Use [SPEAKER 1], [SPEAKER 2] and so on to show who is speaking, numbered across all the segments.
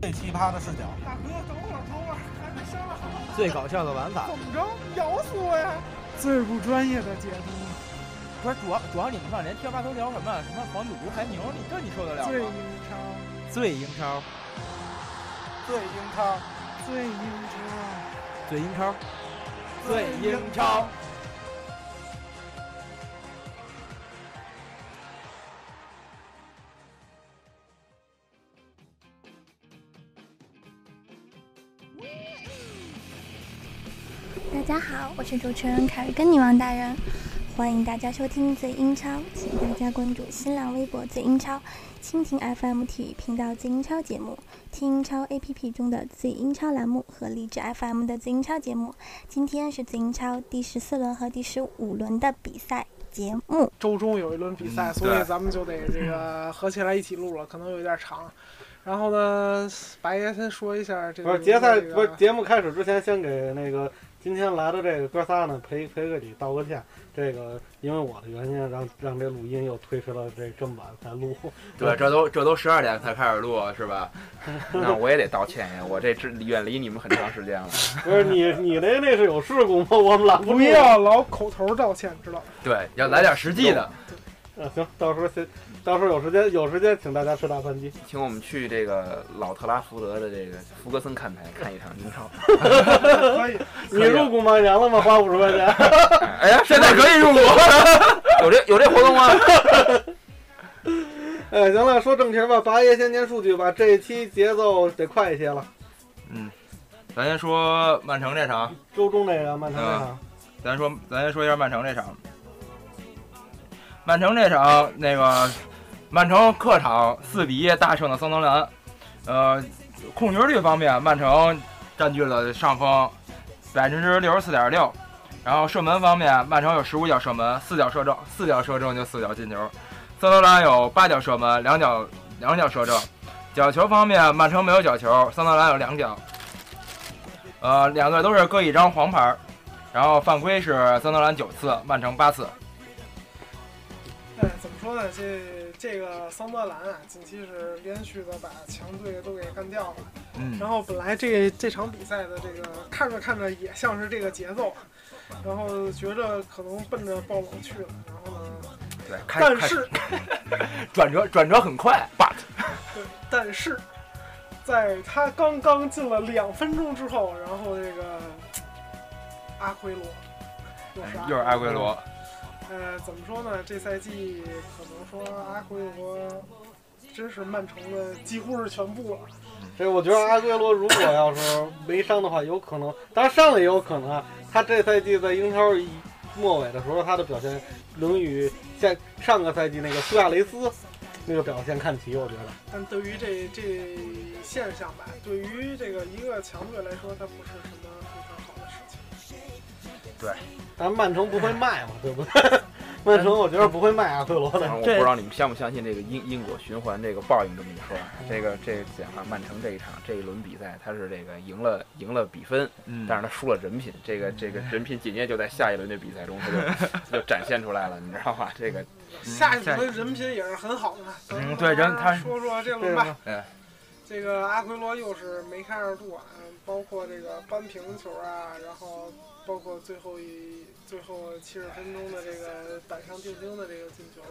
[SPEAKER 1] 最奇葩的视角，
[SPEAKER 2] 大哥，等会儿，等会儿，还没上来。
[SPEAKER 3] 最搞笑的玩法。
[SPEAKER 2] 怎么着？咬死我呀！最不专业的解读，
[SPEAKER 3] 不是主要主要你们上连贴吧都聊什么什么黄赌毒还牛，你这你受得了
[SPEAKER 2] 最英
[SPEAKER 3] 吗？
[SPEAKER 2] 超，
[SPEAKER 3] 最英超，
[SPEAKER 1] 最英超，
[SPEAKER 2] 最英超，
[SPEAKER 3] 最英超，
[SPEAKER 1] 最英
[SPEAKER 4] 嗯
[SPEAKER 1] 超。
[SPEAKER 5] 大家好，我是主持人凯瑞跟女王大人，欢迎大家收听最英超，请大家关注新浪微博最英超、蜻蜓 FM 体育频道最英超节目、听英超 APP 中的最英超栏目和荔枝 FM 的最英超节目。今天是最英超第十四轮和第十五轮的比赛节目。
[SPEAKER 2] 周中有一轮比赛，
[SPEAKER 1] 嗯
[SPEAKER 2] 所以
[SPEAKER 1] 对
[SPEAKER 2] 咱们就得这个合起来一起录了，可能有点长。然后呢，白爷先说一下这
[SPEAKER 4] 不
[SPEAKER 2] 个。
[SPEAKER 4] 是决赛，
[SPEAKER 2] 这个
[SPEAKER 4] 不是节目开始之前，先给那个今天来的这个哥仨呢赔赔个礼，道个歉。这个因为我的原因，让让这录音又推迟了这这么晚才录。
[SPEAKER 6] 对，这都这都十二点才开始录，啊是吧？那我也得道歉呀，我这这远离你们很长时间了。
[SPEAKER 4] 不是你你那那是有事故吗？我们拦不
[SPEAKER 2] 不
[SPEAKER 4] 住。
[SPEAKER 2] 要老口头道歉，知 道吗？
[SPEAKER 6] 对，要来点实际的，
[SPEAKER 4] 啊，行，到时候先，到时候有时间有时间请大家吃大盘鸡。
[SPEAKER 6] 请我们去这个老特拉福德的这个福格森看台看一场英超。
[SPEAKER 4] 可以，你
[SPEAKER 6] 啊
[SPEAKER 4] 入股曼联了吗？花五十块钱。
[SPEAKER 6] 哎呀， 现在可以入股， 有这有这活动 吗？
[SPEAKER 4] 哎，行了，说正题吧。八爷先念数据吧，这一期节奏得快一些了。
[SPEAKER 7] 咱先说曼城这场，
[SPEAKER 4] 周中那个曼城那场，
[SPEAKER 7] 咱说咱先说一下曼城这场。曼城这场，那个曼城客场四比一大胜的桑德兰，呃，控球率方面，曼城占据了上风，百分之六十四点六。然后射门方面，曼城有十五脚射门，四脚射正，四脚射正就四脚进球。桑德兰有八脚射门，两脚两脚射正。角球方面，曼城没有角球，桑德兰有两脚。呃，两队都是各一张黄牌。然后犯规是桑德兰九次，曼城八次。
[SPEAKER 2] 哎，怎么说呢？这这个桑德兰啊，近期是连续的把强队都给干掉了。
[SPEAKER 7] 嗯
[SPEAKER 2] 然后本来这这场比赛的这个看着看着也像是这个节奏，啊然后觉着可能奔着爆冷去了，然后呢，
[SPEAKER 7] 对，开
[SPEAKER 2] 但
[SPEAKER 7] 开
[SPEAKER 2] 是
[SPEAKER 7] 转折转折很快，but
[SPEAKER 2] 对，但是在他刚刚进了两分钟之后，然后这个阿奎罗又是
[SPEAKER 7] 又是埃圭罗，
[SPEAKER 2] 呃，怎么说呢？这赛季可能说阿奎罗真是曼城的几乎是全部了。
[SPEAKER 4] 这我觉得阿圭罗如果要是没伤的话，有可能，当然伤了也有可能啊。他这赛季在英超一末尾的时候，他的表现能与在上个赛季那个苏亚雷斯那个表现看齐，我觉得。
[SPEAKER 2] 但对于这这现象吧，对于这个一个强队来说，它不是什么非常好的事情。
[SPEAKER 4] 但啊曼城不会卖嘛，对不对？ 曼城我觉得不会卖阿啊圭
[SPEAKER 7] 嗯
[SPEAKER 4] 罗的。
[SPEAKER 6] 我不知道你们相不相信这个因因果循环这个报应这么一说啊。
[SPEAKER 7] 嗯
[SPEAKER 6] 这个这讲啊，曼城这一场这一轮比赛，他是这个赢了赢了比分，
[SPEAKER 7] 嗯
[SPEAKER 6] 但是他输了人品，这个这个人品紧接着就在下一轮的比赛中他就 他就展现出来了，你知道吧？这个
[SPEAKER 2] 下一轮人品也是很好的。
[SPEAKER 7] 嗯对人他
[SPEAKER 2] 说说这
[SPEAKER 4] 对
[SPEAKER 2] 轮吧
[SPEAKER 4] 吧，？
[SPEAKER 2] 这个阿奎罗又是梅开二度啊，包括这个扳平球啊，然后包括最后一最后七十分钟的这个板上钉钉的这个进球，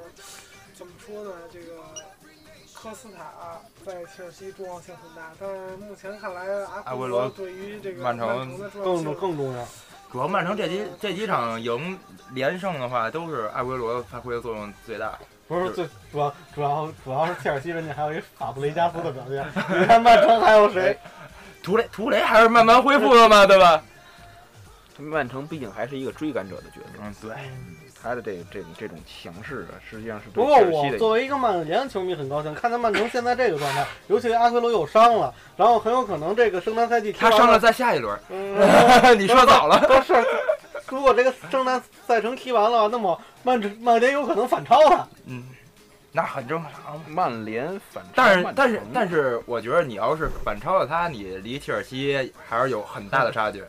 [SPEAKER 2] 怎么说呢？这个科斯塔、在切尔西重要性很大，但是目前看来，阿奎
[SPEAKER 7] 阿奎罗
[SPEAKER 2] 对于这个
[SPEAKER 7] 曼城
[SPEAKER 2] 城的重要
[SPEAKER 4] 更
[SPEAKER 2] 性
[SPEAKER 4] 更重要。
[SPEAKER 7] 主要曼城这几这几场赢连胜的话，都是埃圭罗发挥的作用最大。
[SPEAKER 4] 不是最主要，主要主要是切尔西人家还有一法布雷加斯的表现，你看曼城还有谁？
[SPEAKER 7] 图雷图雷还是慢慢恢复的嘛，对吧？
[SPEAKER 6] 曼城毕竟还是一个追赶者的角色，
[SPEAKER 7] 嗯，对，
[SPEAKER 6] 他的这这种这种强势啊，实际上是对
[SPEAKER 4] 不过
[SPEAKER 6] 切尔西
[SPEAKER 4] 我
[SPEAKER 6] 的
[SPEAKER 4] 作为一个曼联球迷很高兴，看到曼城现在这个状态，尤其阿奎罗又伤了，然后很有可能这个圣诞赛季踢
[SPEAKER 7] 他
[SPEAKER 4] 完
[SPEAKER 7] 伤了，再下一 轮，
[SPEAKER 4] 嗯，
[SPEAKER 7] 你说早了。
[SPEAKER 4] 不是，如果这个圣诞赛程踢完了，那么曼城曼联有可能反超他。
[SPEAKER 7] 嗯，那很正常。
[SPEAKER 6] 曼联反超
[SPEAKER 7] 但是
[SPEAKER 6] 曼城
[SPEAKER 7] 但是但是，我觉得你要是反超了他，你离切尔西还是有很大的差距。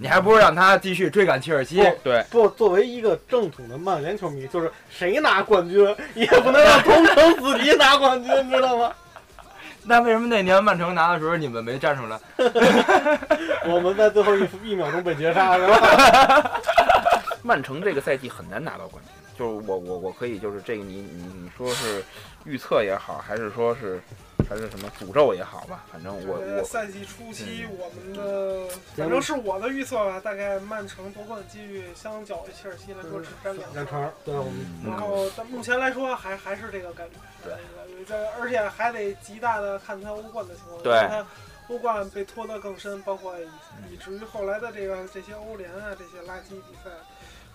[SPEAKER 7] 你还不如让他继续追赶切尔西。
[SPEAKER 4] 不
[SPEAKER 6] 对
[SPEAKER 4] 不，作为一个正统的曼联球迷，就是谁拿冠军也不能让同城死敌拿冠军，知道吗？
[SPEAKER 7] 那为什么那年曼城拿的时候你们没站出来？
[SPEAKER 4] 我们在最后一一秒钟被绝杀，是吧？
[SPEAKER 6] 曼城这个赛季很难拿到冠军，就是我我我可以就是这个你你你说是预测也好，还是说是还是什么诅咒也好吧，反正我
[SPEAKER 2] 呃
[SPEAKER 6] 我
[SPEAKER 2] 赛季初期我们的，反正是我的预测吧，大概曼城夺冠几率相较于切尔西来说只占两
[SPEAKER 4] 两
[SPEAKER 2] 成。
[SPEAKER 4] 成，对我们
[SPEAKER 6] 嗯
[SPEAKER 2] 然后，但目前来说还还是这个概率。
[SPEAKER 6] 对
[SPEAKER 2] 对，在而且还得极大的看他欧冠的情况。
[SPEAKER 6] 对
[SPEAKER 2] 看他欧冠被拖得更深，包括以以至于后来的这个这些欧联啊这些垃圾比赛，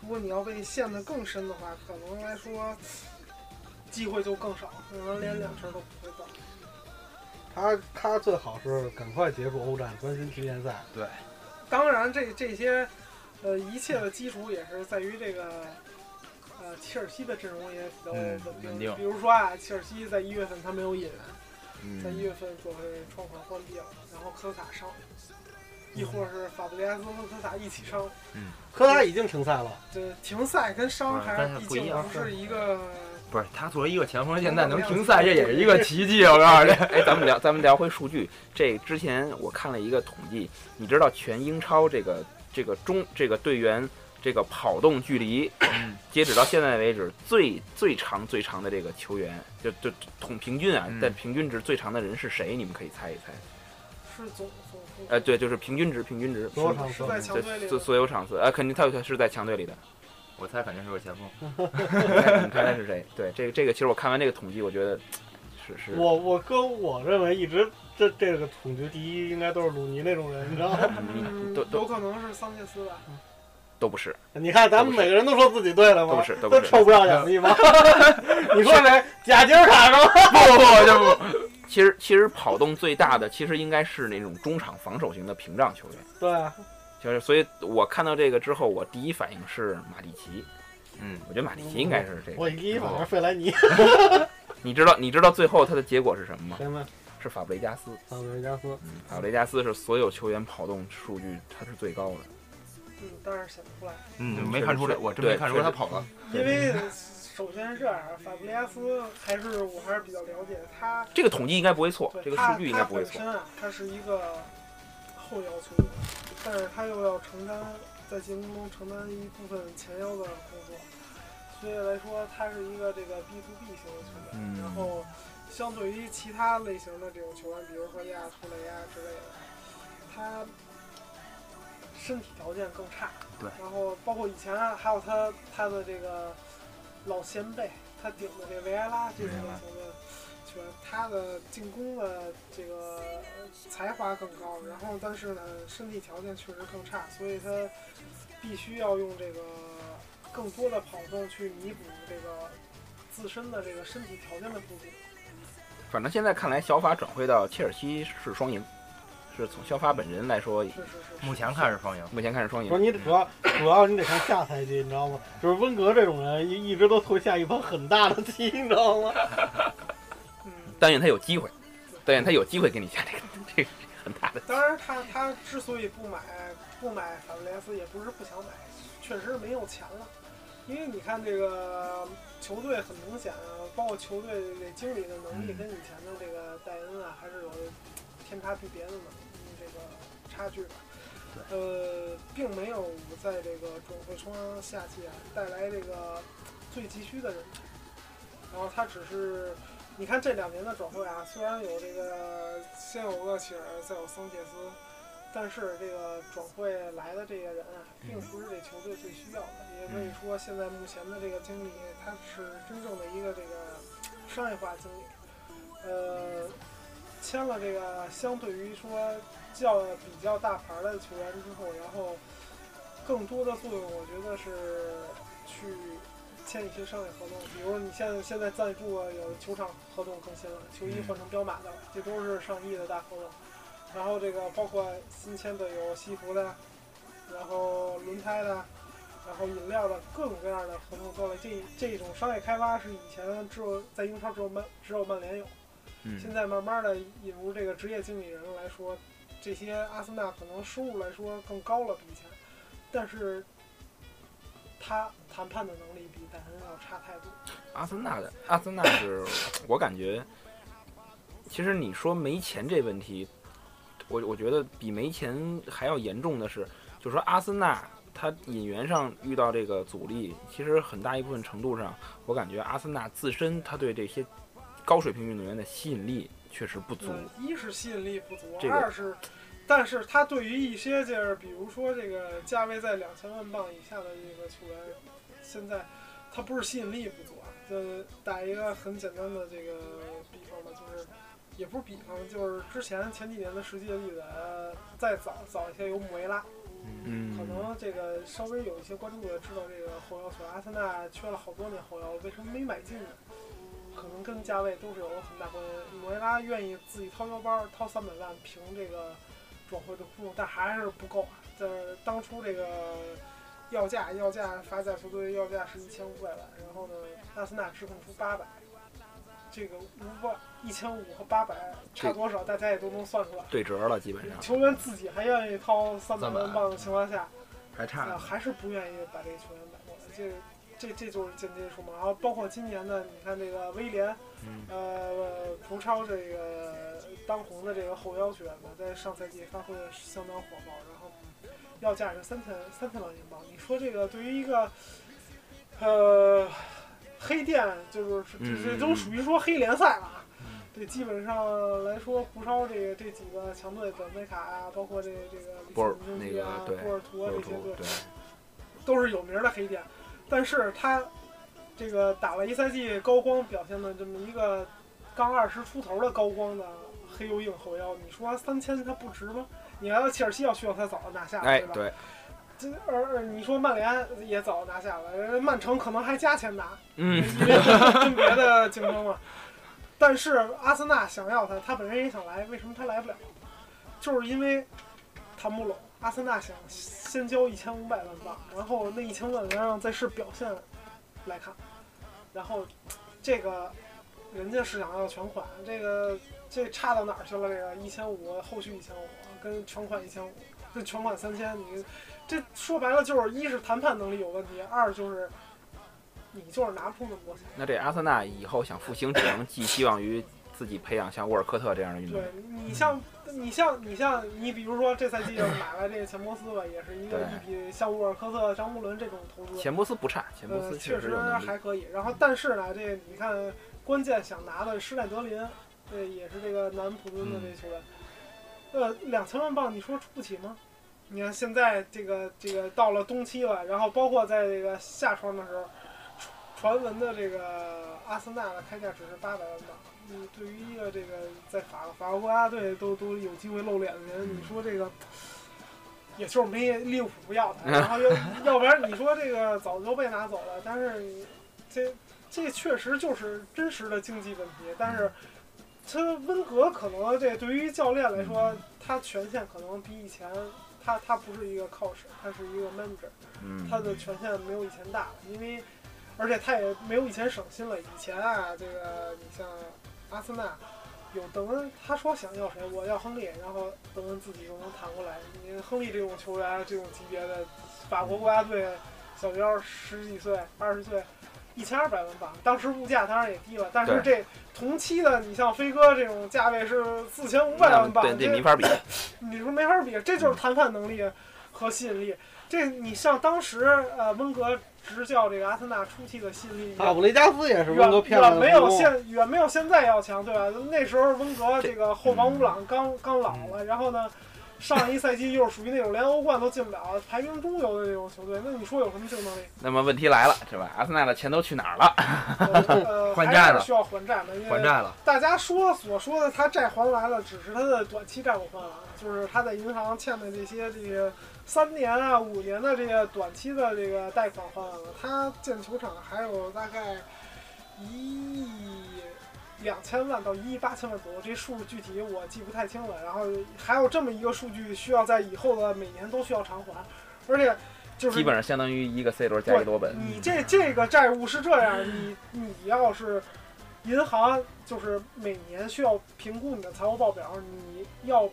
[SPEAKER 2] 如果你要被陷得更深的话，可能来说机会就更少，可能连两圈都不会到。
[SPEAKER 4] 他他最好是赶快结束欧战，专心踢联赛。
[SPEAKER 2] 当然这，这些，呃，一切的基础也是在于这个，呃，切尔西的阵容也比较
[SPEAKER 7] 嗯
[SPEAKER 2] 稳
[SPEAKER 7] 稳
[SPEAKER 2] 定。
[SPEAKER 7] 定
[SPEAKER 2] 比如说啊，切尔西在一月份他没有引援，在一
[SPEAKER 6] 嗯，
[SPEAKER 2] 月份左右状况关闭了，啊然后科塔伤，亦或是法布雷加斯和科塔一起伤，
[SPEAKER 4] 科塔已经停赛了，
[SPEAKER 2] 这停赛跟伤还
[SPEAKER 7] 啊不是但
[SPEAKER 2] 是
[SPEAKER 7] 是
[SPEAKER 2] 毕
[SPEAKER 7] 不一
[SPEAKER 2] 竟
[SPEAKER 7] 样
[SPEAKER 2] 不是一个。
[SPEAKER 7] 不是他作为一个前锋，现在能停赛，这也是一个奇迹。我告诉你，
[SPEAKER 6] 哎，咱们聊咱们聊回数据，这之前我看了一个统计，你知道全英超这个这个中这个队员这个跑动 距离，截止到现在为止最最长最长的这个球员，就就统平均啊
[SPEAKER 7] 嗯，
[SPEAKER 6] 但平均值最长的人是谁？你们可以猜一猜。
[SPEAKER 2] 是总总总
[SPEAKER 6] 呃，对，就是平均值，平均值。
[SPEAKER 4] 多少场
[SPEAKER 2] 是
[SPEAKER 4] 球
[SPEAKER 2] 在强队
[SPEAKER 6] 对，
[SPEAKER 2] 里
[SPEAKER 6] 所
[SPEAKER 2] 的，
[SPEAKER 6] 所有场次，啊，肯定他是在强 队里的。
[SPEAKER 7] 我猜肯定是个前锋。
[SPEAKER 6] 你猜你猜猜是谁？对，这个这个，其实我看完这个统计，我觉得是是，
[SPEAKER 4] 我我哥我认为一直这这个统治第一应该都是鲁尼那种人，你知道吗？
[SPEAKER 6] 嗯
[SPEAKER 2] 嗯
[SPEAKER 6] 都，
[SPEAKER 2] 有
[SPEAKER 6] 都
[SPEAKER 2] 可能是桑切斯吧。
[SPEAKER 6] 都不是，
[SPEAKER 4] 你看咱们每个人都说自己对了
[SPEAKER 6] 都
[SPEAKER 4] 吗
[SPEAKER 6] 不？是，都
[SPEAKER 4] 都
[SPEAKER 6] 不是。
[SPEAKER 4] 臭不要脸的一帮。 你说谁？贾吉尔卡 是吧？
[SPEAKER 7] 不不就不，
[SPEAKER 6] 其实其实跑动最大的，其实应该是那种中场防守型的屏障球员。
[SPEAKER 4] 对啊，
[SPEAKER 6] 就是，所以我看到这个之后，我第一反应是马蒂奇。
[SPEAKER 7] 嗯，
[SPEAKER 6] 我觉得马蒂奇应该是这
[SPEAKER 4] 我
[SPEAKER 6] 个。
[SPEAKER 4] 第一反应是费莱
[SPEAKER 6] 嗯
[SPEAKER 4] 尼。
[SPEAKER 6] 你知道你知道最后他的结果是什么吗？
[SPEAKER 4] 谁们？
[SPEAKER 6] 是法布雷加斯。嗯
[SPEAKER 4] 啊，维加斯。
[SPEAKER 6] 法布雷加斯是所有球员跑动数据他是最高的。
[SPEAKER 2] 嗯，但是想不出来。
[SPEAKER 7] 嗯，没看出来，我真没看出来他跑了。
[SPEAKER 2] 因为首先是这样，啊法布雷加斯还是我还是比较了解他，
[SPEAKER 6] 这个统计应该不会错，
[SPEAKER 2] 对
[SPEAKER 6] 嗯这个
[SPEAKER 2] 啊他
[SPEAKER 6] 数据应该不会错
[SPEAKER 2] 他。本身啊，他是一个后腰球员，但是他又要承担在进攻中承担一部分前腰的工作，所以来说他是一个这个 B to B 型的球员。
[SPEAKER 7] 嗯
[SPEAKER 2] 然后相对于其他类型的这种球员，比如说亚图雷啊之类的，他身体条件更差。
[SPEAKER 7] 对。
[SPEAKER 2] 然后包括以前啊还有他他的这个老先辈，他顶的这维埃拉这种类型的球员，他的进攻的这个才华更高，然后但是呢身体条件确实更差，所以他必须要用这个更多的跑动去弥补这个自身的这个身体条件的不足。
[SPEAKER 6] 反正现在看来，小法转会到切尔西是双赢，是从小法本人来说，
[SPEAKER 2] 是是是。
[SPEAKER 7] 目前看是双赢。
[SPEAKER 6] 目前看是双
[SPEAKER 4] 不是
[SPEAKER 6] 赢。
[SPEAKER 4] 你主要主要你得看下赛季，你知道吗？就是温格这种人一一直都投下一盘很大的棋，你知道吗？
[SPEAKER 2] 嗯，
[SPEAKER 6] 但愿他有机会，但愿他有机会给你下这个这个很大的。
[SPEAKER 2] 当然他他之所以不买不买法布雷斯，也不是不想买，确实没有钱了。因为你看这个球队很明显啊，包括球队这经理的能力
[SPEAKER 7] 嗯
[SPEAKER 2] 跟以前的这个戴恩啊，还是有天差地别的能力这个差距吧。呃，并没有在这个转会窗夏季啊带来这个最急需的人才，然后他只是你看这两年的转会啊，虽然有这个先有厄齐尔，再有桑切斯，但是这个转会来的这些人啊，并不是这球队最需要的。也可以说，现在目前的这个经理，他是真正的一个这个商业化经理。呃，签了这个相对于说较比较大牌的球员之后，然后更多的作用，我觉得是去签一些商业合同，比如你现在现在赞助啊，有球场合同更新了，球衣换成彪马的了，这都是上亿的大合同。然后这个包括新签的有西服的，然后轮胎的，然后饮料的各种各样的合同做了。这这种商业开发是以前只有在英超只有曼只有曼联有，
[SPEAKER 6] 嗯
[SPEAKER 2] 现在慢慢的引入这个职业经理人来说，这些阿森纳可能收入来说更高了比以前，但是他谈判的能力比戴恩要差太多。
[SPEAKER 6] 阿森纳的阿森纳是，我感觉其实你说没钱这问题，我我觉得比没钱还要严重的是，就是说阿森纳他引援上遇到这个阻力，其实很大一部分程度上，我感觉阿森纳自身他对这些高水平运动员的吸引力确实不足。
[SPEAKER 2] 嗯，一是吸引力不足，
[SPEAKER 6] 这个
[SPEAKER 2] 二是，但是他对于一些就是比如说这个价位在两千万镑以下的这个球员，现在他不是吸引力不足啊，呃，打一个很简单的这个比方吧，就是也不是比方，就是之前前几年的实际的例子，呃再早早一些有姆维拉，可
[SPEAKER 6] 嗯，
[SPEAKER 2] 能这个稍微有一些关注的知道这个后腰球员，阿森纳缺了好多年后腰，为什么没买进呢？可能跟价位都是有很大关系。姆维拉愿意自己掏腰包掏三百万，凭这个转会的窟窿，但还是不够啊。这当初这个要价要价发价球队要价是一千五百万，然后呢，阿森纳只肯出八百。这个五百一千五和八百差多少，大家也都能算出来。
[SPEAKER 6] 对折了基本上。
[SPEAKER 2] 球员自己还愿意掏哎三百万
[SPEAKER 7] 300
[SPEAKER 2] 镑的情况下，
[SPEAKER 7] 还差
[SPEAKER 2] 啊，
[SPEAKER 7] 呢。
[SPEAKER 2] 还是不愿意把这个球员买过来，这这这就是间接说嘛。然后包括今年呢，你看这个威廉，
[SPEAKER 6] 嗯
[SPEAKER 2] 呃，葡超这个当红的这个后腰球员吧，在上赛季发挥的相当火爆，然后要价是三千三千万英镑。你说这个对于一个呃黑店，就是这这
[SPEAKER 6] 嗯嗯
[SPEAKER 2] 都
[SPEAKER 6] 嗯
[SPEAKER 2] 属于说黑联赛了啊。这基本上来说，葡超这个这几个强队，本菲卡啊，包括这个这个
[SPEAKER 6] 波尔
[SPEAKER 2] 利兹联
[SPEAKER 6] 那个
[SPEAKER 2] 啊
[SPEAKER 6] 对
[SPEAKER 2] 波尔图啊这
[SPEAKER 6] 波尔
[SPEAKER 2] 些队
[SPEAKER 6] 图，对，
[SPEAKER 2] 都是有名儿的黑店，但是他这个打了一赛季高光表现的这么一个刚二十出头的高光的黑又硬后腰，你说三千他不值吗？你还要切尔西要需要他早就拿下了，
[SPEAKER 6] 哎
[SPEAKER 2] 对吧？
[SPEAKER 6] 对，
[SPEAKER 2] 这而而你说曼联也早拿下了，人家曼城可能还加钱拿，
[SPEAKER 6] 嗯，
[SPEAKER 2] 跟别的竞争了。但是阿森纳想要他，他本人也想来，为什么他来不了？就是因为谈不拢。阿森纳想先交一千五百万镑，然后那一千五百万让再视表现来看，然后这个人家是想要全款，这个这差到哪儿去了？这个一千五后续一千五跟全款一千五，这全款三千，你这说白了就是一是谈判能力有问题，二就是你就是拿不出那么多钱。
[SPEAKER 6] 那这阿森纳以后想复兴，只能寄希望于自己培养像沃尔科特这样的运
[SPEAKER 2] 对
[SPEAKER 6] 动员。
[SPEAKER 2] 你像你像你像你比如说这赛季买了这个钱伯斯吧，也是一个
[SPEAKER 6] 对
[SPEAKER 2] 一笔像沃尔科特、张伯伦这种投资，
[SPEAKER 6] 钱伯斯不差，钱伯
[SPEAKER 2] 呃，
[SPEAKER 6] 斯
[SPEAKER 2] 确
[SPEAKER 6] 实有能力。
[SPEAKER 2] 还可以。然后但是呢，这你看关键想拿的施耐德林，这也是这个南普敦的这
[SPEAKER 6] 嗯
[SPEAKER 2] 球员，呃，两千万镑你说出不起吗？你看现在这个这个到了冬期了，然后包括在这个夏窗的时候，传闻的这个阿森纳的开价只是八百万镑。嗯，对于一个这个在法法国国家队都都有机会露脸的人，你说这个，也就是没利物浦不要他，然后要要不然你说这个早就被拿走了。但是你这这确实就是真实的经济问题，但是。他温格可能这对于教练来说，他权限可能比以前，他他不是一个 coach，他是一个 manager，
[SPEAKER 6] 嗯，
[SPEAKER 2] 他的权限没有以前大了，因为而且他也没有以前省心了。以前啊，这个你像阿森纳有邓恩，他说想要谁，我要亨利，然后邓恩自己就能谈过来。你亨利这种球员，这种级别的法国国家队小妖，十几岁、二十岁。一千二百万镑，当时物价当然也低了，但是这同期的，你像飞哥这种价位是四千五百
[SPEAKER 6] 那
[SPEAKER 2] 万镑，
[SPEAKER 6] 对
[SPEAKER 2] 这
[SPEAKER 6] 这没法比。
[SPEAKER 2] 你说没法比，这
[SPEAKER 4] 嗯
[SPEAKER 2] 就是谈判能力和吸引力。这你像当时呃温格执教这个阿森纳初期的吸引力
[SPEAKER 4] 塔
[SPEAKER 2] 远，
[SPEAKER 4] 布雷加斯也是温格漂
[SPEAKER 2] 远远
[SPEAKER 4] 亮的
[SPEAKER 2] 没有
[SPEAKER 4] 助攻
[SPEAKER 2] 现远没有现在要强，对吧？那时候温格这个后
[SPEAKER 4] 嗯
[SPEAKER 2] 防乌朗刚刚老了，然后呢，上一赛季又是属于那种连欧冠都进不了、排名中游的那种球队，那你说有什么竞 争力？
[SPEAKER 6] 那么问题来了，是吧？阿森纳的钱都去哪儿了？
[SPEAKER 2] 呃，
[SPEAKER 7] 还
[SPEAKER 2] 还
[SPEAKER 7] 债
[SPEAKER 2] 是
[SPEAKER 7] 了
[SPEAKER 2] 需要还债的，因为
[SPEAKER 7] 还债了，
[SPEAKER 2] 大家说所说的他债还完了，只是他的短期债务还完了，就是他在银行欠的这些这个三年啊、五年的这个短期的这个贷款还完了。他建球场还有大概一亿两千万到一亿八千万左右，这数具体我记不太清了。然后还有这么一个数据，需要在以后的每年都需要偿还，而且就是
[SPEAKER 6] 基本上相当于一个 C 罗加一多本。
[SPEAKER 2] 你这这个债务是这样，你你要是银行就是每年需要评估你的财务报表，你要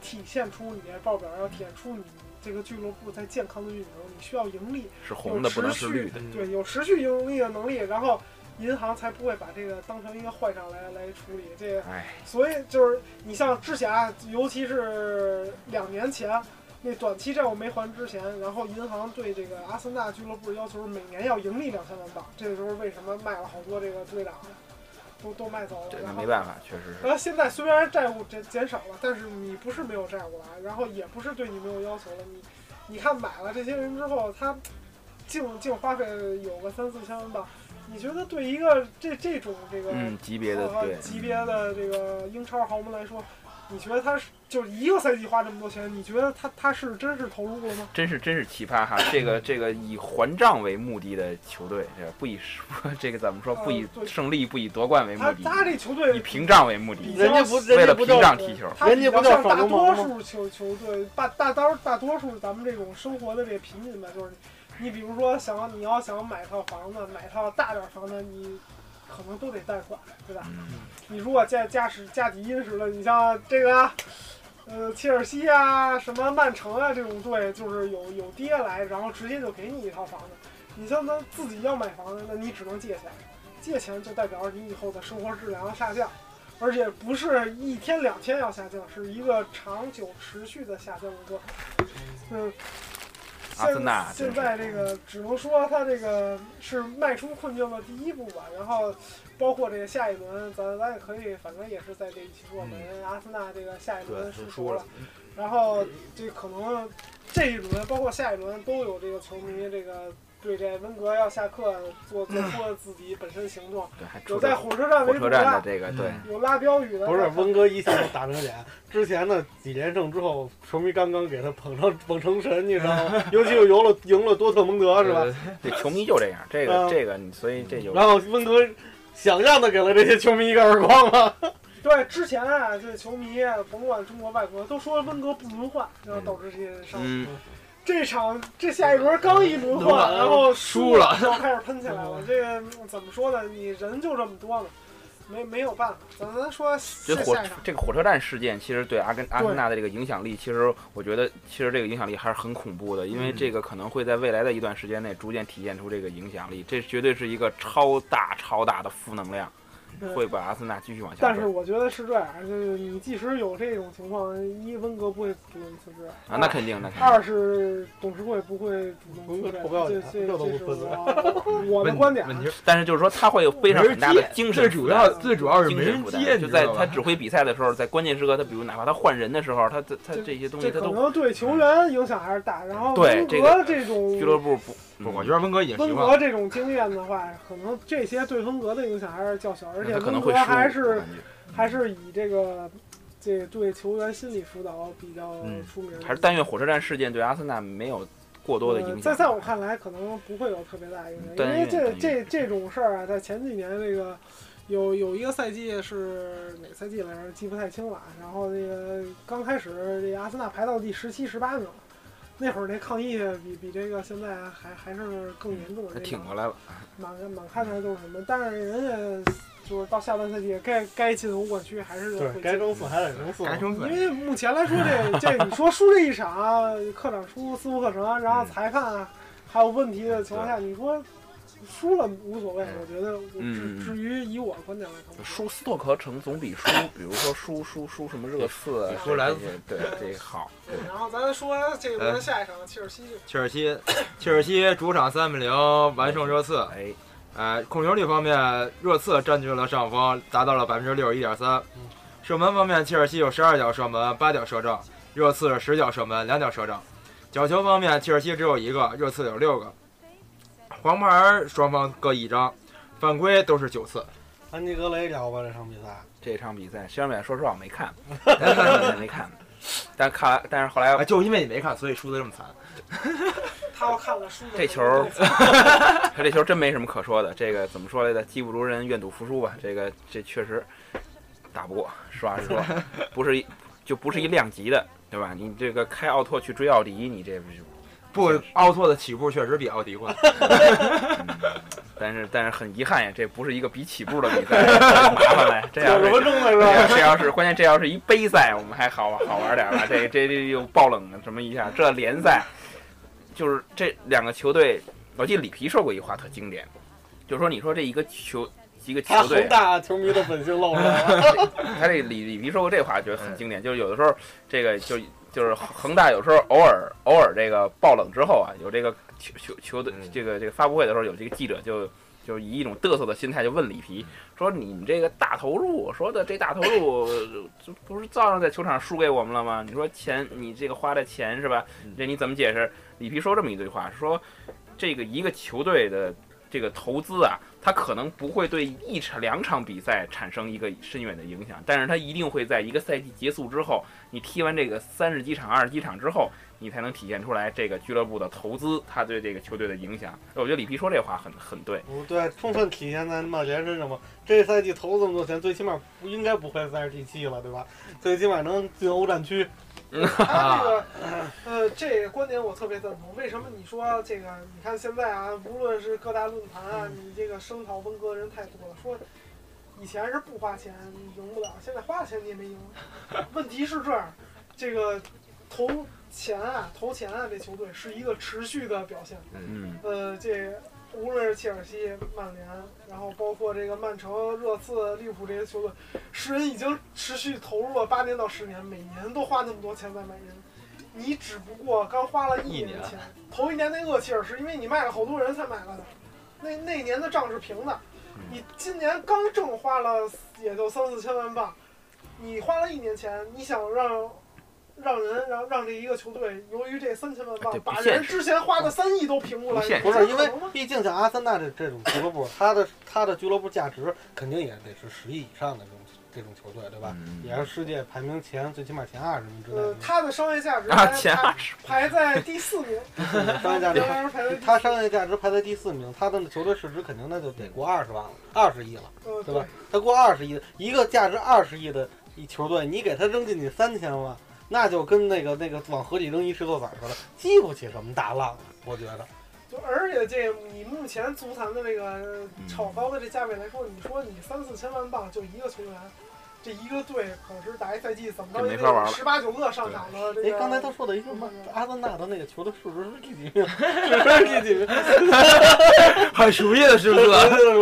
[SPEAKER 2] 体现出你的报表，要体现出你这个俱乐部在健康的运营，你需要盈利，
[SPEAKER 6] 是红的，不能是绿的。
[SPEAKER 4] 嗯
[SPEAKER 2] 对，有持续盈利的能力，然后银行才不会把这个当成一个坏账来来处理。这个
[SPEAKER 6] 哎，
[SPEAKER 2] 所以就是你像之前啊，尤其是两年前那短期债务没还之前，然后银行对这个阿森纳俱乐部要求是每年要盈利两千万镑，这个时候为什么卖了好多这个队长，都都卖走了
[SPEAKER 6] 对，，那
[SPEAKER 2] 然后
[SPEAKER 6] 没办法，确实是。
[SPEAKER 2] 然后现在虽然债务减减少了，但是你不是没有债务了，然后也不是对你没有要求了。你你看买了这些人之后，他净净花费有个三四千万吧？你觉得对一个这这种这个、
[SPEAKER 6] 嗯，级别的
[SPEAKER 2] 呃
[SPEAKER 6] 对，
[SPEAKER 2] 级别的这个英超豪门来说，你觉得他是就是一个赛季花这么多钱，你觉得他他是真是投入了吗？
[SPEAKER 6] 真是真是奇葩哈！这个这个以还账为目的的球队，这个不以说 这个怎么说，不以
[SPEAKER 2] 呃对
[SPEAKER 6] 胜利、不以夺冠为目
[SPEAKER 2] 他他
[SPEAKER 6] 的，
[SPEAKER 2] 这球队
[SPEAKER 6] 以屏障为目
[SPEAKER 2] 比
[SPEAKER 6] 的，
[SPEAKER 2] 较
[SPEAKER 4] 人家不
[SPEAKER 6] 嗯为
[SPEAKER 4] 人
[SPEAKER 6] 了
[SPEAKER 4] 家不
[SPEAKER 6] 屏
[SPEAKER 4] 叫
[SPEAKER 6] 障踢球。
[SPEAKER 2] 他比较像大多
[SPEAKER 4] 人家不叫耍流氓
[SPEAKER 2] 数球球队，大大多大多数咱们这种生活的这平民吧，就是你比如说想要你要想买套房子，买套大点房子，你可能都得贷款，对吧？
[SPEAKER 6] 嗯，
[SPEAKER 2] 你如果加加时加底音时的，你像这个，呃，切尔西啊，什么曼城啊这种队，就是有有爹来，然后直接就给你一套房子。你像他自己要买房子，那你只能借钱，借钱就代表你以后的生活质量要下降，而且不是一天两天要下降，是一个长久持续的下降的过程。嗯，
[SPEAKER 6] 阿森纳
[SPEAKER 2] 现
[SPEAKER 6] 真是
[SPEAKER 2] 现在这个只能说他这个是迈出困境的第一步吧，然后包括这个下一轮，咱咱也可以，反正也是在这一期说嘛，因为阿森纳这个下一轮
[SPEAKER 4] 对
[SPEAKER 2] 是
[SPEAKER 4] 都说
[SPEAKER 2] 了
[SPEAKER 4] 了，
[SPEAKER 2] 然后这可能这一轮包括下一轮都有这个球迷这个对这温格要下课做做出了自己本身行动，
[SPEAKER 6] 对，还
[SPEAKER 2] 有
[SPEAKER 6] 出
[SPEAKER 2] 在
[SPEAKER 6] 了
[SPEAKER 2] 火车站
[SPEAKER 6] 火
[SPEAKER 2] 围堵
[SPEAKER 6] 车站
[SPEAKER 2] 的，
[SPEAKER 6] 的这个对，
[SPEAKER 2] 有拉标语的，
[SPEAKER 4] 不是温格一下就打成脸，之前的几连胜之后，球迷刚刚给他捧成捧成神，你知道吗？尤其是赢了赢了多特蒙德是吧？
[SPEAKER 6] 对，球迷就这样，这个
[SPEAKER 4] 嗯
[SPEAKER 6] 这个，你所以这就
[SPEAKER 4] 然后温格想象的给了这些球迷一个耳光啊！
[SPEAKER 2] 对，之前啊，这球迷啊甭管中国外国都说温格不轮换，然后导致这些伤。
[SPEAKER 6] 嗯，
[SPEAKER 2] 这场这下一轮刚一轮
[SPEAKER 4] 轮
[SPEAKER 2] 换，
[SPEAKER 4] 换
[SPEAKER 2] 然后
[SPEAKER 7] 输了，
[SPEAKER 2] 就开始喷起来 了。这个嗯怎么说呢？你人就这么多了，没没有办法。咱咱说
[SPEAKER 6] 这
[SPEAKER 2] 下
[SPEAKER 6] 火
[SPEAKER 2] 下一场，
[SPEAKER 6] 这个火车站事件，其实对阿根阿
[SPEAKER 2] 对
[SPEAKER 6] 森纳的这个影响力，其实我觉得其实这个影响力还是很恐怖的，因为这个可能会在未来的一段时间内逐渐体现出这个影响力，这绝对是一个超大超大的负能量，
[SPEAKER 2] 对
[SPEAKER 6] 会把阿森纳继续往下
[SPEAKER 2] 但是
[SPEAKER 6] 推。
[SPEAKER 2] 我觉得是这样，就是你即使有这种情况，一温格不会主动辞职
[SPEAKER 6] 啊，那肯定，那肯定。
[SPEAKER 2] 二是董事会不会主动
[SPEAKER 4] 温
[SPEAKER 2] 辞
[SPEAKER 4] 格
[SPEAKER 2] 职
[SPEAKER 4] 投票，
[SPEAKER 2] 这
[SPEAKER 4] 去
[SPEAKER 2] 这
[SPEAKER 4] 这都
[SPEAKER 2] 这
[SPEAKER 4] 不
[SPEAKER 2] 是
[SPEAKER 4] 辞职
[SPEAKER 2] 我我的
[SPEAKER 7] 问
[SPEAKER 2] 观点啊。
[SPEAKER 7] 问题是
[SPEAKER 6] 但是就是说，他会背上很大的精神
[SPEAKER 7] 最
[SPEAKER 6] 负
[SPEAKER 7] 主
[SPEAKER 6] 担
[SPEAKER 7] 要最主要是
[SPEAKER 6] 精
[SPEAKER 7] 没
[SPEAKER 6] 神
[SPEAKER 7] 人
[SPEAKER 6] 负
[SPEAKER 7] 接，
[SPEAKER 6] 担，
[SPEAKER 7] 你
[SPEAKER 6] 就
[SPEAKER 7] 知
[SPEAKER 6] 在
[SPEAKER 7] 道吧
[SPEAKER 6] 他指挥比赛的时候，在关键时刻，他比如哪怕他换人的时候，他他他这些东西
[SPEAKER 2] 这
[SPEAKER 6] 他
[SPEAKER 2] 可
[SPEAKER 6] 都
[SPEAKER 2] 能对球员影响还是大，然后
[SPEAKER 6] 对
[SPEAKER 2] 温
[SPEAKER 6] 这
[SPEAKER 2] 格
[SPEAKER 6] 个
[SPEAKER 2] 这种
[SPEAKER 6] 俱乐部不，
[SPEAKER 7] 不，我觉
[SPEAKER 6] 得
[SPEAKER 7] 得温哥已啊经习
[SPEAKER 2] 温
[SPEAKER 7] 惯了。
[SPEAKER 2] 格这种经验的话，可能这些对温格的影响还是较小，而且
[SPEAKER 6] 他可能
[SPEAKER 2] 温
[SPEAKER 6] 会
[SPEAKER 2] 格
[SPEAKER 6] 输，嗯
[SPEAKER 2] 还
[SPEAKER 6] 我
[SPEAKER 2] 是
[SPEAKER 6] 感觉
[SPEAKER 2] 还是以这个这个对球员心理辅导比较
[SPEAKER 7] 嗯
[SPEAKER 2] 出名。
[SPEAKER 6] 还是但愿火车站事件对阿森纳没有过多的影
[SPEAKER 2] 呃
[SPEAKER 6] 响。
[SPEAKER 2] 在在我看来，可能不会有特别大的影响，
[SPEAKER 6] 但
[SPEAKER 2] 因为
[SPEAKER 6] 愿
[SPEAKER 2] 这
[SPEAKER 6] 但
[SPEAKER 2] 这这种事儿啊，在前几年那个有有一个赛季是哪赛季来着，记不太清了。然后那个刚开始，这阿森纳排到第十七、十八名，那会儿那抗议比比这个现在还还是更严重。
[SPEAKER 6] 他
[SPEAKER 2] 那
[SPEAKER 6] 挺
[SPEAKER 2] 个
[SPEAKER 6] 过来了，
[SPEAKER 2] 满满看的都是什么，但是人家就是到下半赛季该该进欧冠区还是
[SPEAKER 4] 对
[SPEAKER 2] 会，
[SPEAKER 4] 该
[SPEAKER 2] 进。
[SPEAKER 4] 争四还得争四。
[SPEAKER 7] 该成
[SPEAKER 2] 因为目前来说这，这你说输这一场，客场输斯福克城，然
[SPEAKER 4] 嗯
[SPEAKER 2] 后裁判、啊、还有问题的情况下，你说输了无所谓，我觉得我
[SPEAKER 6] 嗯
[SPEAKER 2] 至至于以我的观点来看，
[SPEAKER 6] 输斯托克城总比输，比如说输输输什么热刺啊，
[SPEAKER 7] 比输莱斯
[SPEAKER 6] 这些对这个好。
[SPEAKER 2] 对。然后咱说这
[SPEAKER 6] 嗯
[SPEAKER 2] 轮下一场切尔西这
[SPEAKER 7] 切尔西，切尔西主场三比零完胜热刺。
[SPEAKER 6] 哎，
[SPEAKER 7] 哎，控球率方面，热刺占据了上风，达到了百分之六十一点三
[SPEAKER 4] 嗯。
[SPEAKER 7] 射门方面，切尔西有十二脚射门，八脚射正；热刺十脚射门，两脚射正。角球方面，切尔西只有一个，热刺有六个。黄牌双方各一张，犯规都是九次。
[SPEAKER 4] 安吉格雷聊吧这场比赛，
[SPEAKER 6] 这场比赛，虽然说实话我没 看，但是没看，但看来，但是后来
[SPEAKER 7] 哎，就因为你没看，所以输得这么惨。
[SPEAKER 2] 他要看了输的
[SPEAKER 6] 这 球儿他这球真没什么可说的。这个怎么说来着？技不如人，愿赌服输吧。这个这确实打不过，实话实说，不是一就不是一量级的，对吧？你这个开奥拓去追奥迪，你这不就
[SPEAKER 7] 不，奥拓的起步确实比奥迪快。
[SPEAKER 6] 但是但是很遗憾呀，这不是一个比起步的比赛， 麻烦了。这要
[SPEAKER 4] 有什么
[SPEAKER 6] 是
[SPEAKER 4] 争的是
[SPEAKER 6] 这
[SPEAKER 4] 吧？
[SPEAKER 6] 要这要是关键这要是一杯赛，我们还好好玩点吧。这这这又爆冷了这么一下，这联赛就是这两个球队，我记得里皮说过一句话特经典，就是说你说这一个球一个
[SPEAKER 4] 他
[SPEAKER 6] 球队
[SPEAKER 4] 恒，大球迷的本性露出来了。
[SPEAKER 6] 他这里里皮说过这话，觉得
[SPEAKER 4] 嗯
[SPEAKER 6] 很经典，就是有的时候这个就就是恒大有时候偶尔偶尔这个爆冷之后啊，有这个球球球队
[SPEAKER 8] 嗯
[SPEAKER 6] 这个这个发布会的时候，有这个记者就。就以一种嘚瑟的心态就问里皮说：“你们这个大投入，说的这大投入，这不是照样在球场输给我们了吗？你说钱，你这个花的钱是吧？这你怎么解释？”里皮说这么一句话，说这个一个球队的这个投资啊，它可能不会对一场两场比赛产生一个深远的影响，但是它一定会在一个赛季结束之后，你踢完这个三十几场、二十几场之后，你才能体现出来这个俱乐部的投资它对这个球队的影响。我觉得里皮说这话很很对，
[SPEAKER 4] 不对，充分体现在曼联身上嘛。这赛季投这么多钱，最起码不应该不会三十第七了，对吧？最起码能进欧战区。
[SPEAKER 2] 他这个，呃，这个观点我特别赞同。为什么你说这个？你看现在啊，无论是各大论坛啊，你这个声讨温哥人太多了，说以前是不花钱你赢不了，现在花了钱你也没赢。问题是这样，这个投钱啊，投钱啊，这球队是一个持续的表现。
[SPEAKER 6] 嗯，
[SPEAKER 2] 呃，这无论是切尔西、曼联，然后包括这个曼城、热刺、利物浦这些球队，世人已经持续投入了八年到十年，每年都花那么多钱在买人。你只不过刚花了一年的钱，头一年那厄齐尔是因为你卖了好多人才买了的，那那年的账是平的。
[SPEAKER 6] 嗯
[SPEAKER 2] 你今年刚正花了也就三四千万镑，你花了一年钱，你想让让人让让这一个球队由于这三千万
[SPEAKER 6] 啊对
[SPEAKER 2] 镑
[SPEAKER 6] 不
[SPEAKER 2] 把
[SPEAKER 6] 现
[SPEAKER 2] 人
[SPEAKER 6] 实嗯
[SPEAKER 2] 之前花的三亿都平过来，
[SPEAKER 6] 不现
[SPEAKER 2] 你
[SPEAKER 4] 不
[SPEAKER 2] 这
[SPEAKER 4] 是因
[SPEAKER 2] 可
[SPEAKER 4] 为
[SPEAKER 2] 能吗，
[SPEAKER 4] 毕竟像阿森纳这这种俱乐部，它的它的俱乐部价值肯定也得是十亿以上的这种这种球队，对吧？啊
[SPEAKER 6] 嗯
[SPEAKER 4] 也是世界排名前最起码前二十名之内
[SPEAKER 2] 呃
[SPEAKER 4] 的，。
[SPEAKER 2] 它的商业价值
[SPEAKER 6] 啊，
[SPEAKER 2] 排
[SPEAKER 6] 前二十，
[SPEAKER 2] 排在第四名，
[SPEAKER 4] 嗯商业价值
[SPEAKER 2] 当然排在第
[SPEAKER 4] 它商业价值排在第四名，它的球队市值肯定那就得过二十万了，二十亿了，
[SPEAKER 2] 呃
[SPEAKER 4] 对吧？它过二十亿，一个价值二十亿的一球队，你给他扔进去三千万，那就跟那个那个往河里扔一石头子儿似的，激不起什么大浪，我觉得。
[SPEAKER 2] 就而且这你目前足坛的这
[SPEAKER 6] 嗯
[SPEAKER 2] 个炒高的这价位来说，你说你三四千万镑就一个球员，这一个队可是打一赛季怎么
[SPEAKER 6] 这
[SPEAKER 2] 着
[SPEAKER 6] 没
[SPEAKER 2] 也
[SPEAKER 6] 法玩
[SPEAKER 2] 得
[SPEAKER 6] 了
[SPEAKER 2] 十八九个上场的这
[SPEAKER 4] 哎
[SPEAKER 2] 个。，
[SPEAKER 4] 刚才他说的一个什么阿森纳的那个球队数值是第几名？是第几名？
[SPEAKER 7] 很熟悉的数 字。
[SPEAKER 4] 数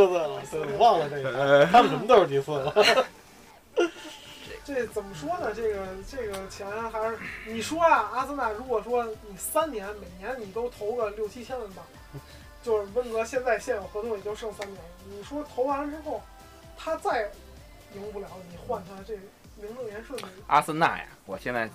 [SPEAKER 4] 字了，对，我忘了这个，
[SPEAKER 7] 呃，
[SPEAKER 4] 他们什么都是第四了。
[SPEAKER 2] 这怎么说呢？这个这个钱还是你说啊，阿森纳如果说你三年每年你都投个六七千万镑，就是温格现在现有合同也就剩三年，你说投完了之后，他再赢不了，你换他这名正言顺的。
[SPEAKER 6] 阿森纳呀，我现在。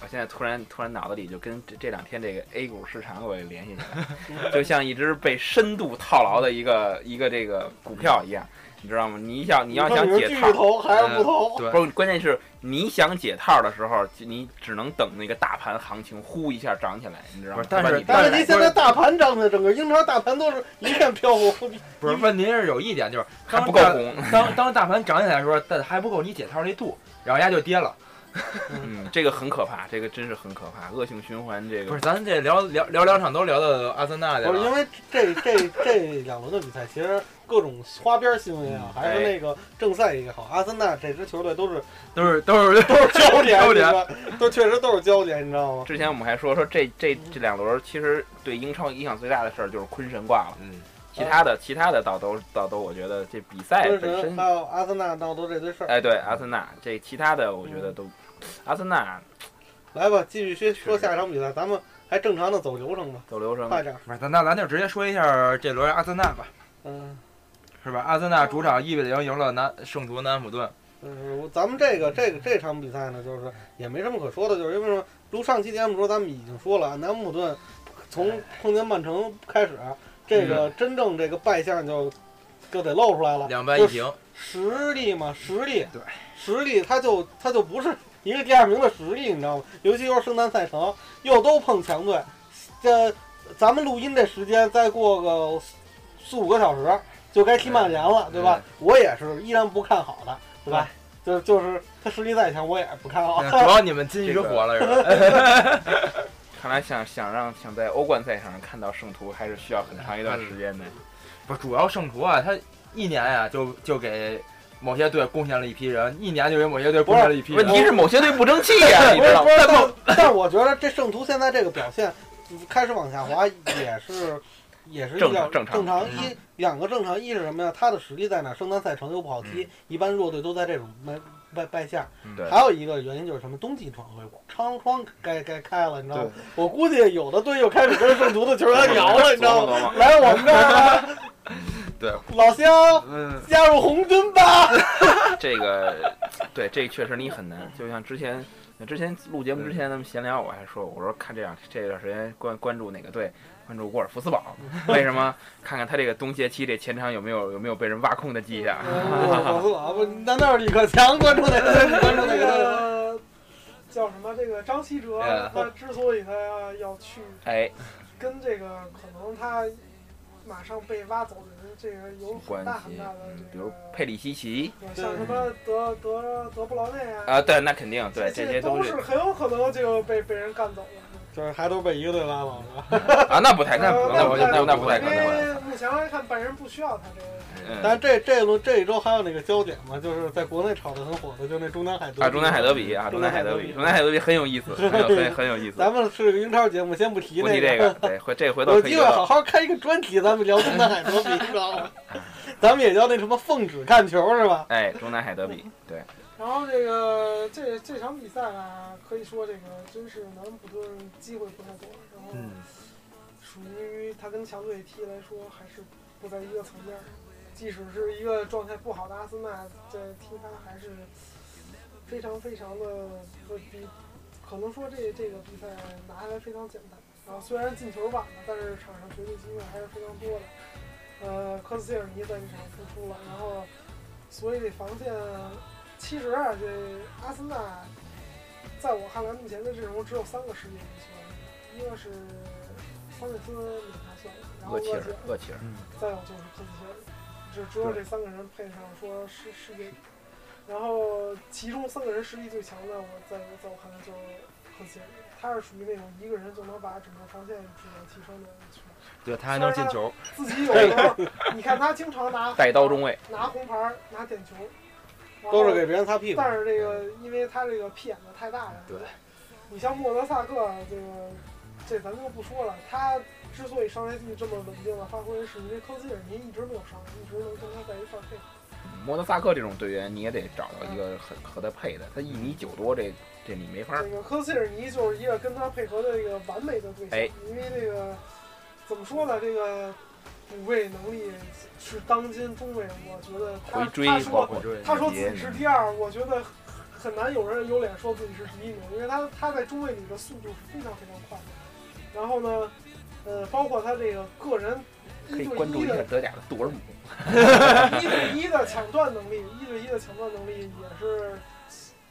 [SPEAKER 6] 我现在突然突然脑子里就跟这这两天这个 A 股市场我也联系起来 了，就像一只被深度套牢的一个一个这个股票一样，你知道吗？你想你要想
[SPEAKER 4] 你是
[SPEAKER 6] 解
[SPEAKER 4] 继
[SPEAKER 6] 套
[SPEAKER 4] 续，投还是不投？
[SPEAKER 7] 对
[SPEAKER 6] 不是，关键是你想解套的时候，就你只能等那个大盘行情呼一下涨起来，你知道
[SPEAKER 7] 不
[SPEAKER 6] 吗
[SPEAKER 7] 是？但是
[SPEAKER 6] 要不然你
[SPEAKER 4] 但是你现在大盘涨的，整个英超大盘都是一片飘忽。
[SPEAKER 7] 不是，问题是有一点就是
[SPEAKER 6] 还
[SPEAKER 7] 当
[SPEAKER 6] 不够
[SPEAKER 7] 大
[SPEAKER 6] 红，
[SPEAKER 7] 当当大盘涨起来的时候，但还不够你解套那度，然后压就跌了。
[SPEAKER 6] 嗯，这个很可怕，这个真是很可怕，恶性循环这
[SPEAKER 7] 不
[SPEAKER 6] 个
[SPEAKER 7] 是，。咱这聊聊聊两场都聊到阿森纳去
[SPEAKER 4] 不是因
[SPEAKER 7] 了。
[SPEAKER 4] 为这这这两轮的比赛，其实各种花边新闻也好，还是那个正赛也好，阿森纳这支球队都是
[SPEAKER 7] 都是都 是
[SPEAKER 4] 都是焦点，
[SPEAKER 7] 焦点
[SPEAKER 4] 你知道，都确实都是焦点，你知道吗？
[SPEAKER 6] 之前我们还说说这这这两轮，其实对英超影响最大的事儿就是昆神挂了，
[SPEAKER 7] 嗯，
[SPEAKER 6] 其他的其他的倒都倒都，我觉得这比赛
[SPEAKER 4] 就是
[SPEAKER 6] 本身
[SPEAKER 4] 还，有阿森纳闹多这堆事儿。
[SPEAKER 6] 哎，对阿森纳这其他的，我觉得都，阿森纳
[SPEAKER 4] 来吧，继续说说下一场比赛，咱们还正常的走流程吧，
[SPEAKER 6] 走流程，
[SPEAKER 4] 快点儿。
[SPEAKER 7] 不是，咱那咱就直接说一下这轮阿森纳吧，
[SPEAKER 4] 嗯，
[SPEAKER 7] 是吧？阿森纳主场一比零赢了南圣徒南安普顿。
[SPEAKER 4] 嗯，我咱们这个这个这场比赛呢，就是也没什么可说的，就是因为什么？如上期节目说，咱们已经说了，啊南普顿从碰见曼城开始，啊这个真正这个败相就就得露出来了，
[SPEAKER 7] 两败
[SPEAKER 4] 就
[SPEAKER 7] 一平，
[SPEAKER 4] 实力嘛，实力，
[SPEAKER 7] 对，
[SPEAKER 4] 实力，他就他就不是一个第二名的实力，你知道吗？尤其又是圣诞赛程，又都碰强队，这咱们录音这时间再过个四五个小时就该踢曼联了，对吧？我也是依然不看好的，对啊吧？就就是他实力再强，我也不看好。
[SPEAKER 7] 嗯 主要你们金鱼火了是吧？
[SPEAKER 6] 看来想想让想在欧冠赛场上看到圣徒，还是需要很长一段
[SPEAKER 7] 嗯
[SPEAKER 6] 时间的。
[SPEAKER 7] 不是，主要圣徒啊，他一年啊就就给某些队贡献了一批人，一年就给某些队贡献了一批
[SPEAKER 6] 问
[SPEAKER 7] 人。
[SPEAKER 6] 题是某些队不争气呀、你
[SPEAKER 4] 不
[SPEAKER 6] 知
[SPEAKER 4] 是
[SPEAKER 6] 道
[SPEAKER 4] 不
[SPEAKER 6] 吗
[SPEAKER 4] 是，？ 嗯 但但我觉得这圣徒现在这个表现开始往下滑，也是也是
[SPEAKER 6] 正
[SPEAKER 4] 比较
[SPEAKER 6] 正常
[SPEAKER 4] 正常
[SPEAKER 7] 嗯
[SPEAKER 4] 一两个正常一是什么呀？他的实力在哪？圣诞赛程有跑题，一般弱队都在这种败败败下。
[SPEAKER 6] 嗯对嗯
[SPEAKER 4] 还有一个原因就是什么？冬季转会窗窗该该开了，你知道吗？我估计有的队又开始跟圣徒的球员聊了，你知 道吗？
[SPEAKER 6] 吗？
[SPEAKER 4] 来我们这儿吧，
[SPEAKER 6] 对，
[SPEAKER 4] 老乡，
[SPEAKER 7] 嗯，
[SPEAKER 4] 加入红军吧。
[SPEAKER 6] 这个， 对，这确实你很难。就像之前，之前录节目之前，咱们闲聊，我还说，我说看这样这段时间关关注哪个队，关注沃尔夫斯堡，为什么？看看他这个冬歇期这前场有没有有没有被人挖空的迹象？
[SPEAKER 4] 我我我不，难道是李克强关注哪个队？ 关注哪个哎队？
[SPEAKER 2] 个叫什么？这个张稀哲
[SPEAKER 6] 嗯，
[SPEAKER 2] 他之所以他要去
[SPEAKER 6] 哎，
[SPEAKER 2] 跟这个，可能他马上被挖走的人，这个有很
[SPEAKER 6] 关
[SPEAKER 2] 大很
[SPEAKER 6] 系
[SPEAKER 2] 大的，
[SPEAKER 6] 嗯，比
[SPEAKER 2] 这
[SPEAKER 6] 如
[SPEAKER 2] 个，
[SPEAKER 6] 佩里西奇
[SPEAKER 2] 像什么德德德布劳内啊，
[SPEAKER 6] 啊，对，那肯定对，
[SPEAKER 2] 这
[SPEAKER 6] 些
[SPEAKER 2] 都
[SPEAKER 6] 都是
[SPEAKER 2] 很有可能就被被人干走了。
[SPEAKER 4] 就是还都被一个队拉走了。
[SPEAKER 6] 啊，那不太，那不那不
[SPEAKER 2] 那
[SPEAKER 6] 那那不太
[SPEAKER 2] 因
[SPEAKER 6] 可能了。
[SPEAKER 2] 为目前来看，拜仁不需要他这个。
[SPEAKER 4] 但
[SPEAKER 6] 嗯，
[SPEAKER 4] 是这这一轮这一周还有那个焦点嘛，就是在国内炒得很火的，就那中南海德比
[SPEAKER 6] 啊，中南海德比啊，中南海德比，中南海德比很有意思，很有很很有意思。
[SPEAKER 4] 咱们是个英超节目，先不提
[SPEAKER 6] 不提
[SPEAKER 4] 这
[SPEAKER 6] 这个，对，回这回头
[SPEAKER 4] 有
[SPEAKER 6] 可以
[SPEAKER 4] 机
[SPEAKER 6] 聊
[SPEAKER 4] 会
[SPEAKER 6] 到
[SPEAKER 4] 好好开一个专题，咱们聊中南海德比，知道吗？ 咱们也叫那什么奉旨看球是吧？
[SPEAKER 6] 哎，中南海德比，对，
[SPEAKER 2] 然后这个这这场比赛啊，可以说这个真是南安普顿机会不太多，然后
[SPEAKER 7] 嗯
[SPEAKER 2] 属于他跟强队踢来说还是不在一个层面儿。即使是一个状态不好的阿森纳，在踢他还是非常非常的呃比，可能说这这个比赛拿下来非常简单。然后虽然进球晚了，但是场上绝对机会还是非常多的。呃，科斯切尔尼在这场复出了，然后所以这防线其实啊，这阿森纳在我看来目前的阵容只有三个世界级球员，一个是桑切斯没拿下，然后厄
[SPEAKER 6] 厄齐
[SPEAKER 2] 齐
[SPEAKER 6] 尔
[SPEAKER 2] 尔，，
[SPEAKER 6] 厄齐尔，
[SPEAKER 7] 嗯
[SPEAKER 2] 再有就是科斯切尔，只只有这三个人配上说世世界，然后其中三个人实力最强的，我在我在我看来就是科斯切尔，他是属于那种一个人就能把整个防线质量提升的球员，
[SPEAKER 7] 对他还能进球，
[SPEAKER 2] 自己有时候 你看他经常拿
[SPEAKER 6] 带刀中卫，
[SPEAKER 2] 拿红牌儿拿点球，然后
[SPEAKER 4] 都是给别人擦屁股。
[SPEAKER 2] 但是这个，因为他这个屁眼子太大了。
[SPEAKER 6] 嗯对，
[SPEAKER 2] 你像莫德萨克，这个这咱就不说了。他之所以上赛季这么稳定的发挥，是因为科斯尔尼一直没有伤，一直能跟他在一块儿配合。
[SPEAKER 6] 莫德萨克这种队员，你也得找到一个很和他配的，他一米九多，这这你没法儿
[SPEAKER 2] 这个科斯尔尼就是一个跟他配合的这个完美的对象，
[SPEAKER 6] 哎
[SPEAKER 2] 因为这个怎么说呢，这个补位能力是当今中卫，我觉得他
[SPEAKER 6] 回追，
[SPEAKER 2] 啊他说
[SPEAKER 6] 包括
[SPEAKER 2] 他说自己是第二，我觉得很难有人有脸说自己是第一名，因为他他在中卫里的速度是非常非常快的。然后呢，呃，包括他这个个人一
[SPEAKER 6] 可
[SPEAKER 2] 对
[SPEAKER 6] 以关注
[SPEAKER 2] 一
[SPEAKER 6] 一下
[SPEAKER 2] 的
[SPEAKER 6] 德甲的杜尔姆，
[SPEAKER 2] 一对一的抢断能力，一对一的抢断能力也是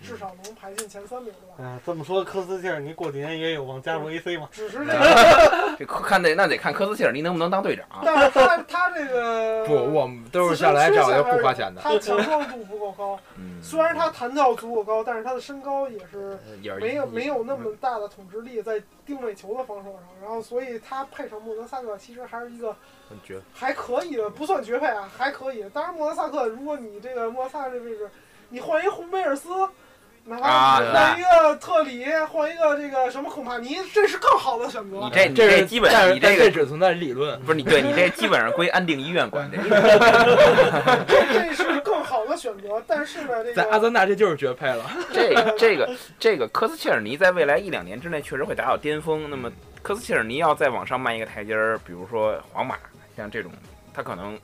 [SPEAKER 2] 至少能排进前三名的吧。
[SPEAKER 4] 啊，这么说科斯切尔尼过几年也有望加入 AC 嘛？
[SPEAKER 2] 只是这个，
[SPEAKER 6] 这可看得那得看科斯切尔尼能不能当队长，啊
[SPEAKER 2] 但是他他这个
[SPEAKER 7] 不，我们都是下来找一个不花钱的，
[SPEAKER 2] 他强壮度不够高，
[SPEAKER 6] 嗯，
[SPEAKER 2] 虽然他弹跳足够高，但是他的身高也是。
[SPEAKER 7] 也是
[SPEAKER 2] 没有没有那
[SPEAKER 6] 嗯
[SPEAKER 2] 么大的统治力在定位球的防守上，然后所以他配上莫德萨克其实还是一个
[SPEAKER 7] 很绝，
[SPEAKER 2] 还可以的，不算绝配啊，还可以。当然莫德萨克，如果你这个莫德萨克这位置，你换一红梅尔斯，哪怕
[SPEAKER 6] 啊
[SPEAKER 2] 你换一个特里，换一个这个什么孔帕尼，这是更好的选择
[SPEAKER 6] 你。这你
[SPEAKER 7] 是
[SPEAKER 6] 基本
[SPEAKER 7] 但是
[SPEAKER 6] 你这
[SPEAKER 7] 但
[SPEAKER 6] 个
[SPEAKER 7] 只存在理论，
[SPEAKER 6] 不是你对你这基本上归安定医院 管这个，
[SPEAKER 2] 这是更好的选择，但是呢，这
[SPEAKER 7] 在阿
[SPEAKER 2] 个
[SPEAKER 7] 森纳这就是绝配了，
[SPEAKER 6] 这这个这个科斯切尔尼在未来一两年之内确实会达到巅峰。那么科斯切尔尼要再往上迈一个台阶儿，比如说皇马，像这种，他可能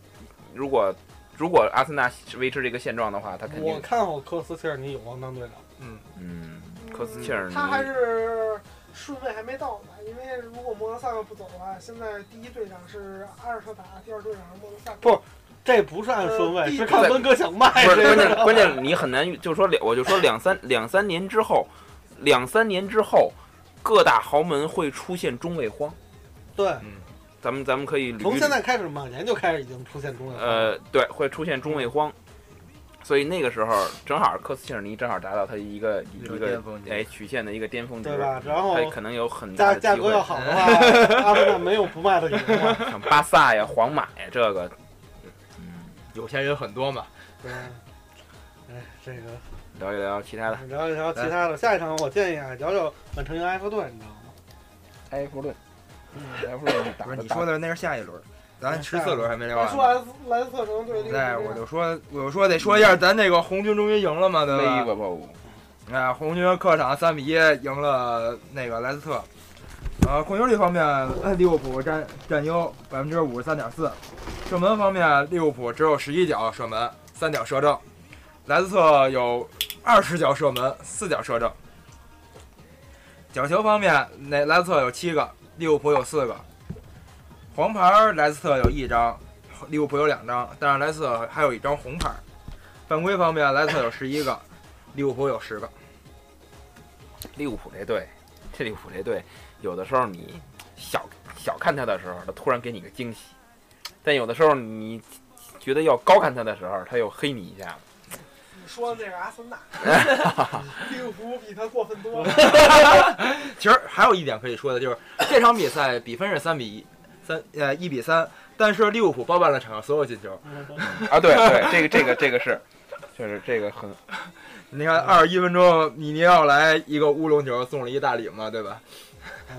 [SPEAKER 6] 如果如果阿森纳维持这个现状的话，他肯
[SPEAKER 4] 我
[SPEAKER 6] 定
[SPEAKER 4] 看好科斯切尔尼有望当队长。
[SPEAKER 6] 嗯，
[SPEAKER 2] 嗯
[SPEAKER 6] 科斯切尔尼
[SPEAKER 2] 他还是顺位还没到呢，因为如果莫德萨克不走啊，现在第一队长是阿尔特塔，第二队长是莫德萨克。
[SPEAKER 4] 不这不是按顺位，
[SPEAKER 2] 呃
[SPEAKER 4] 是看温哥想卖
[SPEAKER 6] 不是
[SPEAKER 4] 谁
[SPEAKER 6] 关
[SPEAKER 4] 知
[SPEAKER 6] 键
[SPEAKER 4] 道吗
[SPEAKER 6] 关键你很难，就是说两我就说两三两三年之后，两三年之后各大豪门会出现中卫荒，
[SPEAKER 4] 对，
[SPEAKER 6] 咱们咱们可以捋一
[SPEAKER 4] 从
[SPEAKER 6] 捋
[SPEAKER 4] 现在开始，马年就开始已经出现中卫。，
[SPEAKER 6] 呃，对，会出现中卫荒，所以那个时候正好科斯切尔尼正好达到他一个一
[SPEAKER 7] 一个
[SPEAKER 6] 个
[SPEAKER 7] 巅峰
[SPEAKER 6] 哎曲线的一个巅峰值
[SPEAKER 4] 对，吧？然后
[SPEAKER 6] 他可能有很大
[SPEAKER 4] 价
[SPEAKER 6] 的
[SPEAKER 4] 价
[SPEAKER 6] 机
[SPEAKER 4] 格要
[SPEAKER 6] 会，
[SPEAKER 4] 好 的话，阿森纳没有不卖的理由啊。
[SPEAKER 6] 像巴萨呀、皇马呀这个，
[SPEAKER 7] 有钱人很多嘛，
[SPEAKER 4] 对，哎，这个
[SPEAKER 6] 聊一聊其他的。
[SPEAKER 4] 聊一哎聊其他的。下一场我建议啊，聊聊满城赢埃弗顿，你知道吗？
[SPEAKER 6] 埃弗顿，
[SPEAKER 9] 莱弗勒打
[SPEAKER 7] 不是
[SPEAKER 9] 的
[SPEAKER 7] 你
[SPEAKER 9] 打
[SPEAKER 7] 说的那是下一轮，咱十四轮还没聊
[SPEAKER 4] 说
[SPEAKER 7] 完。
[SPEAKER 4] 莱斯莱斯特城对利物浦，
[SPEAKER 7] 对，我就说，我就说得说一下，咱这个红军终于赢了嘛，对
[SPEAKER 9] 勒
[SPEAKER 7] 吧？
[SPEAKER 9] 个不，
[SPEAKER 7] 啊，红军客场三比一赢了那个莱斯特。呃，控球率方面，呃利物浦占占优百分之五十三点四。射门方面，利物浦只有十一脚射门，三脚射正；莱斯特有二十脚射门，四脚射正。角球方面，那莱斯特有七个，利物浦有四个。黄牌莱斯特有一张，利物浦有两张，但是莱斯特还有一张红牌。犯规方面，莱斯特有十一个，利物浦有十个。
[SPEAKER 6] 利物浦这队，这利物浦这队，有的时候你小小看他的时候，他突然给你个惊喜；但有的时候你觉得要高看他的时候，他又黑你一下子。
[SPEAKER 2] 你说的那个阿 森纳，利物浦比他过分多了。
[SPEAKER 7] 其实还有一点可以说的就是，这场比赛比分是三比一，三呃一比三，但是利物浦包办了场上所有进球。
[SPEAKER 6] 啊，对对，这个这个这个是，就是这个很
[SPEAKER 7] 你看二十一分钟，米尼奥莱一个乌龙球送了一大礼嘛，对吧？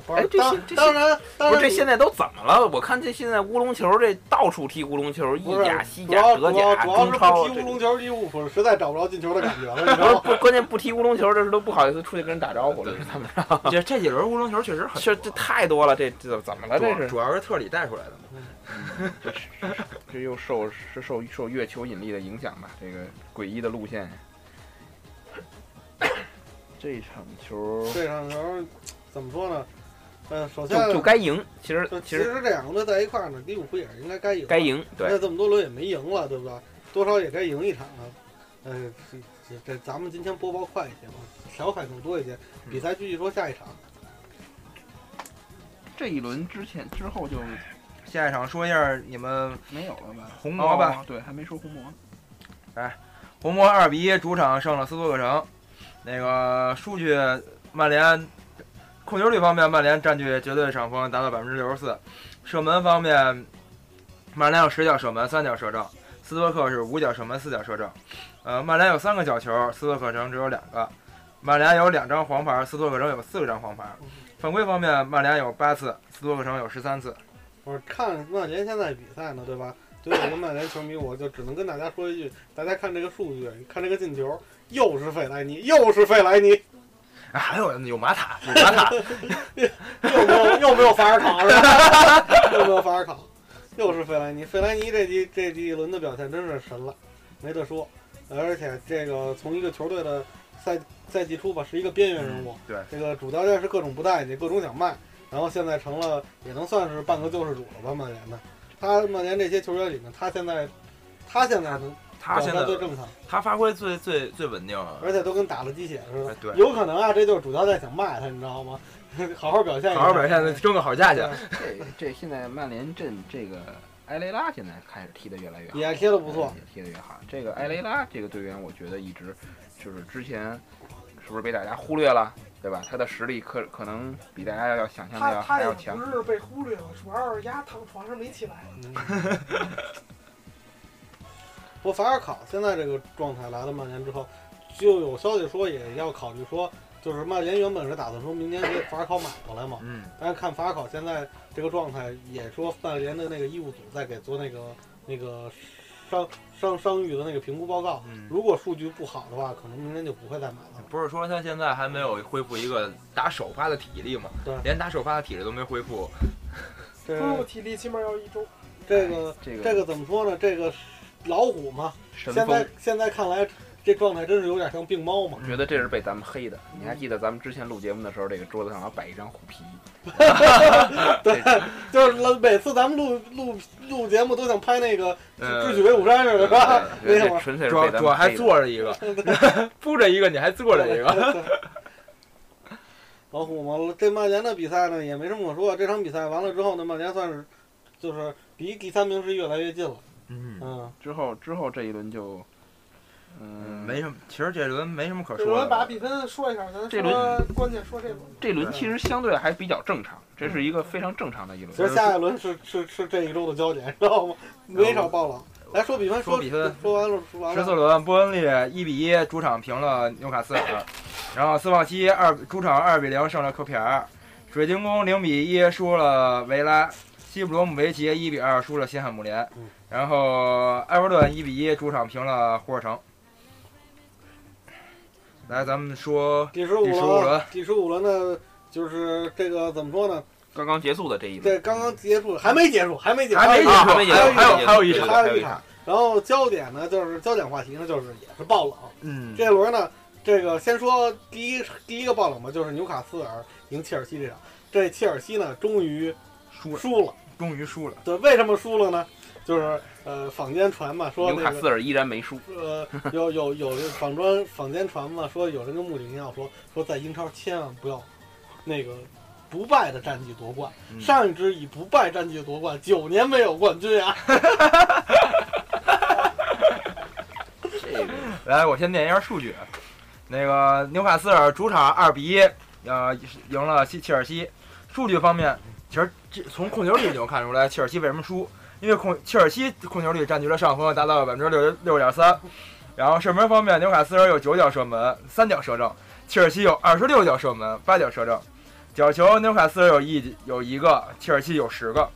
[SPEAKER 4] 不是
[SPEAKER 6] 哎这
[SPEAKER 4] 当
[SPEAKER 6] 些这些
[SPEAKER 4] 当然当
[SPEAKER 6] 不
[SPEAKER 4] 然
[SPEAKER 6] 是这现在都怎么了？我看这现在乌龙球这到处踢乌龙球，意
[SPEAKER 4] 不是
[SPEAKER 6] 甲、西
[SPEAKER 4] 主
[SPEAKER 6] 甲、
[SPEAKER 4] 要
[SPEAKER 6] 德
[SPEAKER 4] 主要
[SPEAKER 6] 甲、
[SPEAKER 4] 主要
[SPEAKER 6] 中
[SPEAKER 4] 是
[SPEAKER 6] 超
[SPEAKER 4] 不
[SPEAKER 6] 这
[SPEAKER 4] 踢乌
[SPEAKER 6] 种。
[SPEAKER 4] 龙球，利物浦实在找不着进球的感觉了，你知
[SPEAKER 6] 不
[SPEAKER 4] 道
[SPEAKER 6] 是
[SPEAKER 4] 吗？
[SPEAKER 6] 不，关键不踢乌龙球，这是都不好意思出去跟人打招呼了，是怎么着？
[SPEAKER 7] 这这几轮乌龙球确实很
[SPEAKER 6] 这这太多了，这这怎么了？
[SPEAKER 7] 主
[SPEAKER 6] 这
[SPEAKER 7] 要
[SPEAKER 6] 是
[SPEAKER 7] 主要是特里带出来的嘛。
[SPEAKER 6] 这又受是受受月球引力的影响吧？这个诡异的路线。 这场球
[SPEAKER 4] 这场球怎么说呢？嗯，首先呃
[SPEAKER 6] 就就该赢，其实
[SPEAKER 4] 就其
[SPEAKER 6] 其
[SPEAKER 4] 实
[SPEAKER 6] 实
[SPEAKER 4] 这两个队在一块儿呢，利物浦也是应该该赢，
[SPEAKER 6] 该。赢，
[SPEAKER 4] 那
[SPEAKER 6] 对，
[SPEAKER 4] 这么多轮也没赢了，对不对？多少也该赢一场了。呃，这这这咱们今天播报快一些嘛，调侃更多一些。比赛继续说下一场，
[SPEAKER 6] 这一轮之前之后就
[SPEAKER 7] 下一场说一下你们
[SPEAKER 6] 没有了吧？哦
[SPEAKER 7] 红魔吧，
[SPEAKER 6] 对，还没说红魔。
[SPEAKER 7] 红魔二比一主场胜了斯托克城。那个数据，曼联呃控球率方面，曼联占据绝对上风，达到百分之六十四。射门方面，曼联有十脚射门，三脚射正；斯托克是五脚射门，四脚射正。呃，曼联有三个角球，斯托克城只有两个。曼联有两张黄牌，斯托克城有四张黄牌。犯规方面，曼联有八次，斯托克城有十三次。
[SPEAKER 4] 我看曼联现在比赛呢，对吧？作为一个曼联球迷，我就只能跟大家说一句：大家看这个数据，看这个进球，又是费莱尼，又是费莱尼，
[SPEAKER 7] 啊，还有有马塔，有马塔，
[SPEAKER 4] 又没有又没有法尔考是吧？ 又没有法尔考，又是费莱尼。费莱尼这一这一轮的表现真是神了，没得说。而且这个从一个球队的赛赛季初吧，是一个边缘人物。
[SPEAKER 7] 对，
[SPEAKER 4] 这个主教练是各种不待见，各种想卖，然后现在成了也能算是半个救世主了吧？曼联的，他曼联这些球员里面，他现在他现在能
[SPEAKER 7] 他现在
[SPEAKER 4] 表现最正常，
[SPEAKER 7] 他发挥最最最稳定了。
[SPEAKER 4] 而且都跟打了鸡血似
[SPEAKER 7] 哎
[SPEAKER 4] 的。
[SPEAKER 7] 对，
[SPEAKER 4] 有可能啊，这就是主教练想卖他，你知道吗？ 好好表现一下，
[SPEAKER 7] 好好表现，争个好价钱。
[SPEAKER 6] 这这现在曼联阵这个埃雷拉现在开始踢得越来越好，
[SPEAKER 4] 也踢得不错，
[SPEAKER 6] 也踢得越好。这个埃雷拉这个队员，我觉得一直就是之前是不是被大家忽略了，对吧？他的实力可可能比大家要想象的
[SPEAKER 2] 他
[SPEAKER 6] 要
[SPEAKER 2] 他
[SPEAKER 6] 还
[SPEAKER 2] 也
[SPEAKER 6] 要强
[SPEAKER 2] 不。是被忽略了，主要是丫躺床上没起来。
[SPEAKER 4] 嗯 不过法尔考现在这个状态来到曼联之后，就有消息说也要考虑说，就是曼联原本是打算说明年给法尔考买过来嘛，
[SPEAKER 7] 嗯，
[SPEAKER 4] 但是看法尔考现在这个状态，也说曼联的那个医务组在给做那个那个伤伤伤愈的那个评估报告，
[SPEAKER 7] 嗯
[SPEAKER 4] 如果数据不好的话，可能明年就不会再买了。
[SPEAKER 7] 不是说他现在还没有恢复一个打首发的体力吗？
[SPEAKER 4] 对
[SPEAKER 7] 连打首发的体力都没恢复。
[SPEAKER 4] 这
[SPEAKER 2] 恢复体力起码要一周。
[SPEAKER 4] 这个
[SPEAKER 6] 这个
[SPEAKER 4] 这个怎么说呢？这个老虎嘛，
[SPEAKER 6] 神
[SPEAKER 4] 现在
[SPEAKER 6] 风，
[SPEAKER 4] 现在看来这状态真是有点像病猫嘛
[SPEAKER 6] 我。觉得这是被咱们黑的。你还记得咱们之前录节目的时候，这个桌子上老摆一张虎 皮，
[SPEAKER 4] 就是每次咱们录录录节目都想拍那个《
[SPEAKER 7] 呃
[SPEAKER 4] 智取，威虎山》似的，是吧？啊
[SPEAKER 6] 对
[SPEAKER 4] 那
[SPEAKER 6] 这
[SPEAKER 4] 会儿
[SPEAKER 6] 纯粹是
[SPEAKER 7] 主
[SPEAKER 6] 被
[SPEAKER 7] 要
[SPEAKER 6] 咱
[SPEAKER 7] 主要
[SPEAKER 6] 们
[SPEAKER 7] 还
[SPEAKER 6] 黑的。
[SPEAKER 7] 坐着一 个，铺着一个，你还坐着一个。
[SPEAKER 4] 老虎嘛，这曼联的比赛呢也没什么可说。这场比赛完了之后呢，曼联算是就是离第三名是越来越近了。
[SPEAKER 7] 嗯，
[SPEAKER 4] 嗯，
[SPEAKER 6] 之后之后这一轮就，嗯，
[SPEAKER 7] 没什么，其实这轮没什么可
[SPEAKER 2] 这
[SPEAKER 7] 说
[SPEAKER 2] 轮把
[SPEAKER 7] 的。
[SPEAKER 2] 比分说一下，咱
[SPEAKER 6] 这
[SPEAKER 2] 说关键说这轮。
[SPEAKER 6] 这轮其实相对还比较正常，这是一个非常正常的一轮。
[SPEAKER 4] 其实下一轮是是是这一周的焦点，知道吗？没少爆冷。来说比分，
[SPEAKER 7] 说
[SPEAKER 4] 说
[SPEAKER 7] 比分
[SPEAKER 4] 说完了，说完
[SPEAKER 7] 十四
[SPEAKER 4] 了。
[SPEAKER 7] 轮，波恩利一比一主场平了纽卡斯尔，然后斯旺西二主场二比零胜了科皮尔，水晶宫零比一输了维拉，西布罗姆维奇一比二输了新汉姆联
[SPEAKER 4] 嗯，
[SPEAKER 7] 然后埃弗顿一比一主场平了霍尔城。来，咱们说
[SPEAKER 4] 第十五
[SPEAKER 7] 第十五
[SPEAKER 4] 轮
[SPEAKER 7] 轮，
[SPEAKER 4] 第十五轮呢，就是这个怎么说呢？
[SPEAKER 6] 刚刚结束的这一轮
[SPEAKER 4] 这刚刚结束，还没结束，还没结束，
[SPEAKER 7] 还没结
[SPEAKER 6] 啊，
[SPEAKER 7] 束
[SPEAKER 6] 还没结束，
[SPEAKER 4] 还有
[SPEAKER 6] 有
[SPEAKER 7] 还有一
[SPEAKER 6] 一
[SPEAKER 7] 场
[SPEAKER 6] 还
[SPEAKER 4] 还有
[SPEAKER 6] 有
[SPEAKER 4] 一场。然后焦点呢，就是焦点话题呢，就是也是爆冷。
[SPEAKER 7] 嗯，
[SPEAKER 4] 这轮呢，这个先说第一第一个爆冷吧，就是纽卡斯尔赢切尔西这场。这切尔西呢，终于
[SPEAKER 7] 输了，
[SPEAKER 4] 输了。
[SPEAKER 7] 终于输了。
[SPEAKER 4] 对，为什么输了呢？就是呃，坊间传嘛，说
[SPEAKER 6] 纽
[SPEAKER 4] 那
[SPEAKER 6] 卡
[SPEAKER 4] 个
[SPEAKER 6] 斯尔依然没输，
[SPEAKER 4] 呃，有有有坊庄坊间传嘛，说有这个穆里尼奥说说在英超千万不要那个不败的战绩夺冠，
[SPEAKER 7] 嗯
[SPEAKER 4] 上一支以不败战绩夺冠，九年没有冠军啊！
[SPEAKER 6] 这个
[SPEAKER 7] 来，我先念一下数据。啊那个纽卡斯尔主场二比一，呃，赢了西切尔西。数据方面，其实这从控球率就能看出来切尔西为什么输，因为控切尔西控球率占据了上风，达到了百分之六六点三。然后射门方面，纽卡斯尔有九脚射门，三脚射正；切尔西有二十六脚射门，八脚射正。角球纽卡斯尔有一有一个，切尔西有十个。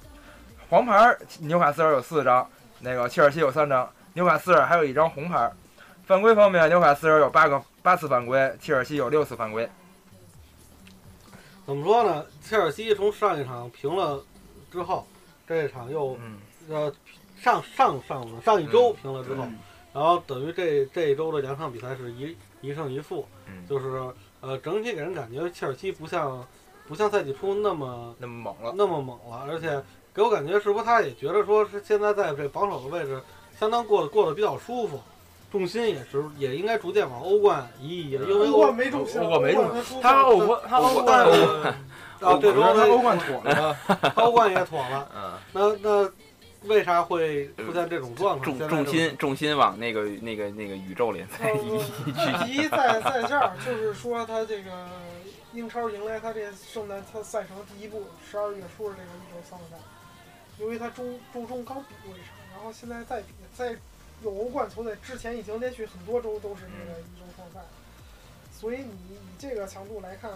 [SPEAKER 7] 黄牌纽卡斯尔有四张，那个切尔西有三张，纽卡斯尔还有一张红牌。犯规方面，纽卡斯尔有八个八次犯规，切尔西有六次犯规。
[SPEAKER 4] 怎么说呢？切尔西从上一场平了之后，这一场又
[SPEAKER 7] 嗯，
[SPEAKER 4] 呃上上上轮上一周平了之后，
[SPEAKER 7] 嗯
[SPEAKER 4] 然后等于这这一周的两场比赛是一一胜一负，
[SPEAKER 7] 嗯
[SPEAKER 4] 就是呃整体给人感觉切尔西不像不像赛季初那么
[SPEAKER 7] 那么猛了，
[SPEAKER 4] 那么猛了，而且给我感觉是不是他也觉得说是现在在这榜首的位置相当过得过得比较舒服，重心也是也应该逐渐往欧冠移移了，因为
[SPEAKER 2] 欧
[SPEAKER 4] 欧
[SPEAKER 2] 冠没中心，
[SPEAKER 7] 欧冠没中
[SPEAKER 2] 冠输
[SPEAKER 7] 他欧
[SPEAKER 2] 了
[SPEAKER 7] 冠，他欧
[SPEAKER 4] 但
[SPEAKER 7] 冠，
[SPEAKER 4] 是啊
[SPEAKER 7] 我
[SPEAKER 4] 这
[SPEAKER 7] 觉
[SPEAKER 4] 周
[SPEAKER 7] 得他
[SPEAKER 4] 他
[SPEAKER 7] 欧冠妥了。
[SPEAKER 4] 欧冠也妥 了，
[SPEAKER 6] 嗯，
[SPEAKER 4] 那那为啥会出现这种状况？
[SPEAKER 6] 重
[SPEAKER 4] 现在
[SPEAKER 6] 重
[SPEAKER 4] 这种
[SPEAKER 6] 心重心往那个那个那个宇宙联赛移移去。
[SPEAKER 2] 第哦一在在这儿，就是说他这个英超迎来他这圣诞他赛程第一步，十二月初的这个一周三个赛，由于他周周中刚比过一场，然后现在再比，在有欧冠球队之前已经连续很多周都是这个一周双赛，所以你以这个强度来看，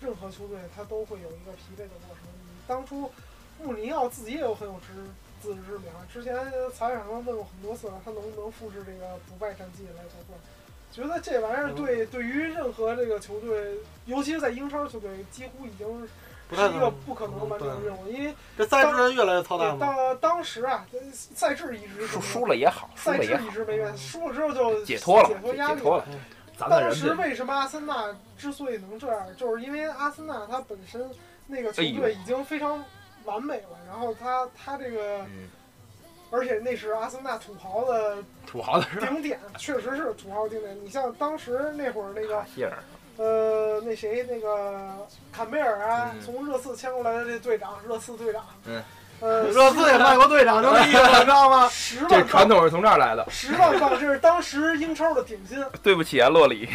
[SPEAKER 2] 任何球队他都会有一个疲惫的过程。你当初穆里尼奥自己也有很有知自知之明啊，之前采访上问过很多次了，他能不能复制这个不败战绩来夺冠？觉得这玩意儿
[SPEAKER 6] 嗯
[SPEAKER 2] 对对于任何这个球队，尤其是在英超球队，几乎已经是
[SPEAKER 4] 不太可
[SPEAKER 2] 一
[SPEAKER 4] 能
[SPEAKER 2] 个不可能完成的
[SPEAKER 4] 对
[SPEAKER 2] 任务，因为
[SPEAKER 4] 这赛制越来越操蛋
[SPEAKER 2] 对
[SPEAKER 4] 了。
[SPEAKER 2] 当当时啊，赛制一直
[SPEAKER 6] 输输了也好，输
[SPEAKER 2] 赛
[SPEAKER 6] 了也
[SPEAKER 2] 制
[SPEAKER 6] 好嗯
[SPEAKER 2] 一，直没怨，输了之后就
[SPEAKER 6] 解脱哎了，
[SPEAKER 2] 解脱
[SPEAKER 6] 解
[SPEAKER 2] 压力
[SPEAKER 6] 脱了。
[SPEAKER 7] 咱们
[SPEAKER 2] 当
[SPEAKER 7] 人
[SPEAKER 2] 时
[SPEAKER 7] 家
[SPEAKER 2] 为什么阿森纳之所以能这样，就是因为阿森纳他本身那个球
[SPEAKER 6] 哎呦
[SPEAKER 2] 队已经非常完美了，然后他他这个，
[SPEAKER 6] 嗯
[SPEAKER 2] 而且那是阿森纳土豪的
[SPEAKER 7] 土豪的是啊
[SPEAKER 2] 顶点，确实是土豪顶点。你像当时那会儿那
[SPEAKER 7] 哎
[SPEAKER 2] 个
[SPEAKER 6] 卡 希尔，
[SPEAKER 2] 呃，那谁那个坎贝尔啊，
[SPEAKER 6] 嗯
[SPEAKER 2] 从热刺签过来的这队长，热刺队长，
[SPEAKER 7] 嗯，啊
[SPEAKER 2] 呃，
[SPEAKER 4] 热刺也卖过队长，就这意思，你知道吗？
[SPEAKER 2] 十
[SPEAKER 7] 这
[SPEAKER 2] 万
[SPEAKER 7] 传
[SPEAKER 2] 镑，
[SPEAKER 7] 统是从这儿来的。
[SPEAKER 2] 十万镑，这是当时英超的顶薪。
[SPEAKER 6] 对不起啊，洛里，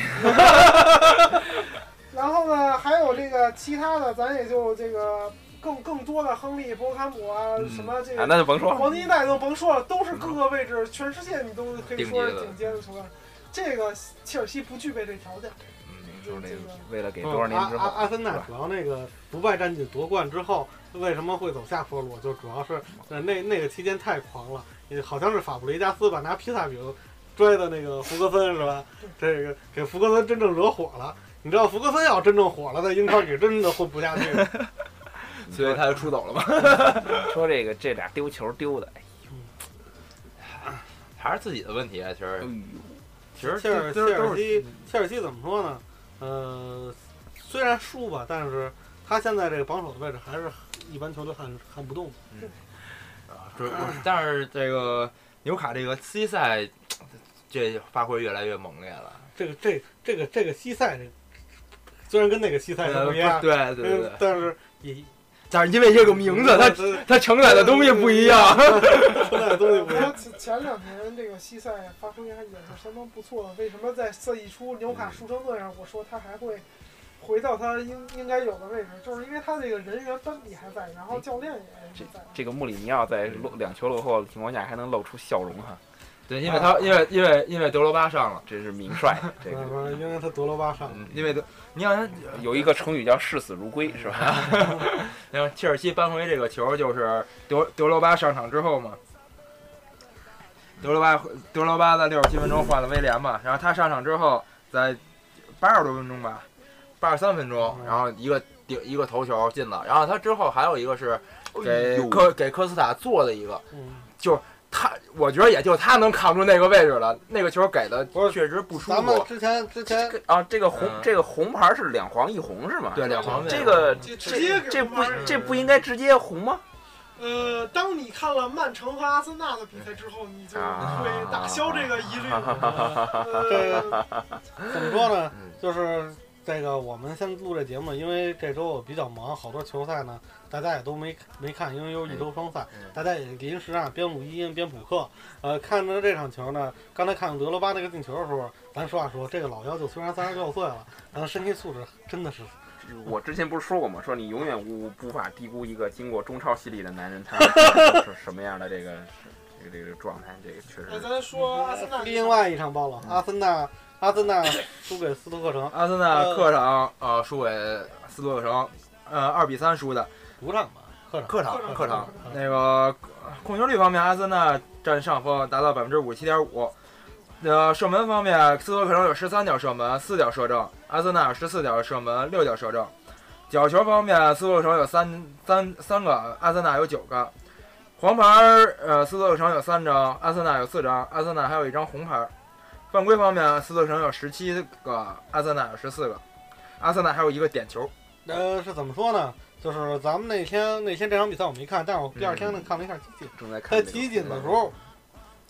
[SPEAKER 2] 然后呢，还有这个其他的，咱也就这个更更多的亨利、博坎普啊，
[SPEAKER 7] 嗯
[SPEAKER 2] 什么这个
[SPEAKER 6] 啊，那就甭说了。
[SPEAKER 2] 黄金一代都甭说了，都是各个位置，全世界你都可以说是顶尖的球员。这个切尔西不具备这条件，
[SPEAKER 6] 嗯，就是那个为了给 多少年
[SPEAKER 4] 阿
[SPEAKER 6] 之
[SPEAKER 4] 阿
[SPEAKER 2] 啊
[SPEAKER 6] 后，
[SPEAKER 4] 阿森纳
[SPEAKER 6] 是吧
[SPEAKER 4] 主要那个不败战绩夺冠之后，为什么会走下坡路？就主要是呃那那个期间太狂了，也好像是法布雷加斯吧，拿披萨饼拽的那个福格森是吧？这个给福格森真正惹火了。你知道福格森要真正火了，在英超你真的混不下去。
[SPEAKER 7] 所以他就出走了嘛。
[SPEAKER 2] 啊
[SPEAKER 6] 说这个这俩丢球丢的，哎
[SPEAKER 8] 还是自己的问题啊，其实
[SPEAKER 6] 呦，
[SPEAKER 2] 嗯
[SPEAKER 8] 其实
[SPEAKER 4] 切尔
[SPEAKER 8] 都
[SPEAKER 4] 切
[SPEAKER 8] 是都
[SPEAKER 4] 尔
[SPEAKER 8] 是
[SPEAKER 4] 西切尔西怎么说呢？呃，虽然输吧，但是他现在这个榜首的位置还是一般球队撼撼不动的。
[SPEAKER 8] 啊，主但是这个纽卡这个 C 赛这发挥越来越猛烈了，
[SPEAKER 4] 这个这这个这个西塞，这虽然跟那个西塞
[SPEAKER 8] 呃
[SPEAKER 4] 不
[SPEAKER 8] 不
[SPEAKER 4] 一
[SPEAKER 8] 是
[SPEAKER 4] 样，
[SPEAKER 8] 对对对对
[SPEAKER 4] 嗯，但是也
[SPEAKER 7] 但是因 为这个名字，他
[SPEAKER 4] 他
[SPEAKER 7] 他承载的东西不一样。
[SPEAKER 4] 出来的东西不一
[SPEAKER 2] 然后
[SPEAKER 4] 样。
[SPEAKER 2] 前前两年这个西塞发挥还也是相当不错的。为什么在赛季初纽
[SPEAKER 6] 嗯
[SPEAKER 2] 卡输成那样，我说他还会回到他应应该有的位置，就是因为他这个人员班底还在，然后教练也还在。嗯
[SPEAKER 6] 这个穆里尼奥在落两球落后的情况下还能露出笑容哈，
[SPEAKER 7] 对，因为他因为因为因为德罗巴上了，
[SPEAKER 6] 真是名 帅。这
[SPEAKER 4] 对，
[SPEAKER 6] 个
[SPEAKER 4] 不是因为他德罗巴上，
[SPEAKER 7] 嗯，因为德，你好像
[SPEAKER 2] 嗯
[SPEAKER 6] 有一个成语叫视死如归，是吧？
[SPEAKER 7] 那个切尔西扳回这个球就是德德罗巴上场之后嘛，德罗巴德罗巴在六十七分钟换了威廉嘛，然后他上场之后，在八十多分钟吧，八十三分钟，然后一个顶一个头球进了，然后他之后还有一个是
[SPEAKER 4] 哎
[SPEAKER 7] 给科给科斯塔做的一个，
[SPEAKER 4] 嗯，
[SPEAKER 7] 他我觉得也就他能扛住那个位置了，那个球给的
[SPEAKER 4] 不是
[SPEAKER 7] 确实不舒
[SPEAKER 4] 咱们
[SPEAKER 7] 服，
[SPEAKER 4] 之前之前
[SPEAKER 6] 啊，这个红
[SPEAKER 7] 嗯
[SPEAKER 6] 这个红牌是两黄一红是吗？
[SPEAKER 7] 对，两黄位
[SPEAKER 6] 这个
[SPEAKER 2] 就直接
[SPEAKER 6] 这
[SPEAKER 2] 给
[SPEAKER 6] 这
[SPEAKER 2] 红牌
[SPEAKER 6] 不
[SPEAKER 2] 儿
[SPEAKER 6] 这不应该直接红吗？
[SPEAKER 2] 呃，当你看了曼城和阿森纳的比赛之后，你就
[SPEAKER 6] 啊
[SPEAKER 2] 会打消这个疑 虑了。呃，
[SPEAKER 4] 怎么说呢
[SPEAKER 7] 嗯？
[SPEAKER 4] 就是这个，我们先录这节目，因为这周我比较忙，好多球赛呢，大家也都没没看，因为有一周双赛
[SPEAKER 7] 嗯，
[SPEAKER 4] 大家也临时啊边录音边补课。呃，看着这场球呢，刚才看德罗巴那个进球的时候，咱实话说，这个老妖精虽然三十六岁了，但身体素质真的是
[SPEAKER 6] 我之前不是说过吗？说你永远无无法低估一个经过中超洗礼的男人，他是什么样的这个这个这个这个状态，这个确
[SPEAKER 2] 呃
[SPEAKER 6] 实。
[SPEAKER 2] 咱说阿森纳，
[SPEAKER 4] 另外一场爆冷，阿森纳阿森纳输给斯托克城
[SPEAKER 7] 阿森纳客场呃输给斯洛克城，呃二比三输的。
[SPEAKER 4] 主场吧，客场。
[SPEAKER 7] 客场
[SPEAKER 2] 客场
[SPEAKER 7] 客场
[SPEAKER 4] 客场
[SPEAKER 7] 那个控球率方面，阿森纳占上风，达到百分之五十七点五。呃，射门方面，斯托克城有十三脚射门，四脚射正；阿森纳有十四脚射门，六脚射正。角球方面，斯托克城有三三三个，阿森纳有九个。黄牌儿，呃，斯托克城有三张，阿森纳有四张，阿森纳还有一张红牌儿。犯规方面，斯托克城有十七个，阿森纳有十四个，阿森纳还有一个点球。
[SPEAKER 4] 呃，是怎么说呢？就是咱们那天那天这场比赛我没看，但是我第二天呢看了一下集锦。
[SPEAKER 6] 正在看
[SPEAKER 2] 哎
[SPEAKER 4] 在
[SPEAKER 6] 这个
[SPEAKER 4] 集锦的时候，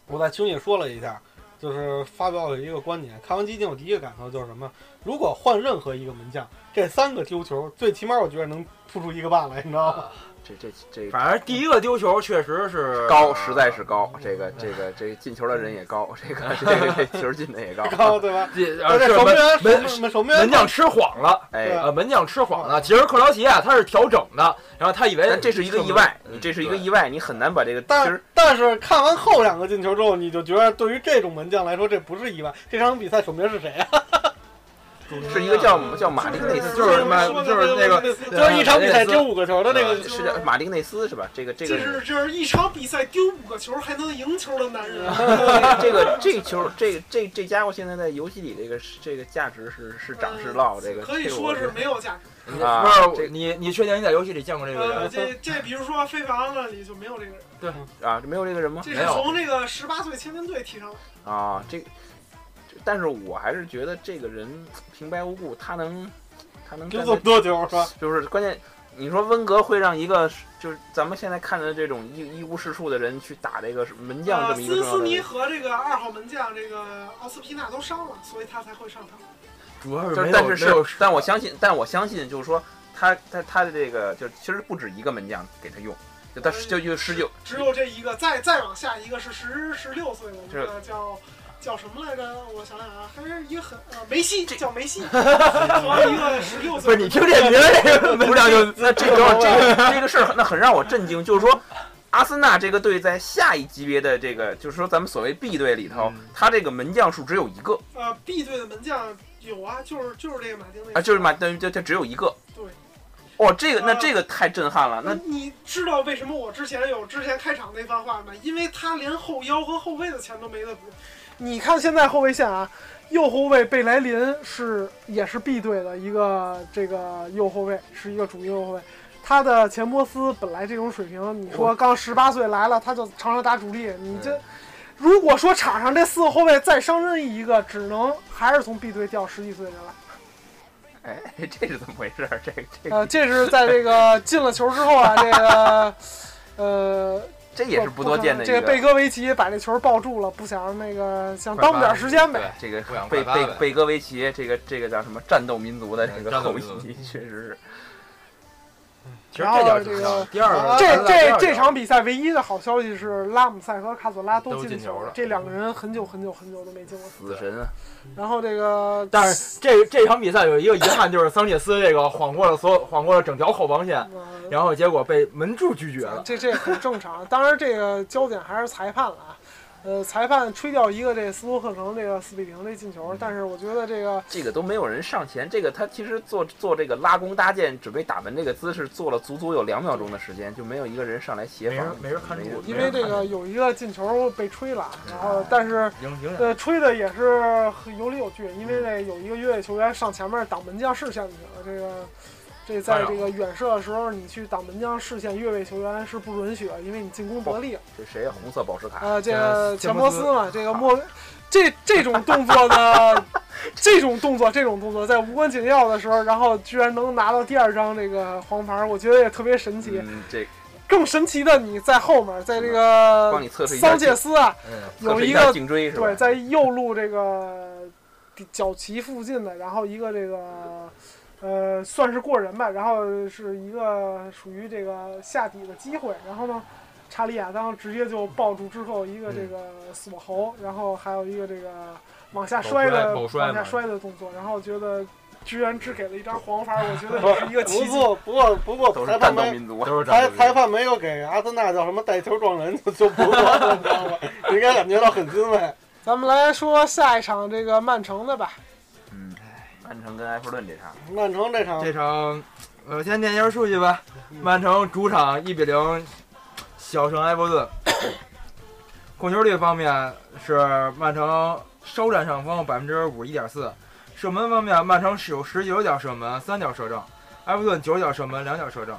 [SPEAKER 4] 我在群里说了一下，就是发表了一个观点。看完集锦，我第一个感受就是什么？如果换任何一个门将，这三个丢球，最起码我觉得能扑出一个半来，你知道
[SPEAKER 6] 啊
[SPEAKER 4] 吗？
[SPEAKER 6] 这这这
[SPEAKER 7] 反正第一个丢球确实是
[SPEAKER 6] 高实在是高，这个这个这进球的人也高，这个这个这球进的也高，
[SPEAKER 4] 高对吧？
[SPEAKER 7] 这
[SPEAKER 4] 而
[SPEAKER 6] 啊
[SPEAKER 7] 呃
[SPEAKER 4] 且
[SPEAKER 7] 是
[SPEAKER 4] 守门
[SPEAKER 7] 门
[SPEAKER 4] 员守
[SPEAKER 7] 门
[SPEAKER 4] 门门守门员
[SPEAKER 7] 门将吃晃了，
[SPEAKER 4] 对
[SPEAKER 6] 哎，
[SPEAKER 4] 啊
[SPEAKER 7] 呃，门将吃晃了。其实克劳奇啊，他是调整的，然后他以为
[SPEAKER 6] 但这是一个意外，你这是一个意外，你很难把这个其
[SPEAKER 4] 但
[SPEAKER 6] 实
[SPEAKER 4] 但是看完后两个进球之后，你就觉得对于这种门将来说，这不是意外。这场比赛守门员是谁啊？
[SPEAKER 6] 是一个叫叫马丁内斯，
[SPEAKER 7] 就是什么就是那个
[SPEAKER 4] 就
[SPEAKER 7] 对
[SPEAKER 4] 是一场比赛
[SPEAKER 7] 对
[SPEAKER 4] 丢五个球的那个
[SPEAKER 6] 是叫马丁内斯是吧？这个这
[SPEAKER 2] 这
[SPEAKER 6] 个
[SPEAKER 2] 是这是一场比赛丢五个球还能赢球的男人。
[SPEAKER 6] 这个这球，这这这家伙现在在游戏里这个这个价值是是涨是落，这个
[SPEAKER 2] 呃可以说是没有价值。
[SPEAKER 7] 不
[SPEAKER 6] 啊
[SPEAKER 7] 是
[SPEAKER 6] 这
[SPEAKER 7] 你你确定你在游戏里见过这个
[SPEAKER 2] 呃，
[SPEAKER 7] 人？
[SPEAKER 2] 这这比如说非法安里就没有这个人，
[SPEAKER 6] 啊，没有这个人吗？
[SPEAKER 2] 这
[SPEAKER 7] 没
[SPEAKER 2] 是
[SPEAKER 7] 有
[SPEAKER 2] 从这个十八岁青年队提上来的。
[SPEAKER 6] 啊，这，这但是我还是觉得这个人平白无故，他能他能
[SPEAKER 4] 丢
[SPEAKER 6] 站
[SPEAKER 4] 这
[SPEAKER 6] 在
[SPEAKER 4] 么多球是吧？
[SPEAKER 6] 就是关键，你说温格会让一个就是咱们现在看的这种一一无是处的人去打这个门将
[SPEAKER 2] 呃，
[SPEAKER 6] 这么一个
[SPEAKER 2] 斯
[SPEAKER 6] 重要
[SPEAKER 2] 斯
[SPEAKER 6] 的
[SPEAKER 2] 尼
[SPEAKER 6] 人，
[SPEAKER 2] 和这个二号门将这个奥斯皮纳都伤了，所以他才会上场。
[SPEAKER 7] 主要
[SPEAKER 6] 就是
[SPEAKER 7] 没
[SPEAKER 6] 但
[SPEAKER 7] 有
[SPEAKER 6] 是
[SPEAKER 7] 没有
[SPEAKER 6] 是，但我相信，但我相信就是说他他他的这个就其实不止一个门将给他用，就他就就十九
[SPEAKER 2] 只有这一个，再再往下一个是十十六岁的一
[SPEAKER 6] 这
[SPEAKER 2] 个叫叫什么来着？我想想啊，还是一个很呃梅西，叫梅 西，和一个十六
[SPEAKER 7] 不
[SPEAKER 2] 岁
[SPEAKER 7] 是
[SPEAKER 2] 的。
[SPEAKER 7] 你听这名儿，这
[SPEAKER 2] 哎
[SPEAKER 7] 个门将就
[SPEAKER 6] 那这个这个这个事儿，那很让我震惊，就是说。阿森纳这个队在下一级别的这个，就是说咱们所谓 B 队里头，
[SPEAKER 7] 嗯
[SPEAKER 6] 他这个门将数只有一个
[SPEAKER 2] 呃 B 队的门将有啊，就是就是这个马丁内斯
[SPEAKER 6] 啊，就是马，等于就就只有一个。
[SPEAKER 2] 对，啊
[SPEAKER 6] 哦，这个那这个太震撼了。
[SPEAKER 2] 那
[SPEAKER 6] 那
[SPEAKER 2] 嗯你知道为什么我之前有之前开场那番话吗？因为他连后腰和后卫的钱都没得补。你看现在后卫线啊，右后卫贝莱林是也是 B 队的一个这个右后卫，是一个主力右后卫。他的钱伯斯本来这种水平，你说刚十八岁来了，他就常常打主力，你这。如果说场上这四个后卫再伤任意一个，只能还是从 B 队调十几岁的人来。
[SPEAKER 6] 哎，这是怎么回事儿？这个这个
[SPEAKER 2] 呃，这是在这个进了球之后啊，这个呃
[SPEAKER 6] 这也是不多见的一
[SPEAKER 2] 这个贝戈维奇把这球抱住了，不想那个想耽误点时间
[SPEAKER 6] 对
[SPEAKER 2] 呗。
[SPEAKER 6] 这个
[SPEAKER 7] 不想
[SPEAKER 6] 贝
[SPEAKER 7] 怪他
[SPEAKER 6] 贝
[SPEAKER 7] 呗
[SPEAKER 6] 贝戈维奇，这个这个叫什么战斗民族的这个
[SPEAKER 7] 战斗
[SPEAKER 6] 后
[SPEAKER 7] 民
[SPEAKER 6] 裔
[SPEAKER 7] 族，嗯
[SPEAKER 6] 确实是。
[SPEAKER 7] 其实这点儿挺
[SPEAKER 2] 然后这个
[SPEAKER 7] 像。第二个
[SPEAKER 2] 这
[SPEAKER 7] 第二
[SPEAKER 2] 这
[SPEAKER 7] 个
[SPEAKER 2] 这场比赛唯一的好消息是拉姆塞和卡佐拉都
[SPEAKER 7] 都进
[SPEAKER 2] 进
[SPEAKER 7] 球了
[SPEAKER 2] 了，这两个人很久很久很久都没进过。
[SPEAKER 6] 死神啊！
[SPEAKER 2] 然后这个
[SPEAKER 7] 但是这这场比赛有一个遗憾，就是桑切斯这个晃过了所有晃过了整条后防线，
[SPEAKER 2] 呃
[SPEAKER 7] 然后结果被门柱拒绝了。
[SPEAKER 2] 这这很正常。当然，这个焦点还是裁判了啊。呃，裁判吹掉一个这斯托克城这个四比零这进球，但是我觉得这个
[SPEAKER 6] 这个都没有人上前，这个他其实做做这个拉弓搭箭准备打门这个姿势做了足足有两秒钟的时间，就没有一个人上来协
[SPEAKER 7] 没
[SPEAKER 6] 防
[SPEAKER 7] 人，没人看住
[SPEAKER 2] 因为这个有一个进球被吹了，然后但是
[SPEAKER 7] 影影响
[SPEAKER 2] 呃，吹的也是很有理有据，因为这有一个越位球员上前面挡门将视线去了，这个这
[SPEAKER 6] 哎
[SPEAKER 2] 在这个远射的时候，你去挡门将视线越位球员是不允许的，因为你进攻得力。
[SPEAKER 6] 这谁呀？红色宝石卡，
[SPEAKER 2] 呃，这个
[SPEAKER 6] 哎
[SPEAKER 7] 呃钱
[SPEAKER 2] 钱
[SPEAKER 7] 伯
[SPEAKER 2] 伯
[SPEAKER 7] 斯
[SPEAKER 2] 斯嘛，这个
[SPEAKER 6] 啊
[SPEAKER 2] 莫这这种动作呢， 这种动作，这种动作在无关紧要的时候，然后居然能拿到第二张这个黄牌，我觉得也特别神奇。
[SPEAKER 6] 嗯，这
[SPEAKER 2] 更神奇的你在后面，在这
[SPEAKER 6] 嗯帮
[SPEAKER 2] 个
[SPEAKER 6] 你测试一下
[SPEAKER 2] 桑切
[SPEAKER 6] 颈，
[SPEAKER 2] 斯啊，
[SPEAKER 7] 嗯
[SPEAKER 6] 测
[SPEAKER 2] 有
[SPEAKER 6] 试
[SPEAKER 2] 一
[SPEAKER 6] 下
[SPEAKER 2] 个
[SPEAKER 6] 颈椎是吧
[SPEAKER 2] 对，？在右路这个底角旗附近的，然后一个这个呃算是过人吧，然后是一个属于这个下底的机会，然后呢，查理亚当直接就抱住之后一个
[SPEAKER 6] 嗯
[SPEAKER 2] 这个锁喉，然后还有一个这个往下摔的
[SPEAKER 7] 猛摔猛摔
[SPEAKER 2] 往下
[SPEAKER 7] 嘛
[SPEAKER 2] 摔的动作，然后觉得居然只给了一张黄牌，我觉得
[SPEAKER 4] 不
[SPEAKER 2] 也是一个奇 迹。
[SPEAKER 4] 不过不过不过
[SPEAKER 6] 都是
[SPEAKER 4] 裁判
[SPEAKER 6] 战斗
[SPEAKER 4] 没
[SPEAKER 6] 民族啊，
[SPEAKER 7] 都是
[SPEAKER 4] 裁
[SPEAKER 7] 这
[SPEAKER 4] 裁判没有给阿森纳叫什么带球撞人就就不错了，你知道吗？应该感觉到很欣慰。
[SPEAKER 2] 咱们来说下一场这个曼城的吧，
[SPEAKER 6] 嗯，曼城跟埃弗顿这场，
[SPEAKER 4] 曼城这场
[SPEAKER 7] 这场，呃，先念一下数据吧。曼城主场一比零小胜埃弗顿。控球率方面是曼城稍占上风，百分之五一点四。射门方面，曼城是有十九脚射门，三脚射正；埃弗顿九脚射门，两脚射正。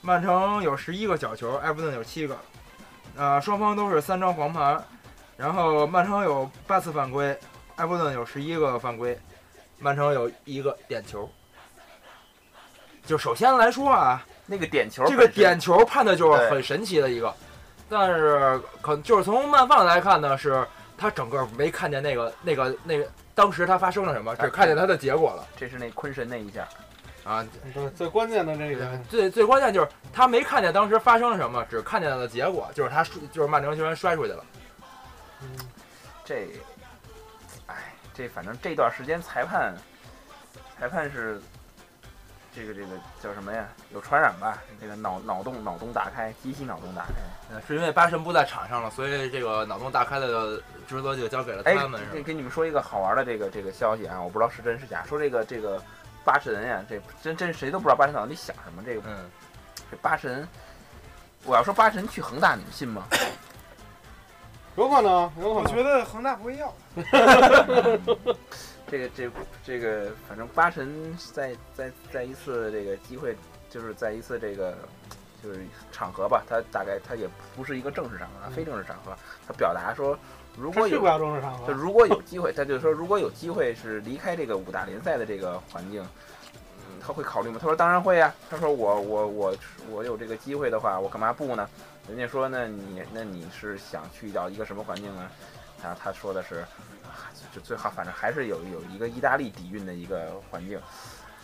[SPEAKER 7] 曼城有十一个角球，埃弗顿有七个。呃，双方都是三张黄牌，然后曼城有八次犯规，埃弗顿有十一个犯规，曼城有一个点球。就首先来说啊，
[SPEAKER 6] 那个点球，
[SPEAKER 7] 这个点，球判的就是很神奇的一个，但是可就是从慢放来看呢，是他整个没看见那个那个那个当时他发生了什么，只看见他的结果了
[SPEAKER 6] 这是那坤神那一下，
[SPEAKER 7] 啊。
[SPEAKER 4] 对最关键的这一点，
[SPEAKER 7] 最最关键就是他没看见当时发生了什么，只看见了结果，就是他摔就是曼城球员摔出去了。
[SPEAKER 4] 嗯
[SPEAKER 6] 这，哎，这反正这段时间裁判，裁判是这个这个叫什么呀？有传染吧？这个脑脑洞脑洞大开，机器脑洞大开。
[SPEAKER 7] 呃是因为巴神不在场上了，所以这个脑洞大开的职责就交给了
[SPEAKER 6] 哎
[SPEAKER 7] 他们，，是
[SPEAKER 6] 给
[SPEAKER 7] 吧？
[SPEAKER 6] 给你们说一个好玩的这个这个消息啊，我不知道是真是假。说这个这个八神呀，这真真谁都不知道八神脑子里想什么。这个
[SPEAKER 7] 嗯，
[SPEAKER 6] 这八神，我要说八神去恒大，你们信吗？
[SPEAKER 4] 有可能，有可
[SPEAKER 2] 我
[SPEAKER 4] 能。
[SPEAKER 2] 觉得恒大不会要。
[SPEAKER 6] 这个这这个，反正八神在在在一次这个机会，就是在一次这个就是场合吧，他大概他也不是一个正式场合，非正式场合，他表达说，如
[SPEAKER 4] 他
[SPEAKER 6] 果
[SPEAKER 4] 去
[SPEAKER 6] 有
[SPEAKER 4] 不了中场场
[SPEAKER 6] 就
[SPEAKER 4] 了，
[SPEAKER 6] 如果有机会，他就说如果有机会是离开这个五大联赛的这个环境，嗯，他会考虑吗？他说当然会啊。他说我我我我有这个机会的话，我干嘛不呢？人家说那你那你是想去到一个什么环境啊？他他说的是，啊就最好反正还是有有一个意大利底蕴的一个环境。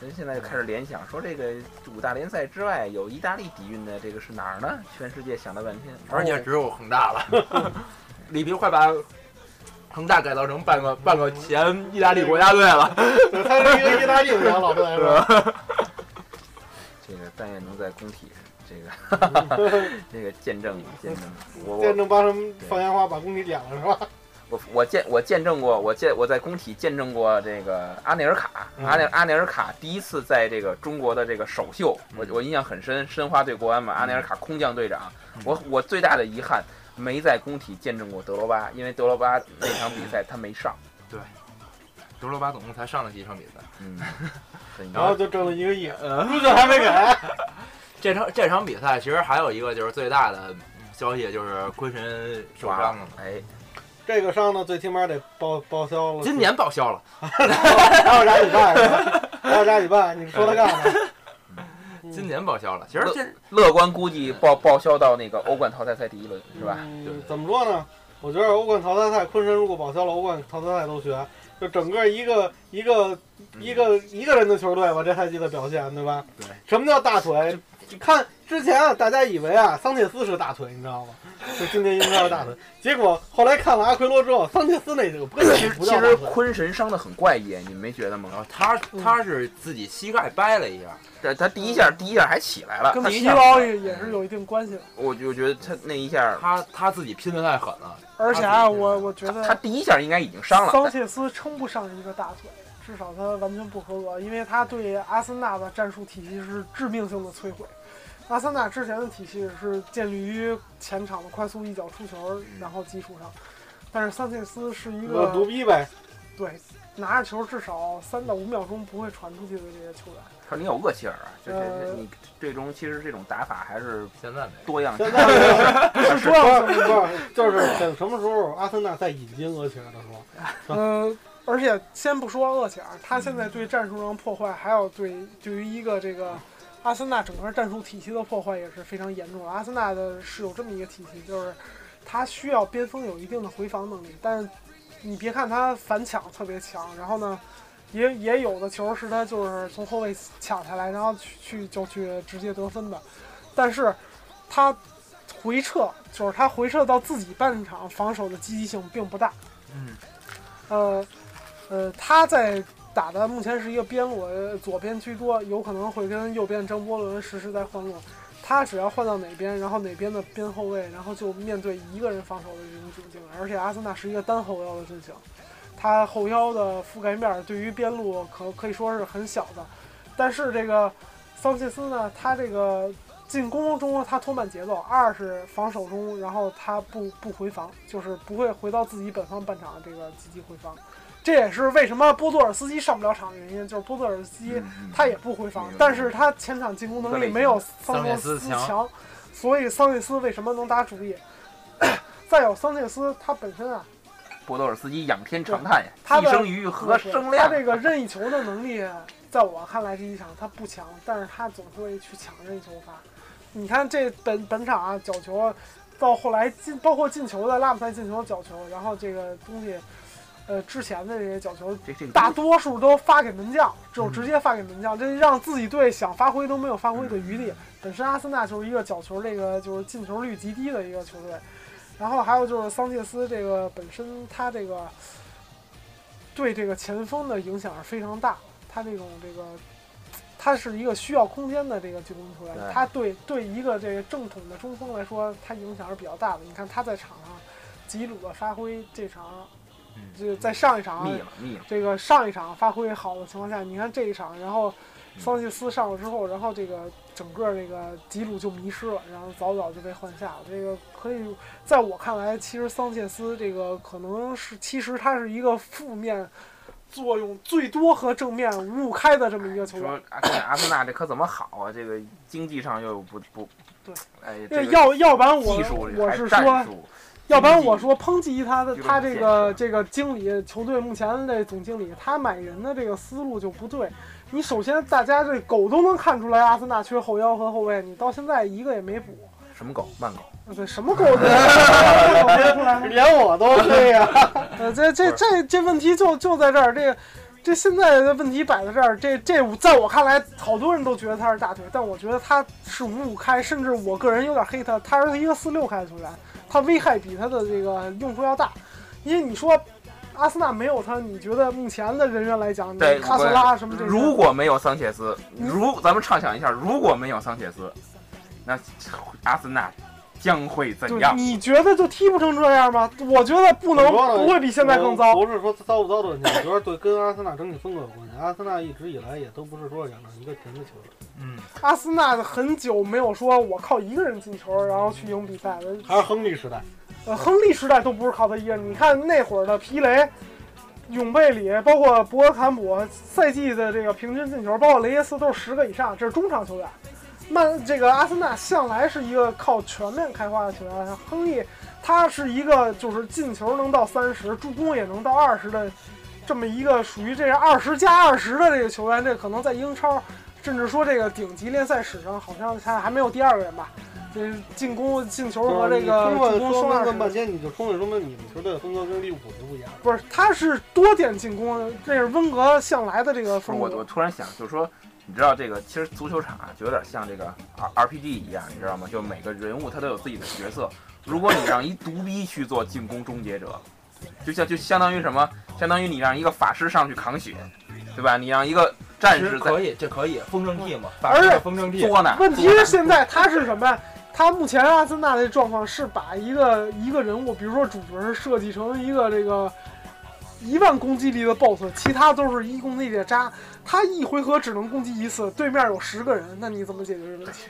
[SPEAKER 6] 人现在就开始联想，说这个五大联赛之外有意大利底蕴的这个是哪儿呢？全世界想了半天，哦
[SPEAKER 7] 而且只有恒大了。 里皮快把恒大改造成半个半个前意大利国家队了。
[SPEAKER 4] 他是一个意大利的老队来说。
[SPEAKER 6] 这个但愿能在工体这个这个见证见证我
[SPEAKER 4] 嗯见
[SPEAKER 6] 我
[SPEAKER 4] 证帮什么放烟花把工体点了是吧？
[SPEAKER 6] 我我见我见证过我见我在工体见证过这个阿内尔卡
[SPEAKER 4] 嗯
[SPEAKER 6] 阿内阿内尔卡第一次在这个中国的这个首秀，
[SPEAKER 4] 嗯
[SPEAKER 6] 我我印象很深，申花对国安嘛，阿内尔卡空降队长，
[SPEAKER 4] 嗯
[SPEAKER 6] 我我最大的遗憾没在工体见证过德罗巴，因为德罗巴那场比赛他没上，
[SPEAKER 7] 德罗巴总共才上了几场比 赛，
[SPEAKER 6] 嗯， 很遗
[SPEAKER 4] 然后
[SPEAKER 6] 憾。
[SPEAKER 4] 就挣了一个亿，
[SPEAKER 7] 嗯
[SPEAKER 4] 入球还没给。
[SPEAKER 7] 这场这场比赛其实还有一个就是最大的消息就是昆神受伤了，
[SPEAKER 6] 哎，
[SPEAKER 4] 这个伤呢，最起码得报报销了。
[SPEAKER 7] 今年报销了。
[SPEAKER 4] 还有俩礼拜是吧，还有俩礼拜，你说他干嘛？
[SPEAKER 7] 今年报销了。其实这
[SPEAKER 6] 乐观估计报报销到那个欧冠淘汰赛第一轮是吧？
[SPEAKER 4] 嗯，怎么说呢？
[SPEAKER 6] 嗯
[SPEAKER 4] 我觉得欧冠淘汰赛，昆山如果报销了欧冠淘汰赛都学，就整个一个一个一个一个人的球队吧，这赛季的表现，对吧？
[SPEAKER 6] 对。
[SPEAKER 4] 什么叫大腿？看之前啊，大家以为啊，桑切斯是大腿，你知道吗？就今年英超的 大腿。结果后来看了阿奎罗之后，桑切斯那就根
[SPEAKER 6] 其
[SPEAKER 4] 本
[SPEAKER 6] 实
[SPEAKER 4] 不
[SPEAKER 6] 其
[SPEAKER 4] 叫大
[SPEAKER 6] 实
[SPEAKER 4] 腿。
[SPEAKER 6] 坤神伤的很怪异，你们没觉得吗？
[SPEAKER 4] 嗯
[SPEAKER 10] 然后他
[SPEAKER 7] 嗯
[SPEAKER 10] 他是自己膝盖掰了一下，
[SPEAKER 6] 他他第一下第一下还起来了，
[SPEAKER 2] 跟
[SPEAKER 6] 他啊
[SPEAKER 2] 皮
[SPEAKER 6] 下
[SPEAKER 2] 包也也是有一定关系的。
[SPEAKER 6] 我就觉得他那一下，
[SPEAKER 10] 他他自己拼的太狠了。
[SPEAKER 2] 而且啊，我我觉
[SPEAKER 6] 他
[SPEAKER 2] 得
[SPEAKER 6] 他第一下应该已经伤了，
[SPEAKER 2] 桑
[SPEAKER 6] 但
[SPEAKER 2] 切斯称不上一个大腿，至少他完全不合格，因为他对阿森纳的战术体系是致命性的摧毁。阿森纳之前的体系是建立于前场的快速一脚出球，然后基础上，但是桑切斯是一
[SPEAKER 4] 我独
[SPEAKER 2] 个
[SPEAKER 4] 逼呗，
[SPEAKER 2] 对拿着球至少三到五秒钟不会传出去的这些球员。
[SPEAKER 6] 是你有厄齐尔啊，就这这
[SPEAKER 2] 呃
[SPEAKER 6] 你最终其实这种打法还是
[SPEAKER 10] 现在没有，
[SPEAKER 6] 多样性
[SPEAKER 4] 现。在没有
[SPEAKER 2] 是
[SPEAKER 4] 不
[SPEAKER 2] 这样
[SPEAKER 4] 是不是，就是等什么时候阿森纳再引进厄齐尔的时候，
[SPEAKER 2] 嗯，而且先不说厄齐尔，他现在对战术上破坏，还有对对于一个这个阿森纳整个战术体系的破坏也是非常严重的。阿森纳的是有这么一个体系，就是他需要边锋有一定的回防能力，但是你别看他反抢特别强，然后呢。也也有的球是他就是从后卫抢下来，然后去去就去直接得分的，但是他回撤就是他回撤到自己半场防守的积极性并不大，呃，呃，他在打的目前是一个边路，呃左边居多，有可能会跟右边张伯伦实时在换路。他只要换到哪边，然后哪边的边后卫，然后就面对一个人防守的这种窘境。而且阿森纳是一个单后腰的阵型，他后腰的覆盖面儿对于边路可可以说是很小的。但是这个桑切斯呢，他这个进攻中啊他拖慢节奏，二是防守中，然后他不不回防，就是不会回到自己本方半场这个积极回防。这也是为什么波多尔斯基上不了场的原因，就是波多尔斯基
[SPEAKER 6] 嗯
[SPEAKER 2] 他也不回防
[SPEAKER 6] 明白，
[SPEAKER 2] 但是他前场进攻能力没有桑切斯
[SPEAKER 10] 桑切斯
[SPEAKER 2] 强，所以桑切斯为什么能打主力？ 再有桑切斯他本身啊，
[SPEAKER 6] 波多尔斯基仰天长叹呀，
[SPEAKER 2] 他
[SPEAKER 6] 一
[SPEAKER 2] 的
[SPEAKER 6] 生于何生
[SPEAKER 2] 他
[SPEAKER 6] 亮？
[SPEAKER 2] 这个任意球的能力，在我看来这一场他不强，但是他总会去抢任意球罚。你看这本本场啊，角球到后来进，包括进球的拉姆塞进球的角球，然后这个东西，呃，之前的这些角球
[SPEAKER 6] 这这个
[SPEAKER 2] 大多数都发给门将，就
[SPEAKER 6] 嗯
[SPEAKER 2] 直接发给门将，这让自己队想发挥都没有发挥的余
[SPEAKER 6] 嗯
[SPEAKER 2] 地。本身阿森纳就是一个角球这个就是进球率极低的一个球队，然后还有就是桑切斯这个本身他这个对这个前锋的影响是非常大的，他这种这个。他是一个需要空间的这个进攻球员
[SPEAKER 6] 对，
[SPEAKER 2] 他对对一个这个正统的中锋来说，他影响是比较大的。你看他在场上吉鲁的发挥，这场就在上一场啊
[SPEAKER 6] 嗯密了密了，
[SPEAKER 2] 这个上一场发挥好的情况下，你看这一场，然后桑切斯上了之后，然后这个整个这个吉鲁就迷失了，然后早早就被换下了。这个可以在我看来，其实桑切斯这个可能是其实他是一个负面作用最多和正面五五开的这么一个球员。
[SPEAKER 6] 说阿森纳阿森纳这可怎么好啊？这个经济上又不不
[SPEAKER 2] 对，
[SPEAKER 6] 哎，
[SPEAKER 2] 呃
[SPEAKER 6] 这个
[SPEAKER 2] 要要不然我
[SPEAKER 6] 技术
[SPEAKER 2] 我
[SPEAKER 6] 还
[SPEAKER 2] 是
[SPEAKER 6] 战
[SPEAKER 2] 说，
[SPEAKER 6] 术，
[SPEAKER 2] 要不然我说抨击他的
[SPEAKER 6] 技术
[SPEAKER 2] 他
[SPEAKER 6] 不
[SPEAKER 2] 这
[SPEAKER 6] 现
[SPEAKER 2] 个
[SPEAKER 6] 实
[SPEAKER 2] 这个经理球队目前的总经理，他买人的这个思路就不对。你首先大家这狗都能看出来，阿森纳缺后腰和后卫，你到现在一个也没补。
[SPEAKER 6] 什么狗慢狗，
[SPEAKER 2] 呃对，什么狗都看不出来。
[SPEAKER 4] 连我都这样。
[SPEAKER 2] 呃，这这这这问题就就在这儿，这个这现在的问题摆在这儿，这这我在我看来，好多人都觉得他是大腿，但我觉得他是五五开，甚至我个人有点黑他，他是一个四六开的球员，他危害比他的这个用处要大，因为你说。阿森纳没有他，你觉得目前的人员来讲，你
[SPEAKER 6] 对
[SPEAKER 2] 卡索拉什么这些，
[SPEAKER 6] 如果没有桑切斯，如咱们畅想一下，如果没有桑切斯，那阿森纳将会怎
[SPEAKER 2] 对，
[SPEAKER 6] 样？
[SPEAKER 2] 你觉得就踢不成这样吗？我觉得不能
[SPEAKER 4] 怎么说呢
[SPEAKER 2] 不会比现在更糟。
[SPEAKER 4] 不是说糟不糟的问题，我觉得对跟阿森纳整体风格有关系。阿森纳一直以来也都不是说养成一个甜的球队，
[SPEAKER 2] 阿森纳很久没有说我靠一个人进球然后去赢比赛了，
[SPEAKER 4] 还是亨利时代。
[SPEAKER 2] 呃，亨利时代都不是靠他一个人。你看那会儿的皮雷、永贝里，包括博尔坎普，赛季的这个平均进球，包括雷耶斯都是十个以上，这是中场球员。曼这个阿森纳向来是一个靠全面开花的球员，亨利他是一个就是进球能到三十，助攻也能到二十的这么一个属于这个二十加二十的这个球员，这可能在英超甚至说这个顶级联赛史上好像他还没有第二个人吧。这进攻进球和
[SPEAKER 4] 就是
[SPEAKER 2] 这
[SPEAKER 4] 啊
[SPEAKER 2] 个
[SPEAKER 4] 你充分
[SPEAKER 2] 助攻
[SPEAKER 4] 说
[SPEAKER 2] 双
[SPEAKER 4] 明
[SPEAKER 2] 二
[SPEAKER 4] 了
[SPEAKER 2] 是
[SPEAKER 4] 半天，你就充分说明你们球队的风格跟利物浦是不一样的。
[SPEAKER 2] 不是，他是多点进攻，这是温格向来的这个
[SPEAKER 6] 不
[SPEAKER 2] 风
[SPEAKER 6] 是
[SPEAKER 2] 格。
[SPEAKER 6] 我我突然想，就是说，你知道这个，其实足球场啊就有点像这个 R R P G 一样，你知道吗？就每个人物他都有自己的角色。如果你让一独逼去做进攻终结者，就像就相当于什么？相当于你让一个法师上去扛血，对吧？你让一个战
[SPEAKER 7] 其实
[SPEAKER 6] 士在
[SPEAKER 7] 可以，这可以风筝替嘛，
[SPEAKER 2] 而
[SPEAKER 7] 法
[SPEAKER 2] 且
[SPEAKER 7] 式的风筝替。
[SPEAKER 6] 作呢。
[SPEAKER 2] 问题
[SPEAKER 6] 作
[SPEAKER 2] 是
[SPEAKER 6] 呢
[SPEAKER 2] 现在他是什么呀？他目前啊阿森纳的状况是把一个一个人物，比如说主角设计成一个这个一万攻击力的 BOSS，其他都是一攻击力的渣。他一回合只能攻击一次，对面有十个人，那你怎么解决这个问题？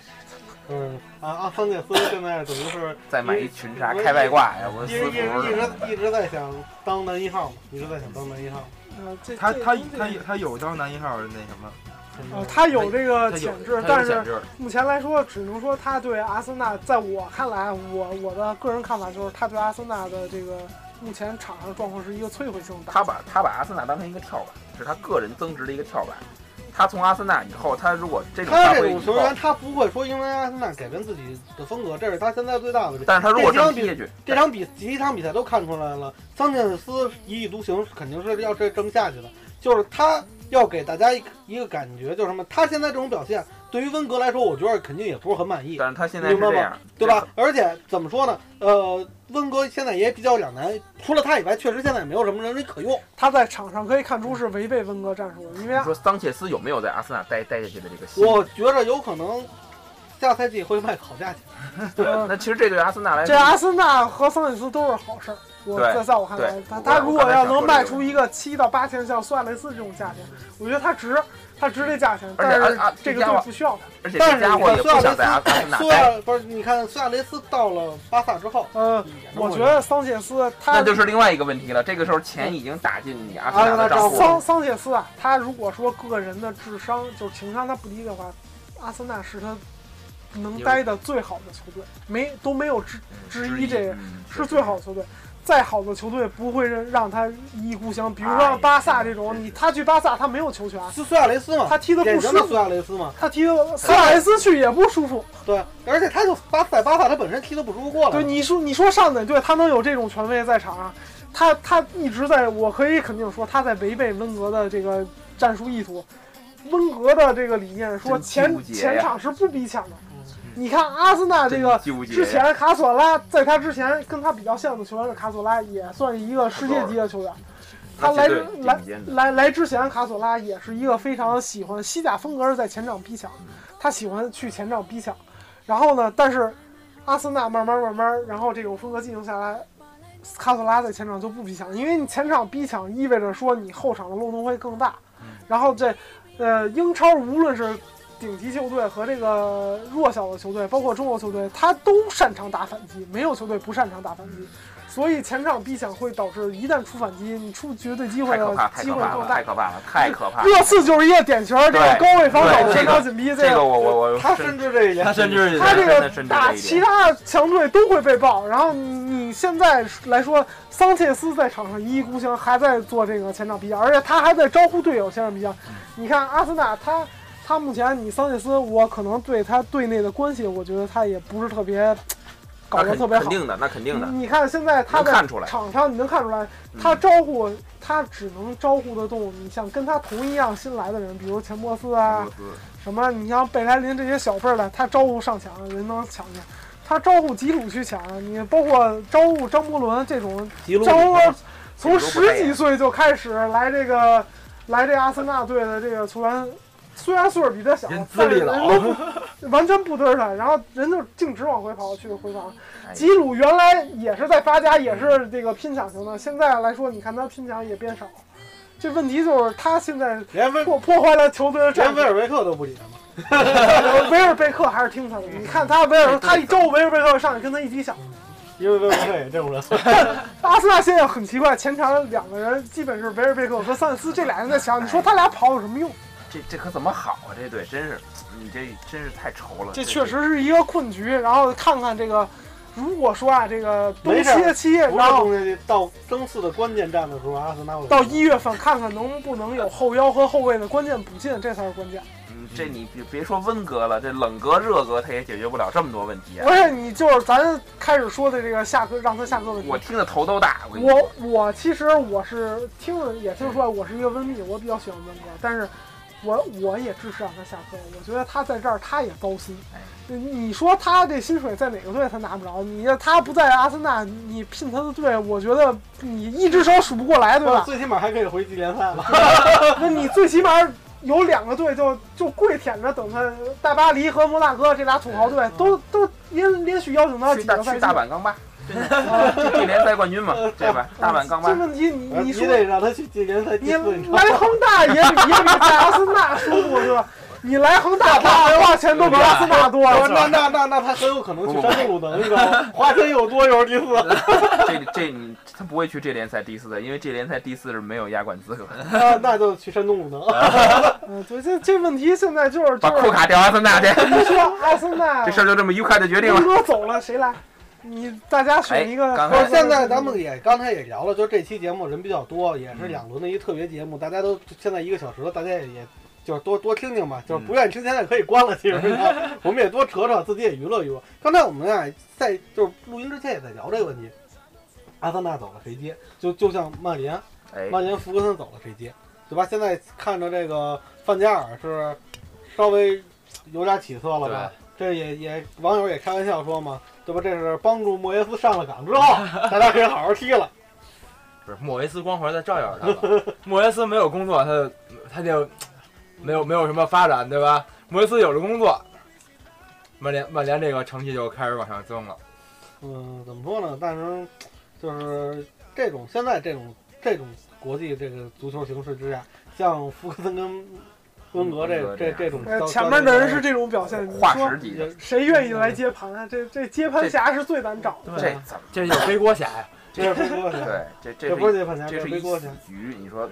[SPEAKER 4] 嗯，啊，阿桑切斯现在等于是
[SPEAKER 6] 再买一群啥开外挂呀？我
[SPEAKER 4] 一
[SPEAKER 6] 私
[SPEAKER 4] 直
[SPEAKER 6] 服
[SPEAKER 4] 一直一直一直在想当男一号嘛，一直在想当男一号。
[SPEAKER 2] 呃，这
[SPEAKER 8] 他
[SPEAKER 2] 这
[SPEAKER 8] 他
[SPEAKER 2] 东西
[SPEAKER 8] 他他有当男一号的那什么，
[SPEAKER 2] 呃，他有这个
[SPEAKER 8] 他有
[SPEAKER 2] 潜质，
[SPEAKER 8] 他
[SPEAKER 2] 但
[SPEAKER 8] 有
[SPEAKER 2] 是
[SPEAKER 8] 潜质，
[SPEAKER 2] 目前来说，只能说他对阿森纳，在我看来，我我的个人看法就是，他对阿森纳的这个目前场上状况是一个摧毁性的打击。
[SPEAKER 6] 他把他把阿森纳当成一个跳板，是他个人增值的一个跳板。他从阿森纳以后，他如果这种
[SPEAKER 4] 他
[SPEAKER 6] 发
[SPEAKER 4] 这
[SPEAKER 6] 挥以
[SPEAKER 4] 种球
[SPEAKER 6] 后
[SPEAKER 4] 员，，他不会说因为阿森纳改变自己的风格，这是他现在最大的问题。
[SPEAKER 6] 但是他如果
[SPEAKER 4] 这张
[SPEAKER 6] 么踢下去，
[SPEAKER 4] 这场比几场比赛都看出来了，桑切斯一意独行肯定是要这这么下去的，就是他要给大家一个一个感觉，就是什么？他现在这种表现，对于温格来说，我觉得肯定也不是很满意，
[SPEAKER 6] 但是他现在是这
[SPEAKER 4] 明白
[SPEAKER 6] 样，
[SPEAKER 4] 对吧
[SPEAKER 6] 这？？
[SPEAKER 4] 而且怎么说呢？呃，温格现在也比较两难，除了他以外，确实现在也没有什么人可用。
[SPEAKER 2] 他在场上可以看出是违背温格战术的，因为
[SPEAKER 6] 你说桑切斯有没有在阿森纳待待下去的这个心？
[SPEAKER 4] 我觉着有可能下赛季会卖好价钱。
[SPEAKER 2] 呃
[SPEAKER 6] 那其实这对阿森纳来
[SPEAKER 2] 这
[SPEAKER 6] 说，
[SPEAKER 2] 阿森纳和桑切斯都是好事儿。我
[SPEAKER 6] 对
[SPEAKER 2] 在在我看来
[SPEAKER 6] 对，
[SPEAKER 2] 他
[SPEAKER 6] 我
[SPEAKER 2] 他如果要能卖
[SPEAKER 6] 我刚才想说这个
[SPEAKER 2] 出一个七到八千像苏亚雷斯这种价钱，我觉得他值，他值这价钱。
[SPEAKER 6] 而且
[SPEAKER 2] 但是
[SPEAKER 6] 啊啊
[SPEAKER 2] 这个
[SPEAKER 6] 这家
[SPEAKER 2] 队
[SPEAKER 6] 伙
[SPEAKER 2] 不需要他。
[SPEAKER 6] 而且
[SPEAKER 4] 但
[SPEAKER 6] 这
[SPEAKER 4] 是
[SPEAKER 6] 家
[SPEAKER 4] 你
[SPEAKER 6] 伙
[SPEAKER 4] 看苏
[SPEAKER 6] 也不
[SPEAKER 4] 亚
[SPEAKER 6] 想在阿
[SPEAKER 4] 雷
[SPEAKER 6] 阿森
[SPEAKER 4] 斯，
[SPEAKER 6] 纳
[SPEAKER 4] 苏
[SPEAKER 6] 待，
[SPEAKER 4] 亚不是？你看苏亚雷斯到了巴萨之后，
[SPEAKER 2] 呃，我觉得桑切斯他
[SPEAKER 6] 那就是另外一个问题了。这个时候钱已经打进你阿森纳的账户
[SPEAKER 2] 桑
[SPEAKER 6] 了，
[SPEAKER 2] 桑切斯啊，他如果说个人的智商就是情商他不低的话，阿森纳是他能待的最好的球队，没都没有之之一，这个
[SPEAKER 6] 嗯
[SPEAKER 2] 是最好的球队。再好的球队不会让让他一意孤行，比如说
[SPEAKER 6] 哎
[SPEAKER 2] 像巴萨这
[SPEAKER 6] 是
[SPEAKER 2] 种，你他去巴萨他没有球权，
[SPEAKER 4] 苏苏亚雷斯嘛，
[SPEAKER 2] 他踢的
[SPEAKER 4] 典
[SPEAKER 2] 不
[SPEAKER 4] 型
[SPEAKER 2] 舒
[SPEAKER 4] 的苏
[SPEAKER 2] 服，
[SPEAKER 4] 亚雷斯嘛。
[SPEAKER 2] 他踢的苏亚雷斯去也不舒服。
[SPEAKER 4] 对，而且他就巴塞巴萨，他本身踢得不舒服过来
[SPEAKER 2] 对，你说你说上哪队他能有这种权威在场上？他他一直在，我可以肯定说他在违背温格的这个战术意图。温格的这个理念说
[SPEAKER 6] 真纠
[SPEAKER 2] 前
[SPEAKER 6] 结呀
[SPEAKER 2] 前场是不逼抢的。你看阿森纳这个
[SPEAKER 6] 真纠结呀
[SPEAKER 2] 之前卡索拉，在他之前跟他比较像的球员的卡索拉也算一个世界级的球员。他来
[SPEAKER 6] 那绝对
[SPEAKER 2] 之来
[SPEAKER 6] 顶尖的
[SPEAKER 2] 来来之前，卡索拉也是一个非常喜欢西甲风格，是在前场逼抢，
[SPEAKER 6] 嗯
[SPEAKER 2] 他喜欢去前场逼抢。然后呢，但是阿森纳慢慢慢慢，然后这种风格进行下来，卡索拉在前场就不逼抢，因为你前场逼抢意味着说你后场的漏洞会更大。然后这，呃，英超无论是顶级球队和这个弱小的球队，包括中游球队，他都擅长打反击，没有球队不擅长打反击。所以前场逼抢会导致一旦出反击，你出绝对机会
[SPEAKER 6] 太
[SPEAKER 2] 的
[SPEAKER 6] 可怕，太
[SPEAKER 2] 机
[SPEAKER 6] 可
[SPEAKER 2] 会
[SPEAKER 6] 怕
[SPEAKER 2] 更
[SPEAKER 6] 了，
[SPEAKER 2] 大
[SPEAKER 6] 太。可怕了，太可怕了。
[SPEAKER 2] 热刺就是一个典型儿，这个
[SPEAKER 6] 对
[SPEAKER 2] 高位防守、
[SPEAKER 6] 对
[SPEAKER 2] 前
[SPEAKER 6] 这个
[SPEAKER 2] 场紧逼，
[SPEAKER 6] 这个
[SPEAKER 2] 个
[SPEAKER 6] 我我我
[SPEAKER 4] 他
[SPEAKER 6] 深
[SPEAKER 4] 甚至这一点
[SPEAKER 7] 他，甚至
[SPEAKER 2] 他这
[SPEAKER 6] 真
[SPEAKER 2] 个
[SPEAKER 6] 的深知
[SPEAKER 2] 打
[SPEAKER 6] 这一
[SPEAKER 2] 其
[SPEAKER 6] 点。
[SPEAKER 2] 他强队都会被爆。然后你现在来说，桑切斯在场上一意孤行，还在做这个前场逼抢，而且他还在招呼队友前场逼抢。
[SPEAKER 6] 嗯
[SPEAKER 2] 你看阿森纳，他他目前你桑切斯，我可能对他队内的关系，我觉得他也不是特别搞
[SPEAKER 6] 那
[SPEAKER 2] 得
[SPEAKER 6] 肯
[SPEAKER 2] 特别好嗯
[SPEAKER 6] 肯。定的，那肯定的。
[SPEAKER 2] 你你看现在他
[SPEAKER 6] 能
[SPEAKER 2] 在
[SPEAKER 6] 看出来嗯
[SPEAKER 2] 场上，你能看出来，他招呼他只能招呼得动你像跟他同一样新来的人，比如钱伯斯啊，什么你像贝莱林这些小辈儿的，他招呼上抢人能抢去，他招呼吉鲁去抢，你包括招呼张伯伦这种
[SPEAKER 4] 吉鲁
[SPEAKER 2] 招呼从
[SPEAKER 6] 吉鲁不
[SPEAKER 2] 十
[SPEAKER 6] 累
[SPEAKER 2] 几岁就开始来这个来这阿森纳队的这个球员，虽然岁数比他小，
[SPEAKER 8] 人资
[SPEAKER 2] 但是
[SPEAKER 8] 历
[SPEAKER 2] 人
[SPEAKER 8] 老
[SPEAKER 2] 都不完全不嘚儿他，然后人就径直往回跑去回防。
[SPEAKER 6] 哎
[SPEAKER 2] 吉鲁原来也是在发家，也是这个拼抢型的，现在来说你看他拼抢也变少，这问题就是他现在
[SPEAKER 4] 连威
[SPEAKER 2] 破破坏了球队的战
[SPEAKER 4] 连
[SPEAKER 2] 术
[SPEAKER 4] 威尔维克都不理他嘛。
[SPEAKER 2] 维尔贝克还是听他的。你看他维尔，他一招呼维尔贝克上去跟他一起抢。
[SPEAKER 4] 因为威尔维克也这种人，
[SPEAKER 2] 阿森纳现在很奇怪，前场两个人基本是维尔贝克和桑切斯这俩人在抢，你说他俩跑有什么用？
[SPEAKER 6] 这这可怎么好啊？这队真是，你这真是太愁了。
[SPEAKER 2] 这确实是一个困局。然后看看这个如果说啊，这个冬
[SPEAKER 4] 没事
[SPEAKER 2] 歇期，
[SPEAKER 4] 不
[SPEAKER 2] 然
[SPEAKER 4] 是
[SPEAKER 2] 后
[SPEAKER 4] 东西到争四的关键战的时候，阿森纳会
[SPEAKER 2] 到一月份看看能不能有后腰和后卫的关键补进，这才是关键。
[SPEAKER 6] 嗯，这你别别说温格了，这冷格热格他也解决不了这么多问题、啊
[SPEAKER 2] 不。是你就是咱开始说的这个下课让他下课问题
[SPEAKER 6] 我。听着头都大，我跟你说
[SPEAKER 2] 我我其实我是听了也听出来，我是一个温密，我比较喜欢温哥，但是我我也支持让他下课。我觉得他在这儿他也糟心。
[SPEAKER 6] 哎
[SPEAKER 2] 你你说他这薪水在哪个队他拿不着？你他不在阿森纳，你聘他的队，我觉得你一只手数不过来，对
[SPEAKER 4] 那
[SPEAKER 2] 吧？
[SPEAKER 4] 最起码还可以回季联赛吧？
[SPEAKER 2] 那你最起码有两个队就就跪舔着等他，大巴黎和摩纳哥这俩土豪队都都连连续邀请他
[SPEAKER 6] 哎去
[SPEAKER 2] 几
[SPEAKER 6] 大
[SPEAKER 2] 个赛
[SPEAKER 6] 去
[SPEAKER 2] 季。
[SPEAKER 6] 大阪 钢巴，真的这这联赛冠军嘛，对吧？大阪钢
[SPEAKER 2] 这
[SPEAKER 6] 巴，
[SPEAKER 2] 问题你
[SPEAKER 4] 呃
[SPEAKER 2] 你说
[SPEAKER 4] 得让他去季联赛第
[SPEAKER 2] 你
[SPEAKER 4] 四，你知道吗
[SPEAKER 2] 来恒大也比也比在阿森纳舒服是吧？你来恒大花花钱都比阿森纳多，
[SPEAKER 4] 那那那那那他很有可能去山东鲁能，你知道吗？花钱又多又是第四。
[SPEAKER 6] 这这你他不会去这联赛第四的，因为这联赛第四是没有亚冠资格 的。
[SPEAKER 4] 那那就去山东鲁能。
[SPEAKER 2] 嗯，对，这这问题现在就是
[SPEAKER 6] 把
[SPEAKER 2] 就
[SPEAKER 6] 库
[SPEAKER 2] 是，
[SPEAKER 6] 卡调阿森纳去，
[SPEAKER 2] 你说阿森纳
[SPEAKER 6] 这事儿就这么愉快的决定
[SPEAKER 2] 温
[SPEAKER 6] 了。
[SPEAKER 2] 哥走了谁来？你大家选一个
[SPEAKER 6] 哎刚
[SPEAKER 2] 合
[SPEAKER 4] 不
[SPEAKER 2] 适的。
[SPEAKER 4] 是，现在咱们也刚才也聊了，就这期节目人比较多，也是两轮的一特别节目，大家都现在一个小时了，大家也也就是多多听听吧，就是不愿意听现在可以关了，其实我们也多扯扯，自己也娱乐娱乐。刚才我们啊，在就是录音之前也在聊这个问题，阿森纳走了谁接？就就像曼联，
[SPEAKER 6] 哎，
[SPEAKER 4] 曼联福格森走了谁接？对吧？现在看着这个范加尔是稍微有点起色了吧？这也也网友也开玩笑说嘛，对吧？这是帮助莫耶斯上了岗之后，大家可以好好踢了。
[SPEAKER 8] 不是莫耶斯光环在照耀着他们。莫耶斯没有工作，他他就没有没有什么发展，对吧？莫耶斯有了工作，曼联曼联这个成绩就开始往上增了。
[SPEAKER 4] 嗯，怎么说呢？但是就是这种现在这种这种国际这个足球形势之下，像福格森跟温格这
[SPEAKER 6] 温格这
[SPEAKER 4] 这
[SPEAKER 6] 样
[SPEAKER 4] 这种
[SPEAKER 2] 呃
[SPEAKER 4] 交，
[SPEAKER 2] 前面的人是这种表现，你
[SPEAKER 6] 化
[SPEAKER 2] 说
[SPEAKER 6] 石级的，
[SPEAKER 2] 谁愿意来接盘啊？这这接盘侠是最难找的。
[SPEAKER 6] 这怎么
[SPEAKER 8] 这就是背锅侠呀！
[SPEAKER 4] 这是背锅侠，
[SPEAKER 6] 对？这这
[SPEAKER 4] 这不是
[SPEAKER 6] 是
[SPEAKER 4] 这判
[SPEAKER 6] 一
[SPEAKER 4] 钱，
[SPEAKER 6] 这
[SPEAKER 4] 这
[SPEAKER 6] 是
[SPEAKER 4] 是
[SPEAKER 6] 一
[SPEAKER 4] 背锅侠
[SPEAKER 6] 死。局，你
[SPEAKER 8] 嗯
[SPEAKER 6] 说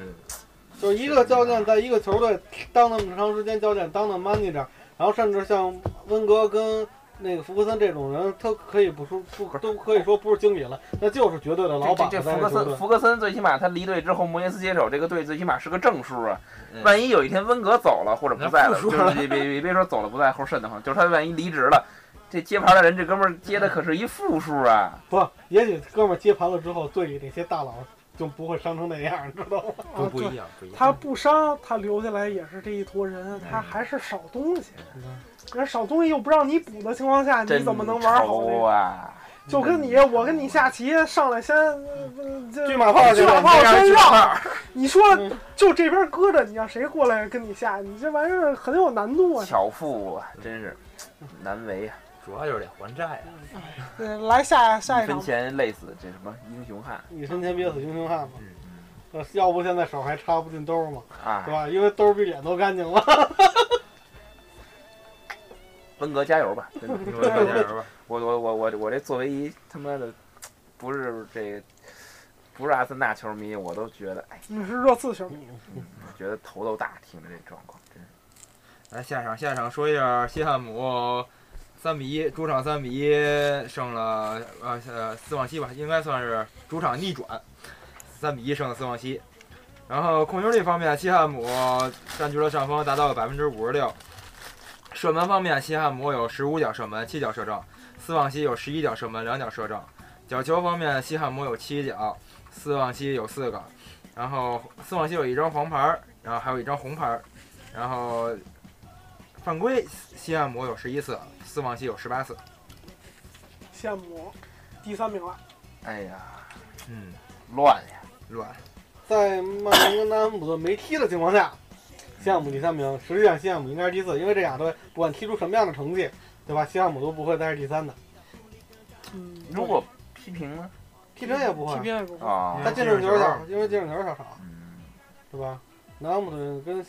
[SPEAKER 4] 就是一个教练在一个球队当那么长时间教练，当那 manager，然后甚至像温格跟那个福格森这种人，他可以不说不都可以说不是经理了，那就是绝对的老
[SPEAKER 6] 这
[SPEAKER 4] 板
[SPEAKER 6] 这
[SPEAKER 4] 了
[SPEAKER 6] 这
[SPEAKER 4] 在
[SPEAKER 6] 福
[SPEAKER 4] 个
[SPEAKER 6] 格
[SPEAKER 4] 球
[SPEAKER 6] 森，
[SPEAKER 4] 队。
[SPEAKER 6] 福格森最起码他离队之后，莫耶斯接手这个队最起码是个正数啊
[SPEAKER 10] 嗯。
[SPEAKER 6] 万一有一天温格走了或者不在了，
[SPEAKER 8] 那不
[SPEAKER 6] 就
[SPEAKER 8] 说了
[SPEAKER 6] 是别别别别说走了不在后瘆得慌，就是他万一离职了，这接盘的人这哥们儿接的可是一负数啊。
[SPEAKER 4] 不，也许哥们儿接盘了之后，队里那些大佬就不会伤成那样，你知道吗？
[SPEAKER 2] 啊，对，
[SPEAKER 8] 样，不一
[SPEAKER 2] 他不伤，他留下来也是这一坨人，
[SPEAKER 6] 嗯
[SPEAKER 2] 他还是少东西。人少东西又不让你补的情况下， 你
[SPEAKER 6] 真
[SPEAKER 2] 怎么能玩好这
[SPEAKER 6] 愁
[SPEAKER 2] 个？
[SPEAKER 6] 啊？
[SPEAKER 2] 就跟你，我跟你下棋，上来先呃这
[SPEAKER 4] 车马炮
[SPEAKER 2] 车
[SPEAKER 4] 就
[SPEAKER 2] 马
[SPEAKER 4] 往
[SPEAKER 2] 炮
[SPEAKER 4] 这样
[SPEAKER 2] 先
[SPEAKER 4] 去
[SPEAKER 2] 让。你说
[SPEAKER 4] 嗯
[SPEAKER 2] 就这边搁着，你让谁过来跟你下？你这玩意儿很有难度啊！
[SPEAKER 6] 巧妇啊，真是难为啊！
[SPEAKER 8] 主要就是得还债啊呀。
[SPEAKER 2] 呃来下下
[SPEAKER 6] 一
[SPEAKER 2] 一场
[SPEAKER 6] 分，钱累死这什么英雄汉
[SPEAKER 4] 你生前憋死英雄汉嘛。呃要不现在手还插不进兜儿嘛，
[SPEAKER 6] 啊
[SPEAKER 4] 对！吧？因为兜儿比脸都干净了。
[SPEAKER 6] 温格加 油吧！真的，
[SPEAKER 8] 我看 见是吧？
[SPEAKER 6] 我我我我我这作为一他妈的不是这不是阿森纳球迷，我都觉得哎，
[SPEAKER 2] 你是热刺球迷，
[SPEAKER 6] 觉得头都大，听着这状况，真是
[SPEAKER 8] 来下一场，下一场说一下西汉姆三比一，主场三比一胜了呃呃斯旺西吧，应该算是主场逆转，三比一胜了斯旺西。然后控球率方面，西汉姆占据了上风，达到了百分之五十六。射门方面，西汉姆有十五脚射门，七脚射正；斯旺西有十一脚射门，两脚射正。角球方面，西汉姆有七脚，斯旺西有四个。然后斯旺西有一张黄牌儿，然后还有一张红牌儿。然后犯规，西汉姆有十一次，斯旺西有十八次。
[SPEAKER 2] 羡慕第三名了。
[SPEAKER 6] 哎呀
[SPEAKER 8] 嗯，
[SPEAKER 6] 乱呀！
[SPEAKER 8] 乱。
[SPEAKER 4] 在曼联跟南安普顿没踢的情 况下，西汉姆第三名。实际上西汉姆应该是第四，因为这俩队不管踢出什么样的成绩，对吧？西汉姆都不会再是第三的，
[SPEAKER 2] 嗯，
[SPEAKER 6] 如果批评呢？
[SPEAKER 4] 踢平也不会
[SPEAKER 2] 踢。平也不会。
[SPEAKER 6] 啊
[SPEAKER 4] 他进
[SPEAKER 8] 进
[SPEAKER 4] 入
[SPEAKER 8] 入
[SPEAKER 4] 球
[SPEAKER 8] 球
[SPEAKER 4] 少，因为进入球少少，
[SPEAKER 6] 嗯，
[SPEAKER 4] 对吧？南安普顿跟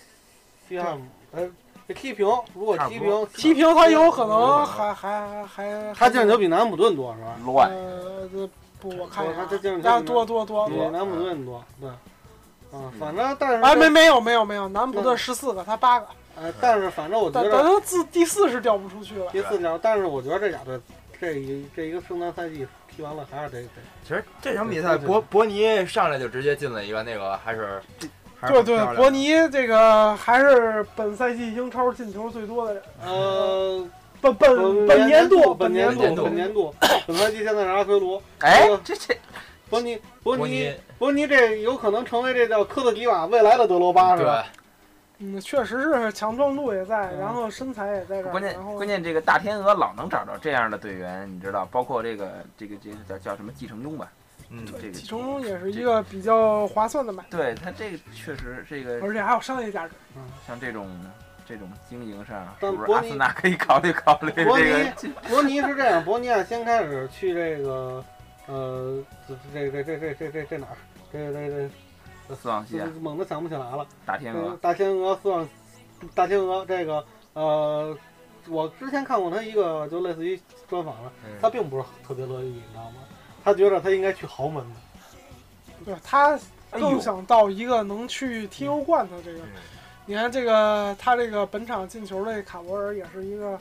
[SPEAKER 4] 西汉姆，哎，这踢平，如果踢
[SPEAKER 8] 差
[SPEAKER 4] 平，
[SPEAKER 2] 踢平他有可能还还还
[SPEAKER 4] 嗯他进入球比南安普顿多是吧？
[SPEAKER 6] 乱哎呀！
[SPEAKER 2] 呃，这不，我看一下啊，
[SPEAKER 4] 这就是
[SPEAKER 2] 啊多多多
[SPEAKER 4] 比
[SPEAKER 6] 多
[SPEAKER 4] 南安普顿多，对。啊，反正但是
[SPEAKER 2] 哎，没没有没有没有，南普顿十四个，他八个，
[SPEAKER 4] 嗯哎但是反正我觉
[SPEAKER 2] 但
[SPEAKER 4] 得
[SPEAKER 2] 但他自第四是掉不出去了。
[SPEAKER 4] 第四条，但是我觉得这俩队这一这一个圣诞赛季踢完了还是得得，
[SPEAKER 10] 其实这场
[SPEAKER 4] 比
[SPEAKER 10] 比
[SPEAKER 4] 赛
[SPEAKER 10] 赛，伯
[SPEAKER 4] 伯
[SPEAKER 10] 伯尼上来就直接进了一个那个，还是还是
[SPEAKER 2] 对对，伯尼这个还是本赛季英超进球最多的人，
[SPEAKER 4] 呃，
[SPEAKER 2] 本本
[SPEAKER 4] 本
[SPEAKER 2] 年
[SPEAKER 4] 度
[SPEAKER 2] 本
[SPEAKER 4] 年
[SPEAKER 2] 年度
[SPEAKER 4] 本年度本赛季现在是阿奎罗，
[SPEAKER 10] 哎
[SPEAKER 4] 这个，
[SPEAKER 10] 这这
[SPEAKER 4] 伯尼伯
[SPEAKER 10] 伯
[SPEAKER 4] 尼
[SPEAKER 10] 尼
[SPEAKER 4] 伯尼这有可能成为这叫科特迪瓦未来的德罗巴是吧？
[SPEAKER 10] 对，
[SPEAKER 2] 嗯，确实是强壮度也在，
[SPEAKER 4] 嗯
[SPEAKER 2] 然后身材也在这儿，
[SPEAKER 6] 关键
[SPEAKER 2] 然后
[SPEAKER 6] 关键这个大天鹅老能找着这样的队员，你知道，包括这个这个这个叫叫什么季承东吧，
[SPEAKER 10] 嗯，
[SPEAKER 6] 这个
[SPEAKER 2] 季承东也是一个比较划算的买，
[SPEAKER 6] 对他这个确实这个
[SPEAKER 2] 而且还有商业价值。
[SPEAKER 6] 像这种这种经营上，是
[SPEAKER 4] 但
[SPEAKER 6] 不是
[SPEAKER 4] 伯
[SPEAKER 6] 阿
[SPEAKER 4] 尼
[SPEAKER 6] 森纳可以考虑考虑这
[SPEAKER 4] 伯尼
[SPEAKER 6] 个？
[SPEAKER 4] 伯尼是这样，伯尼啊，先开始去这个，呃，这这这这这这这哪儿？这这这
[SPEAKER 6] 斯旺西
[SPEAKER 4] 这
[SPEAKER 6] 亚
[SPEAKER 4] 猛的想不起来了。
[SPEAKER 6] 大天鹅，
[SPEAKER 4] 大天鹅斯旺，大天鹅这个，呃，我之前看过他一个就类似于专访了，他并不是特别乐意，你知道吗？他觉得他应该去豪门的。
[SPEAKER 2] 对他
[SPEAKER 6] 哎
[SPEAKER 2] 更
[SPEAKER 6] 呦，
[SPEAKER 2] 想到一个能去踢欧冠的这个
[SPEAKER 10] 嗯。
[SPEAKER 2] 你看这个他这个本场进球的卡罗尔也是一个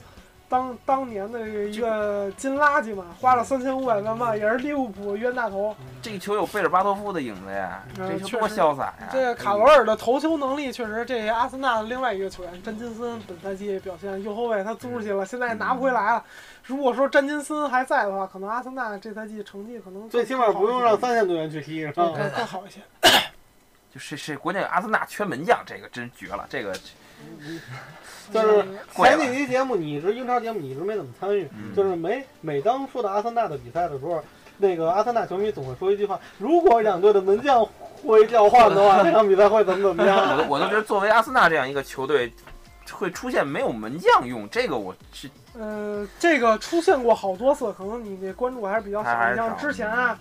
[SPEAKER 2] 当当年的一个金垃圾嘛，花了三千五百万嘛，也是利物浦冤大头。
[SPEAKER 6] 这个球有贝尔巴托夫的影子呀，
[SPEAKER 2] 嗯
[SPEAKER 6] 这球
[SPEAKER 2] 确
[SPEAKER 6] 多
[SPEAKER 2] 实
[SPEAKER 6] 潇洒
[SPEAKER 4] 啊
[SPEAKER 6] 呀！哎
[SPEAKER 2] 这
[SPEAKER 4] 嗯
[SPEAKER 2] 个卡罗尔的头球能力确实，这阿森纳的另外一个球员詹金森本赛季表现，右后卫他租出去了，现在也拿不回来了。如果说詹金森还在的话，可能阿森纳这赛季成绩可能更
[SPEAKER 4] 最起码不用
[SPEAKER 2] 更
[SPEAKER 4] 让嗯
[SPEAKER 2] 好
[SPEAKER 4] 三线队员去踢，是吧
[SPEAKER 2] 一？些对更好一些。
[SPEAKER 6] 就是是关键，阿森纳缺门将，这个真绝了，这个
[SPEAKER 4] 就是
[SPEAKER 2] 嗯
[SPEAKER 6] 贵
[SPEAKER 4] 前
[SPEAKER 6] 了
[SPEAKER 4] 几期节目，你一直英超节目，你一直没怎么参与。
[SPEAKER 6] 嗯
[SPEAKER 4] 就是每每当说到阿森纳的比赛的时候，那个阿森纳球迷总会说一句话：如果两队的门将会调换的话，这场比赛会怎么怎么
[SPEAKER 6] 我
[SPEAKER 4] 样？
[SPEAKER 6] 都我都觉得作为阿森纳这样一个球队，会出现没有门将用，这个我是
[SPEAKER 2] 呃，这个出现过好多次，可能你这关注还是比较少。你
[SPEAKER 6] 还是
[SPEAKER 2] 像
[SPEAKER 6] 少
[SPEAKER 2] 之前
[SPEAKER 4] 嗯
[SPEAKER 2] 啊，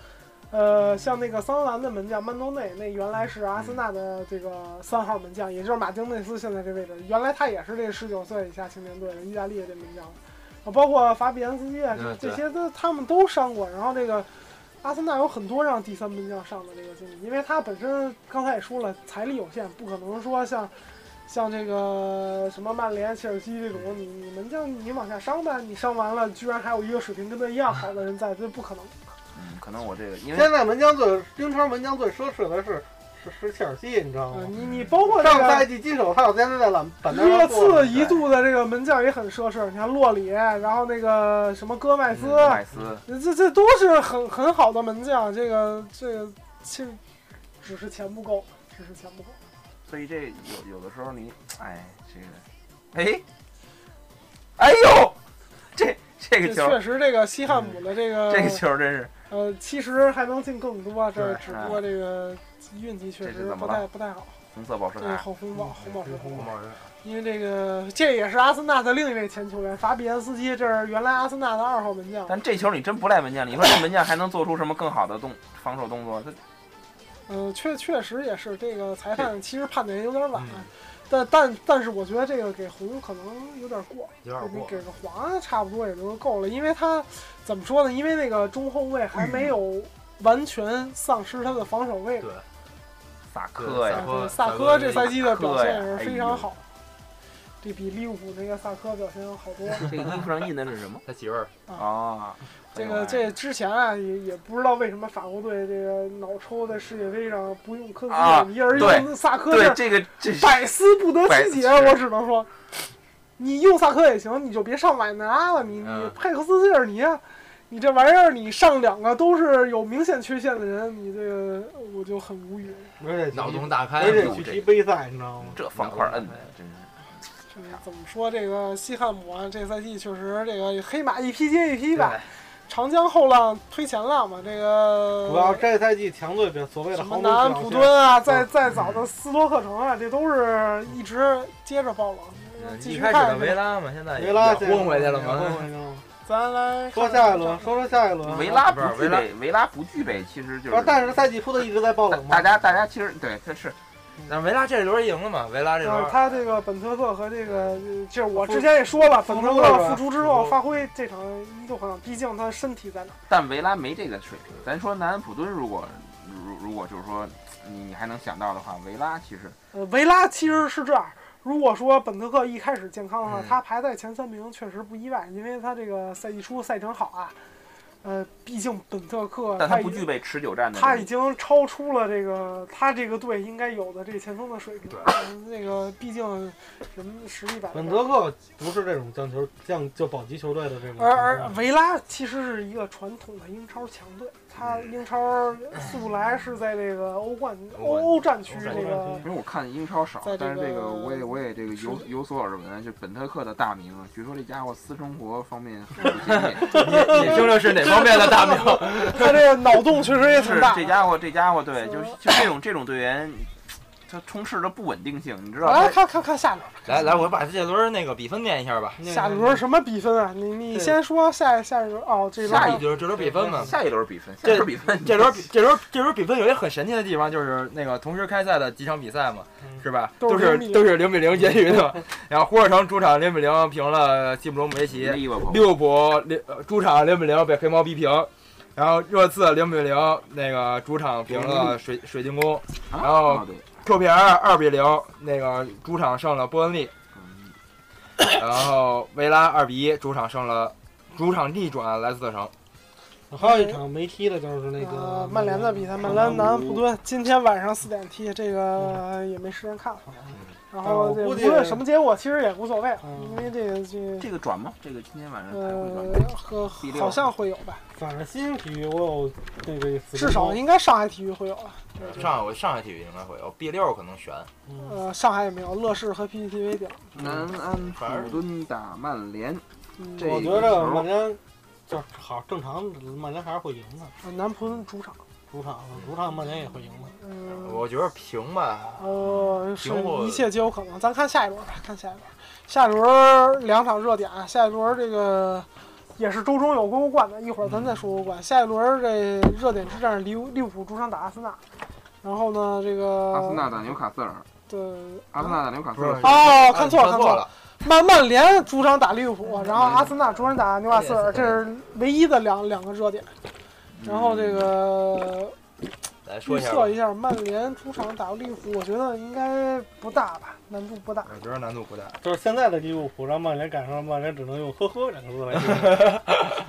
[SPEAKER 2] 呃，像那个桑德兰的门将曼东内，那原来是阿森纳的这个三号门将，也就是马丁内斯现在这位置，原来他也是这十九岁以下青年队的意大利的这门将，啊包括法比安斯基啊，这
[SPEAKER 10] 嗯
[SPEAKER 2] 这
[SPEAKER 10] 对
[SPEAKER 2] 些都他们都伤过。然后这个阿森纳有很多让第三门将上的这个经历，因为他本身刚才也说了，财力有限，不可能说像像这个什么曼联、切尔西这种，你你们就你往下伤呗，你伤完了，居然还有一个水平跟他一样好的人在，这不可能。
[SPEAKER 6] 嗯，可能我这个因为
[SPEAKER 4] 现在门将最英超门将最奢侈的是是是切尔西，你知道
[SPEAKER 2] 啊、
[SPEAKER 4] 吗？
[SPEAKER 2] 你你包括这
[SPEAKER 4] 上赛
[SPEAKER 2] 个
[SPEAKER 4] 季金手套现在在板板凳
[SPEAKER 2] 热
[SPEAKER 4] 上坐
[SPEAKER 2] 刺
[SPEAKER 4] 着，
[SPEAKER 2] 一度的这个门将也很奢侈，你看洛里，然后那个什么戈麦斯，
[SPEAKER 6] 嗯麦斯
[SPEAKER 2] 这这都是很很好的门将，这个这个其实只是钱不够，只是钱不够。
[SPEAKER 6] 所以这有有的时候你，哎，这个，哎，哎呦，这
[SPEAKER 2] 这
[SPEAKER 6] 这个球，嗯
[SPEAKER 2] 确实，这个西汉姆的这个
[SPEAKER 6] 这个球真是，
[SPEAKER 2] 呃，其实还能进更多，这
[SPEAKER 10] 对
[SPEAKER 2] 只不过这个运气确
[SPEAKER 6] 这是
[SPEAKER 2] 实
[SPEAKER 6] 怎
[SPEAKER 2] 不
[SPEAKER 6] 么
[SPEAKER 2] 太
[SPEAKER 6] 了
[SPEAKER 2] 不太好。
[SPEAKER 6] 红色宝石
[SPEAKER 2] 嗯
[SPEAKER 6] 啊
[SPEAKER 2] 这是
[SPEAKER 6] 卡，
[SPEAKER 2] 后风暴，红宝石
[SPEAKER 7] 嗯
[SPEAKER 4] 红
[SPEAKER 2] 红
[SPEAKER 4] 帽
[SPEAKER 2] 宝因为这个这也是阿森纳的另一位前球员法比安斯基，这是原来阿森纳的二号门将。
[SPEAKER 6] 但这球你真不赖门将，你说这门将还能做出什么更好的动防守动作？他
[SPEAKER 2] 嗯、确确实也是这个裁判其实判的也有点晚，
[SPEAKER 10] 嗯
[SPEAKER 2] 但但但是我觉得这个给红可能有点过，
[SPEAKER 10] 有点
[SPEAKER 2] 给
[SPEAKER 10] 过，
[SPEAKER 2] 给个黄差不多也就够了，因为他怎么说呢？因为那个中后卫还没有完全丧失他的防守位置。
[SPEAKER 10] 对，
[SPEAKER 6] 萨科呀
[SPEAKER 10] 萨，科
[SPEAKER 2] 对萨科这赛季的表现也是
[SPEAKER 6] 萨科呀
[SPEAKER 2] 非常好，这比利物浦那个萨科表现要好多。
[SPEAKER 6] 这个衣服上印的是什么？
[SPEAKER 10] 他媳妇儿
[SPEAKER 6] 啊，
[SPEAKER 2] 这个这之前啊，也也不知道为什么法国队这个脑抽在世界杯上不用科斯
[SPEAKER 6] 啊
[SPEAKER 2] 米尔，
[SPEAKER 6] 对
[SPEAKER 2] 用萨科
[SPEAKER 6] 对
[SPEAKER 2] 这
[SPEAKER 6] 这个这是
[SPEAKER 2] 百思不得其解，
[SPEAKER 6] 百思
[SPEAKER 2] 我只能说，你用萨科也行，你就别上瓦拿了，你你
[SPEAKER 10] 嗯
[SPEAKER 2] 佩克斯切尔尼啊，你这玩意儿你上两个都是有明显缺陷的人，你这个我就很无语。
[SPEAKER 4] 而且去
[SPEAKER 10] 脑洞大开
[SPEAKER 4] 而且
[SPEAKER 10] 哟，
[SPEAKER 4] 去踢
[SPEAKER 10] 这
[SPEAKER 4] 杯赛，你知道吗？
[SPEAKER 6] 这方块摁的真是。
[SPEAKER 2] 这个怎么说？这个西汉姆啊，这赛季确实这个黑马一批接一批吧，长江后浪推前浪嘛，这个
[SPEAKER 4] 主要这赛季强队表所谓
[SPEAKER 2] 嗯
[SPEAKER 4] 的
[SPEAKER 2] 什
[SPEAKER 4] 豪
[SPEAKER 2] 么
[SPEAKER 4] 门
[SPEAKER 2] 南安
[SPEAKER 4] 表
[SPEAKER 2] 普
[SPEAKER 4] 现
[SPEAKER 2] 敦啊，
[SPEAKER 4] 嗯
[SPEAKER 2] 再再早的斯托克城啊，这都是一直接着爆冷。继
[SPEAKER 8] 一
[SPEAKER 2] 续
[SPEAKER 8] 开始的
[SPEAKER 2] 看，
[SPEAKER 8] 维拉嘛，现在也
[SPEAKER 4] 维拉
[SPEAKER 8] 也混回去了
[SPEAKER 4] 混
[SPEAKER 8] 嘛。
[SPEAKER 4] 回去了。
[SPEAKER 2] 咱来
[SPEAKER 4] 说
[SPEAKER 2] 看看
[SPEAKER 4] 下一轮，说说下一轮。
[SPEAKER 6] 维拉
[SPEAKER 8] 不是
[SPEAKER 6] 不具
[SPEAKER 8] 维拉
[SPEAKER 6] 备，维拉不具备，其实
[SPEAKER 4] 不
[SPEAKER 6] 就
[SPEAKER 4] 是
[SPEAKER 6] 是，
[SPEAKER 4] 啊但是赛季初的一直在爆冷嘛
[SPEAKER 6] 大。家大家其实对，他是
[SPEAKER 8] 但是维拉这轮赢了嘛？维拉这
[SPEAKER 2] 呃，
[SPEAKER 8] 轮
[SPEAKER 2] 他这个本特克和这个，呃就是我之前也说了，嗯本特克复出之后发挥这场依旧很好，毕竟他身体在那儿。
[SPEAKER 6] 但维拉没这个水平。咱说南安普敦，如果如如果就是说你你还能想到的话，维拉其实
[SPEAKER 2] 呃，维拉其实是这样，如果说本特克一开始健康的话，
[SPEAKER 10] 嗯
[SPEAKER 2] 他排在前三名确实不意外，因为他这个赛季初赛程好啊。呃，毕竟本特克
[SPEAKER 6] 但
[SPEAKER 2] 他
[SPEAKER 6] 他
[SPEAKER 2] 已
[SPEAKER 6] 不具备持久战的
[SPEAKER 2] 他
[SPEAKER 6] 能
[SPEAKER 2] 已
[SPEAKER 6] 力。
[SPEAKER 2] 经超出了这个他这个队应该有的这前锋的水平。嗯那个毕竟人实力摆在
[SPEAKER 4] 本
[SPEAKER 2] 这儿
[SPEAKER 4] 德克不是这种将球将就保级球队的这种情况，
[SPEAKER 2] 而而维拉其实是一个传统的英超强队，他英超素来是在这个欧冠
[SPEAKER 10] 欧
[SPEAKER 2] 欧
[SPEAKER 10] 冠
[SPEAKER 2] 欧战区这
[SPEAKER 4] 欧
[SPEAKER 2] 个
[SPEAKER 4] 战区
[SPEAKER 11] 因为我看英超少
[SPEAKER 2] 在这，
[SPEAKER 11] 但是这
[SPEAKER 2] 个
[SPEAKER 11] 个我也我也这个
[SPEAKER 2] 是
[SPEAKER 11] 有有所耳闻，就本特克的大名，据说这家伙私生活方面很不检点，
[SPEAKER 10] 你听着是哪方面的大名？
[SPEAKER 2] 他这个脑洞确实也挺
[SPEAKER 6] 是
[SPEAKER 2] 大
[SPEAKER 6] 这。家伙，这家伙对，
[SPEAKER 2] 是
[SPEAKER 6] 就是就这种这种队员，他充斥着不稳定性，你知道
[SPEAKER 2] 来，
[SPEAKER 6] 他
[SPEAKER 2] 哎看看看下轮，
[SPEAKER 7] 来来，我把这轮那个比分念一下吧。
[SPEAKER 4] 嗯
[SPEAKER 2] 下轮什么比分啊？你你先说下下一轮哦，这轮
[SPEAKER 7] 下一轮这轮比分嘛，
[SPEAKER 6] 下一轮比分，下
[SPEAKER 7] 这
[SPEAKER 6] 一轮比分，
[SPEAKER 7] 这轮比这轮这轮比分有一个很神奇的地方，就是那个同时开赛的几场比赛嘛，
[SPEAKER 10] 嗯
[SPEAKER 7] 是吧？
[SPEAKER 2] 都
[SPEAKER 7] 都
[SPEAKER 2] 是
[SPEAKER 7] 是
[SPEAKER 2] 0-0
[SPEAKER 7] 都是零比零结局的。然后胡尔城主场零比零平了西布罗姆维奇，
[SPEAKER 6] 利物浦
[SPEAKER 7] 利物浦零呃主场零比零被黑猫逼平，然后热刺零比零那个主场平了水水晶宫，
[SPEAKER 11] 啊
[SPEAKER 7] 然
[SPEAKER 10] 哦
[SPEAKER 7] 后
[SPEAKER 11] 对，
[SPEAKER 7] 科比尔二比零那个主场胜了波恩利，
[SPEAKER 6] 嗯
[SPEAKER 7] 然后维拉二比一主场胜了主场逆转莱斯特城。
[SPEAKER 4] 嗯还有一场没踢的就是那个嗯
[SPEAKER 2] 呃曼联的比赛，曼联南安普顿今天晚上四点踢，这个也没时间看了。然后
[SPEAKER 4] 我
[SPEAKER 2] 这
[SPEAKER 4] 估
[SPEAKER 2] 无
[SPEAKER 4] 计
[SPEAKER 2] 论什么结果，其实也无所谓了，
[SPEAKER 4] 嗯
[SPEAKER 2] 因为这个这
[SPEAKER 6] 这个转吗？这个今天晚上还会转吗
[SPEAKER 2] 呃，和
[SPEAKER 6] 第六
[SPEAKER 2] 好像会有吧，
[SPEAKER 4] 反正新体育我有那个死
[SPEAKER 2] 至少
[SPEAKER 4] 忠
[SPEAKER 2] 应该上海体育会有吧。
[SPEAKER 10] 上我上海体育应该会有哦 B 六可能悬，
[SPEAKER 4] 嗯
[SPEAKER 2] 呃，上海也没有，乐视和 PPTV 顶。
[SPEAKER 11] 南
[SPEAKER 10] 嗯
[SPEAKER 11] 安普敦打曼联，
[SPEAKER 2] 嗯，
[SPEAKER 11] 这
[SPEAKER 4] 我觉得曼联就是好正常，曼联还是会赢的，
[SPEAKER 2] 呃南普敦主场，
[SPEAKER 4] 主场主场曼联也会赢的。
[SPEAKER 2] 嗯，
[SPEAKER 10] 我觉得平吧。
[SPEAKER 2] 呃，是
[SPEAKER 10] 平过
[SPEAKER 2] 一切皆有可能。咱看下一轮吧，看下一轮，下一轮两场热点啊，下一轮这个也是周中有欧冠的，一会儿咱再说欧冠。下一轮这热点之战，利物利物浦主场打阿森纳，然后呢，这个
[SPEAKER 11] 阿森纳嗯打纽卡斯尔，
[SPEAKER 2] 对，
[SPEAKER 11] 阿森纳打纽卡斯
[SPEAKER 10] 不
[SPEAKER 11] 尔
[SPEAKER 10] 是，
[SPEAKER 2] 哦，看错了，看
[SPEAKER 10] 错
[SPEAKER 2] 错了。
[SPEAKER 10] 了，
[SPEAKER 2] 曼曼联主场打利物浦，然后阿森纳主场打纽卡斯
[SPEAKER 11] 嗯
[SPEAKER 2] 尔，这是唯一的两两个热点。然后这个
[SPEAKER 10] 来说
[SPEAKER 2] 预
[SPEAKER 10] 一下吧。
[SPEAKER 2] 测一下，曼联主场打利物浦，我觉得应该不大吧，难度不大。
[SPEAKER 7] 我觉得难度不大，
[SPEAKER 4] 就是现在的利物浦让曼联赶上了，曼联只能用“呵呵”两个字 来形容。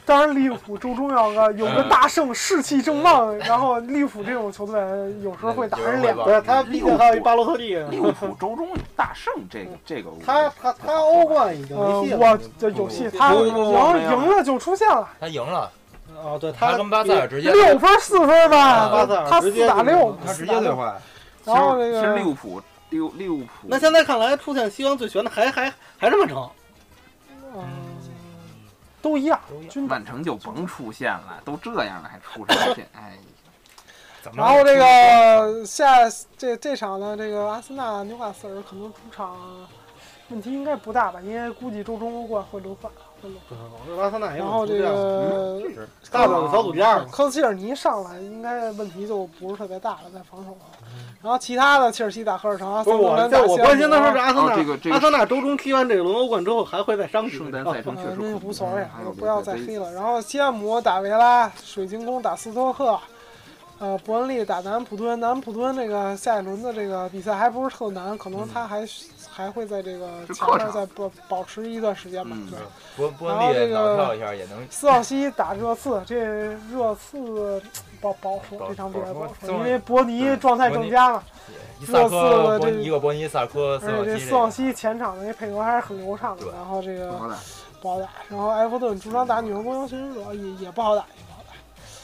[SPEAKER 2] 当然，利物浦周中要个有个大胜，士气正旺。然后利物浦这种球队有时候会打人脸。
[SPEAKER 4] 不是他，毕竟还有一巴洛特利呢。
[SPEAKER 6] 利物嗯浦周中大胜，这个这个我
[SPEAKER 4] 他他他欧冠已经
[SPEAKER 2] 呃
[SPEAKER 4] 没戏，了。
[SPEAKER 2] 我这有戏，
[SPEAKER 4] 不
[SPEAKER 2] 他
[SPEAKER 4] 不
[SPEAKER 2] 赢
[SPEAKER 4] 不不没有
[SPEAKER 2] 赢了就出现了，
[SPEAKER 10] 他赢了，
[SPEAKER 4] 哦，对
[SPEAKER 10] 他
[SPEAKER 4] 他
[SPEAKER 10] 跟巴塞尔直接
[SPEAKER 2] 六分四分吧，
[SPEAKER 4] 巴塞尔
[SPEAKER 2] 他
[SPEAKER 4] 直
[SPEAKER 2] 四
[SPEAKER 4] 接
[SPEAKER 2] 打
[SPEAKER 4] 就
[SPEAKER 2] 六，
[SPEAKER 7] 他直接对换。
[SPEAKER 6] 其
[SPEAKER 2] 然后这
[SPEAKER 6] 实
[SPEAKER 2] 个
[SPEAKER 6] 其实利物浦利物利物浦
[SPEAKER 4] 那现在看来，出现希望最悬的还还还是曼城。
[SPEAKER 2] 嗯，都一样，均等。
[SPEAKER 11] 曼城就甭出现了，都这样了还出什么现？哎，
[SPEAKER 7] 怎么
[SPEAKER 2] 然后这个下这这场呢，这个阿森纳纽卡斯尔可能主场问题应该不大吧，因为估计周中欧冠会轮换，会轮换。
[SPEAKER 4] 阿森纳也
[SPEAKER 2] 然后这个
[SPEAKER 4] 大不了小组第二嘛。
[SPEAKER 2] 科斯切尔尼上来应该问题就不是特别大了，在防守上。然后其他的切尔西打赫尔城，啊阿
[SPEAKER 4] 不是
[SPEAKER 2] 森
[SPEAKER 4] 我
[SPEAKER 2] 纳，
[SPEAKER 4] 但我关心的是这
[SPEAKER 2] 是
[SPEAKER 4] 阿森纳，
[SPEAKER 11] 哦这个这个
[SPEAKER 4] 阿森纳周中踢完这个轮欧冠之后还会再伤啊几
[SPEAKER 11] 圣
[SPEAKER 4] 个
[SPEAKER 11] 诞
[SPEAKER 4] 人
[SPEAKER 11] 赛 程确
[SPEAKER 2] 呃，
[SPEAKER 11] 实
[SPEAKER 2] 那
[SPEAKER 11] 恐
[SPEAKER 2] 无
[SPEAKER 11] 怖
[SPEAKER 2] 所谓，
[SPEAKER 11] 还
[SPEAKER 2] 就
[SPEAKER 11] 有
[SPEAKER 2] 不要再
[SPEAKER 11] 这
[SPEAKER 2] 黑了。然后西汉姆打维拉，水晶宫打斯托克，呃，伯恩利打南安普敦。南安普敦这个下一轮的这个比赛还不是特难，可能他还、还会在这个
[SPEAKER 11] 是
[SPEAKER 2] 前
[SPEAKER 11] 客
[SPEAKER 2] 面
[SPEAKER 11] 场
[SPEAKER 2] 再保保持一段时间吧。
[SPEAKER 11] 嗯
[SPEAKER 2] 对。
[SPEAKER 10] 波波
[SPEAKER 2] 然后
[SPEAKER 10] 恩
[SPEAKER 2] 这
[SPEAKER 10] 利
[SPEAKER 2] 个
[SPEAKER 10] 脑跳一下也能
[SPEAKER 2] 斯奥西打热刺，这热刺保保说
[SPEAKER 10] 保
[SPEAKER 2] 这场比赛
[SPEAKER 10] 保
[SPEAKER 2] 保
[SPEAKER 10] 说
[SPEAKER 2] 说，
[SPEAKER 10] 这么
[SPEAKER 2] 因为伯尼状态正佳嘛，
[SPEAKER 10] 一萨科
[SPEAKER 2] 热
[SPEAKER 10] 波
[SPEAKER 2] 刺这
[SPEAKER 10] 一个波尼萨科斯
[SPEAKER 2] 而且
[SPEAKER 10] 洛
[SPEAKER 2] 这
[SPEAKER 10] 西
[SPEAKER 2] 斯奥西前场的那配合还是很流畅的。
[SPEAKER 10] 对
[SPEAKER 2] 然后这
[SPEAKER 11] 不
[SPEAKER 2] 个
[SPEAKER 11] 好打，
[SPEAKER 2] 不好打，然后埃弗顿主场打女王公羊行者啊也也不好打，也不好打。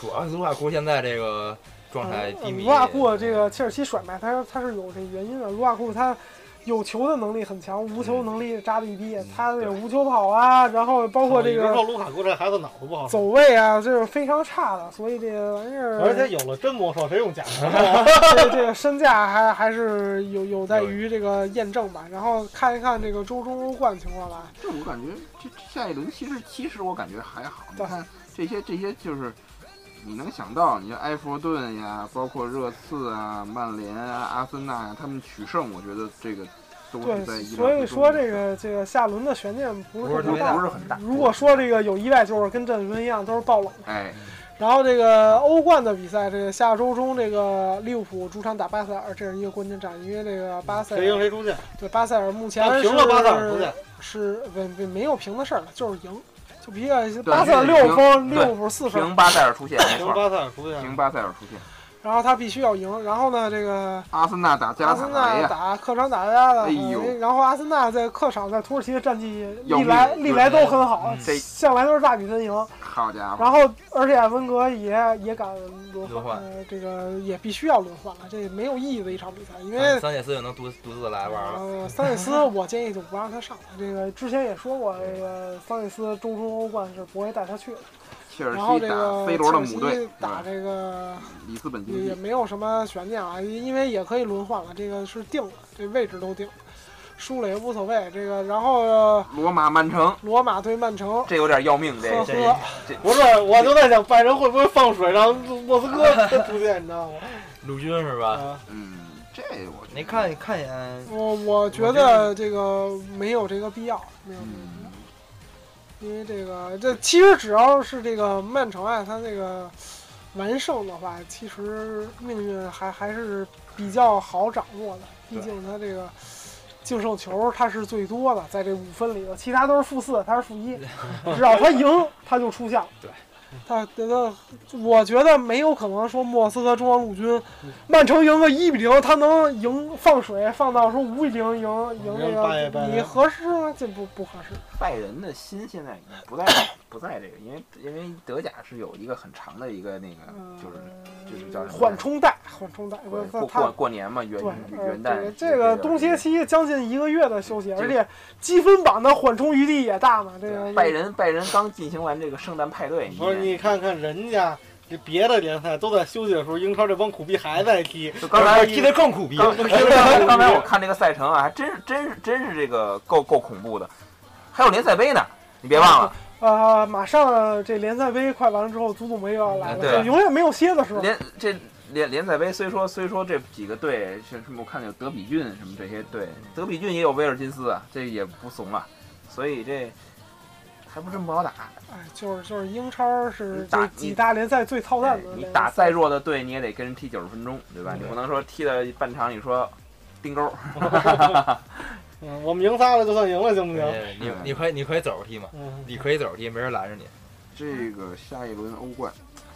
[SPEAKER 10] 主要卢卡库现在这个状态
[SPEAKER 7] 哎
[SPEAKER 10] 低迷，嗯
[SPEAKER 2] 呃卢卡库这个切尔西甩卖他，他是有这原因的。卢卡库他有球的能力很强，无球能力渣的一逼，他这无球跑啊，然后包括这
[SPEAKER 4] 我一直
[SPEAKER 2] 个
[SPEAKER 4] 说卢卡库这孩子脑子不好使，
[SPEAKER 2] 走位啊，这是非常差的。所以这个玩意儿，
[SPEAKER 4] 而且有了真魔兽，谁用假魔兽？
[SPEAKER 2] 这这个身价还还是有有待于这个验证吧。然后看一看这个周中欧冠情况吧。
[SPEAKER 11] 这我感觉这这下一轮其实其实我感觉还好，你
[SPEAKER 2] 对
[SPEAKER 11] 看这些这些就是你能想到，你像埃弗顿呀，包括热刺啊、曼联啊、阿森纳呀，他们取胜，我觉得这个都是在
[SPEAKER 2] 对，
[SPEAKER 11] 意料之中
[SPEAKER 2] 所以说这个这个下轮的悬念不是
[SPEAKER 11] 不
[SPEAKER 2] 特
[SPEAKER 11] 是
[SPEAKER 2] 别
[SPEAKER 11] 不
[SPEAKER 2] 大。
[SPEAKER 11] 是很大。
[SPEAKER 2] 如果说这个有意外，就是跟这轮一样都是爆冷。
[SPEAKER 11] 哎，
[SPEAKER 2] 然后这个欧冠的比赛，这个下周中这个利物浦主场打巴塞尔，这是一个关键战，因为这个巴塞
[SPEAKER 4] 谁赢
[SPEAKER 2] 尔
[SPEAKER 4] 谁出线，
[SPEAKER 2] 对巴塞尔目前
[SPEAKER 4] 但
[SPEAKER 2] 是
[SPEAKER 4] 平了巴塞尔出线，
[SPEAKER 2] 是没没没有平的事儿了，就是赢，就比
[SPEAKER 12] 对
[SPEAKER 2] 巴塞尔六分，
[SPEAKER 13] 对
[SPEAKER 2] 利物浦四分，
[SPEAKER 13] 平巴塞尔出线，没
[SPEAKER 4] 平
[SPEAKER 13] 错。
[SPEAKER 4] 巴塞尔出线
[SPEAKER 12] 平。巴塞尔出线，
[SPEAKER 2] 然后他必须要赢。然后呢，这个
[SPEAKER 12] 阿森纳打加
[SPEAKER 2] 阿
[SPEAKER 12] 塔
[SPEAKER 2] 森
[SPEAKER 12] 雷
[SPEAKER 2] 纳
[SPEAKER 12] 呀，
[SPEAKER 2] 打客场打加的，
[SPEAKER 12] 哎呦
[SPEAKER 2] 然后阿森纳在客场在土耳其的战绩
[SPEAKER 12] 要
[SPEAKER 2] 历
[SPEAKER 12] 命
[SPEAKER 2] 来
[SPEAKER 12] 对
[SPEAKER 2] 历来都很好，
[SPEAKER 12] 嗯这
[SPEAKER 2] 向来都是大比分赢。
[SPEAKER 12] 好家伙，
[SPEAKER 2] 然后而且温格也也敢轮
[SPEAKER 6] 轮换
[SPEAKER 2] 呃这个也必须要轮换了，这没有意义的一场比赛，因为
[SPEAKER 6] 三三点四就能独独自来玩了。
[SPEAKER 2] 呃，桑切斯，我建议就不让他上了。这个之前也说过，这个桑切斯中中欧冠是不会带他去的。
[SPEAKER 12] 切尔
[SPEAKER 2] 然后
[SPEAKER 12] 西
[SPEAKER 2] 这
[SPEAKER 12] 打
[SPEAKER 2] 个
[SPEAKER 12] C
[SPEAKER 2] 切
[SPEAKER 12] 罗的
[SPEAKER 2] 尔
[SPEAKER 12] 母队嗯
[SPEAKER 2] 西
[SPEAKER 12] 是
[SPEAKER 2] 打
[SPEAKER 12] 吧？
[SPEAKER 2] 这个
[SPEAKER 12] 里斯本竞
[SPEAKER 2] 也也
[SPEAKER 12] 技，
[SPEAKER 2] 没有什么悬念啊，因因为也可以轮换了，这个是定了，这位置都定了，输了也无所谓。这个然后呃
[SPEAKER 12] 罗马曼城，
[SPEAKER 2] 罗马对曼城，
[SPEAKER 6] 这有点要命，
[SPEAKER 2] 呵
[SPEAKER 6] 这这
[SPEAKER 2] 呵，
[SPEAKER 4] 不是，我就在想拜仁会不会放水让莫斯科出线，你知道吗？
[SPEAKER 6] 陆军是吧？
[SPEAKER 4] 啊，
[SPEAKER 12] 嗯，这我觉得
[SPEAKER 7] 你看看一眼，
[SPEAKER 2] 我我觉得这个没有这个必要，没有这个必要。
[SPEAKER 12] 嗯，
[SPEAKER 2] 因为这个，这其实只要是这个曼城啊，他这个完胜的话，其实命运还还是比较好掌握的。毕竟他这个净胜球他是最多的，在这五分里头，其他都是负四，他是负一。只要他赢，他就出线。
[SPEAKER 6] 对，
[SPEAKER 2] 他他，我觉得没有可能说莫斯科中央陆军，曼城赢个一比零，他能赢放水放到说五比零赢赢这
[SPEAKER 4] 赢拜拜
[SPEAKER 2] 个，
[SPEAKER 4] 仁
[SPEAKER 2] 你合适吗？这不不合适。
[SPEAKER 6] 拜仁的心现在已经不在不在这个，因为因为德甲是有一个很长的一个那个就是就是叫什么
[SPEAKER 2] 缓冲带，缓冲带，不
[SPEAKER 6] 过
[SPEAKER 2] 是
[SPEAKER 6] 过
[SPEAKER 2] 它
[SPEAKER 6] 过过年嘛，元
[SPEAKER 2] 对，呃
[SPEAKER 6] 元
[SPEAKER 2] 这个
[SPEAKER 6] 旦
[SPEAKER 2] 这个冬歇期将近一个月的休息，而且积分榜的缓冲余地也大嘛。这个
[SPEAKER 6] 对啊拜仁拜仁刚进行完这个圣诞派对，
[SPEAKER 4] 不是，你看看人家。这别的联赛都在休息的时候，英超这帮苦逼还在踢，
[SPEAKER 6] 就刚才
[SPEAKER 4] 踢得更苦逼。刚才
[SPEAKER 6] 刚才我看这个赛程啊，还真是真是真是这个够够恐怖的，还有联赛杯呢，你别忘了
[SPEAKER 2] 呃，马上这联赛杯快完了之后，祖祖梅又要来了，
[SPEAKER 6] 嗯对
[SPEAKER 2] 就永远没有歇的时候。
[SPEAKER 6] 联这联联赛杯虽说虽说这几个队是什么，我看有德比郡什么这些队，德比郡也有威尔金斯啊，这也不怂啊，所以这还不真不好打。
[SPEAKER 2] 哎，就是就是英超是
[SPEAKER 6] 你打
[SPEAKER 2] 这几大联赛最操蛋的
[SPEAKER 6] 哎
[SPEAKER 2] 联赛。
[SPEAKER 6] 你打再弱的队，你也得跟人踢九十分钟，对吧？你不能说踢到半场，你说钉钩，
[SPEAKER 4] 嗯，我们赢仨了就算赢了，行不行？
[SPEAKER 7] 你
[SPEAKER 10] 哎
[SPEAKER 7] 你你可以你可以走着踢嘛，
[SPEAKER 4] 嗯，
[SPEAKER 7] 你可以走着踢，没人拦着你。
[SPEAKER 12] 这个下一轮欧冠，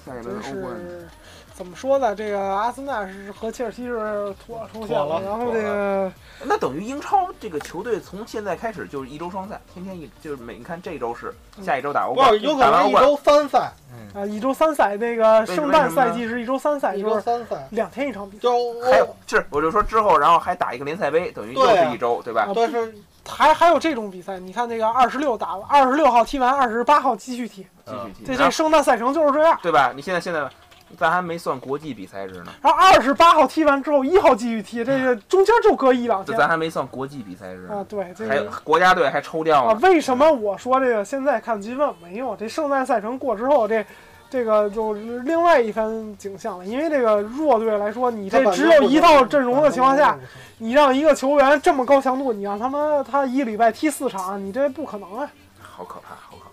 [SPEAKER 12] 下一轮
[SPEAKER 2] 真
[SPEAKER 12] 欧冠
[SPEAKER 2] 是怎么说呢？这个阿森纳是和切尔西是妥出线
[SPEAKER 4] 妥
[SPEAKER 2] 了，
[SPEAKER 4] 了
[SPEAKER 2] 然后
[SPEAKER 6] 妥了
[SPEAKER 2] 这个
[SPEAKER 6] 那等于英超这个球队从现在开始就是一周双赛，天天一就是每你看这周是下一周打欧
[SPEAKER 4] 不是，
[SPEAKER 6] 冠，
[SPEAKER 4] 有可
[SPEAKER 6] 打完
[SPEAKER 4] 能
[SPEAKER 6] 欧
[SPEAKER 4] 一
[SPEAKER 6] 冠
[SPEAKER 4] 周三赛，
[SPEAKER 7] 嗯
[SPEAKER 2] 啊一周三赛，那个
[SPEAKER 6] 为
[SPEAKER 2] 圣
[SPEAKER 6] 为
[SPEAKER 2] 诞
[SPEAKER 6] 什么
[SPEAKER 2] 赛
[SPEAKER 6] 呢
[SPEAKER 2] 季是一周三赛，
[SPEAKER 4] 一
[SPEAKER 2] 就
[SPEAKER 4] 周
[SPEAKER 2] 是
[SPEAKER 4] 三赛，
[SPEAKER 2] 两天一场比赛。
[SPEAKER 4] 就
[SPEAKER 2] 哦
[SPEAKER 6] 还有是我就说之后，然后还打一个联赛杯，等于又
[SPEAKER 4] 对啊
[SPEAKER 6] 是一周，对吧？
[SPEAKER 4] 但是
[SPEAKER 2] 还还有这种比赛，你看那个二十六打二十六号踢完，二十八号继续踢，
[SPEAKER 10] 嗯
[SPEAKER 6] 继续踢，
[SPEAKER 2] 嗯这
[SPEAKER 6] 然
[SPEAKER 2] 这
[SPEAKER 6] 后
[SPEAKER 2] 圣诞赛程就是这样。
[SPEAKER 6] 对吧？你现在现在咱还没算国际比赛日呢，
[SPEAKER 2] 然后二十八号踢完之后，一号继续踢，这个中间就隔一两
[SPEAKER 6] 这
[SPEAKER 2] 天
[SPEAKER 6] 咱还没算国际比赛日
[SPEAKER 2] 啊
[SPEAKER 6] 呢。。
[SPEAKER 2] 对，这
[SPEAKER 6] 还有
[SPEAKER 2] 个
[SPEAKER 6] 国家队还抽掉
[SPEAKER 2] 啊，
[SPEAKER 6] 呢，
[SPEAKER 2] 为什么我说这个现在看积分没用？这圣诞赛程过之后，这这个就是另外一番景象了。因为这个弱队来说，你这只有一套阵容的情况下，，
[SPEAKER 4] 嗯
[SPEAKER 2] 你让一个球员这么高强度，你让他妈他一礼拜踢四场，你这不可能啊。
[SPEAKER 6] 好可怕，好可怕！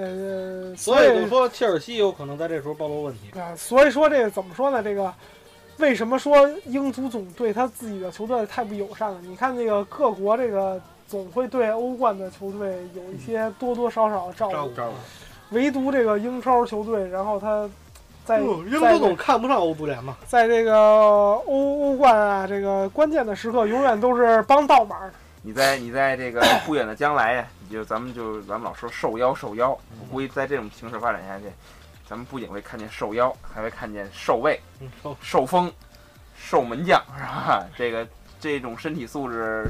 [SPEAKER 2] 呃，
[SPEAKER 4] 所以就说切尔西有可能在这时候暴露问题。
[SPEAKER 2] 啊，所以说这个怎么说呢？这个为什么说英足总对他自己的球队太不友善了？你看这个各国这个总会对欧冠的球队有一些多多少少的照顾，
[SPEAKER 4] 照顾。
[SPEAKER 2] 唯独这个英超球队，然后他在、
[SPEAKER 4] 嗯英
[SPEAKER 2] 在
[SPEAKER 4] 足总看不上欧足联嘛？
[SPEAKER 2] 在这个欧欧冠啊，这个关键的时刻永远都是帮倒忙。
[SPEAKER 6] 你在你 在这个不远的将来呀，你就咱们就咱们老说受邀受邀，我估计在这种形势发展下去，咱们不仅会看见受邀，还会看见受卫、
[SPEAKER 4] 嗯，说
[SPEAKER 6] 受风、受门将，是吧？这个这种身体素质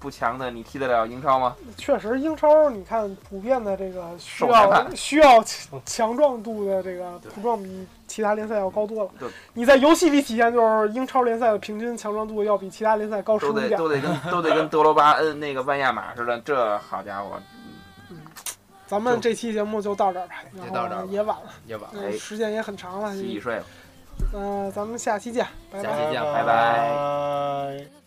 [SPEAKER 6] 不强的，你踢得了英超吗？
[SPEAKER 2] 确实，英超你看普遍的这个需
[SPEAKER 6] 手裁
[SPEAKER 2] 要
[SPEAKER 6] 判
[SPEAKER 2] 需要强强壮度的这个普壮比其他联赛要高多了
[SPEAKER 6] 对。
[SPEAKER 2] 你在游戏里体现就是英超联赛的平均强壮度要比其他联赛高十
[SPEAKER 6] 都
[SPEAKER 2] 五
[SPEAKER 6] 得
[SPEAKER 2] 点。
[SPEAKER 6] 都得跟都得跟德罗巴恩那个万亚马似的，这好家伙，
[SPEAKER 2] 咱们这期节目就到这儿吧，然
[SPEAKER 14] 到这儿
[SPEAKER 2] 后
[SPEAKER 14] 吧
[SPEAKER 2] 也晚了，
[SPEAKER 14] 也晚了，
[SPEAKER 6] 哎
[SPEAKER 2] 嗯时间也很长了。
[SPEAKER 6] 洗洗睡了。
[SPEAKER 2] 嗯，咱们下期见，拜拜
[SPEAKER 14] 下。期见，
[SPEAKER 6] 拜拜
[SPEAKER 4] 拜。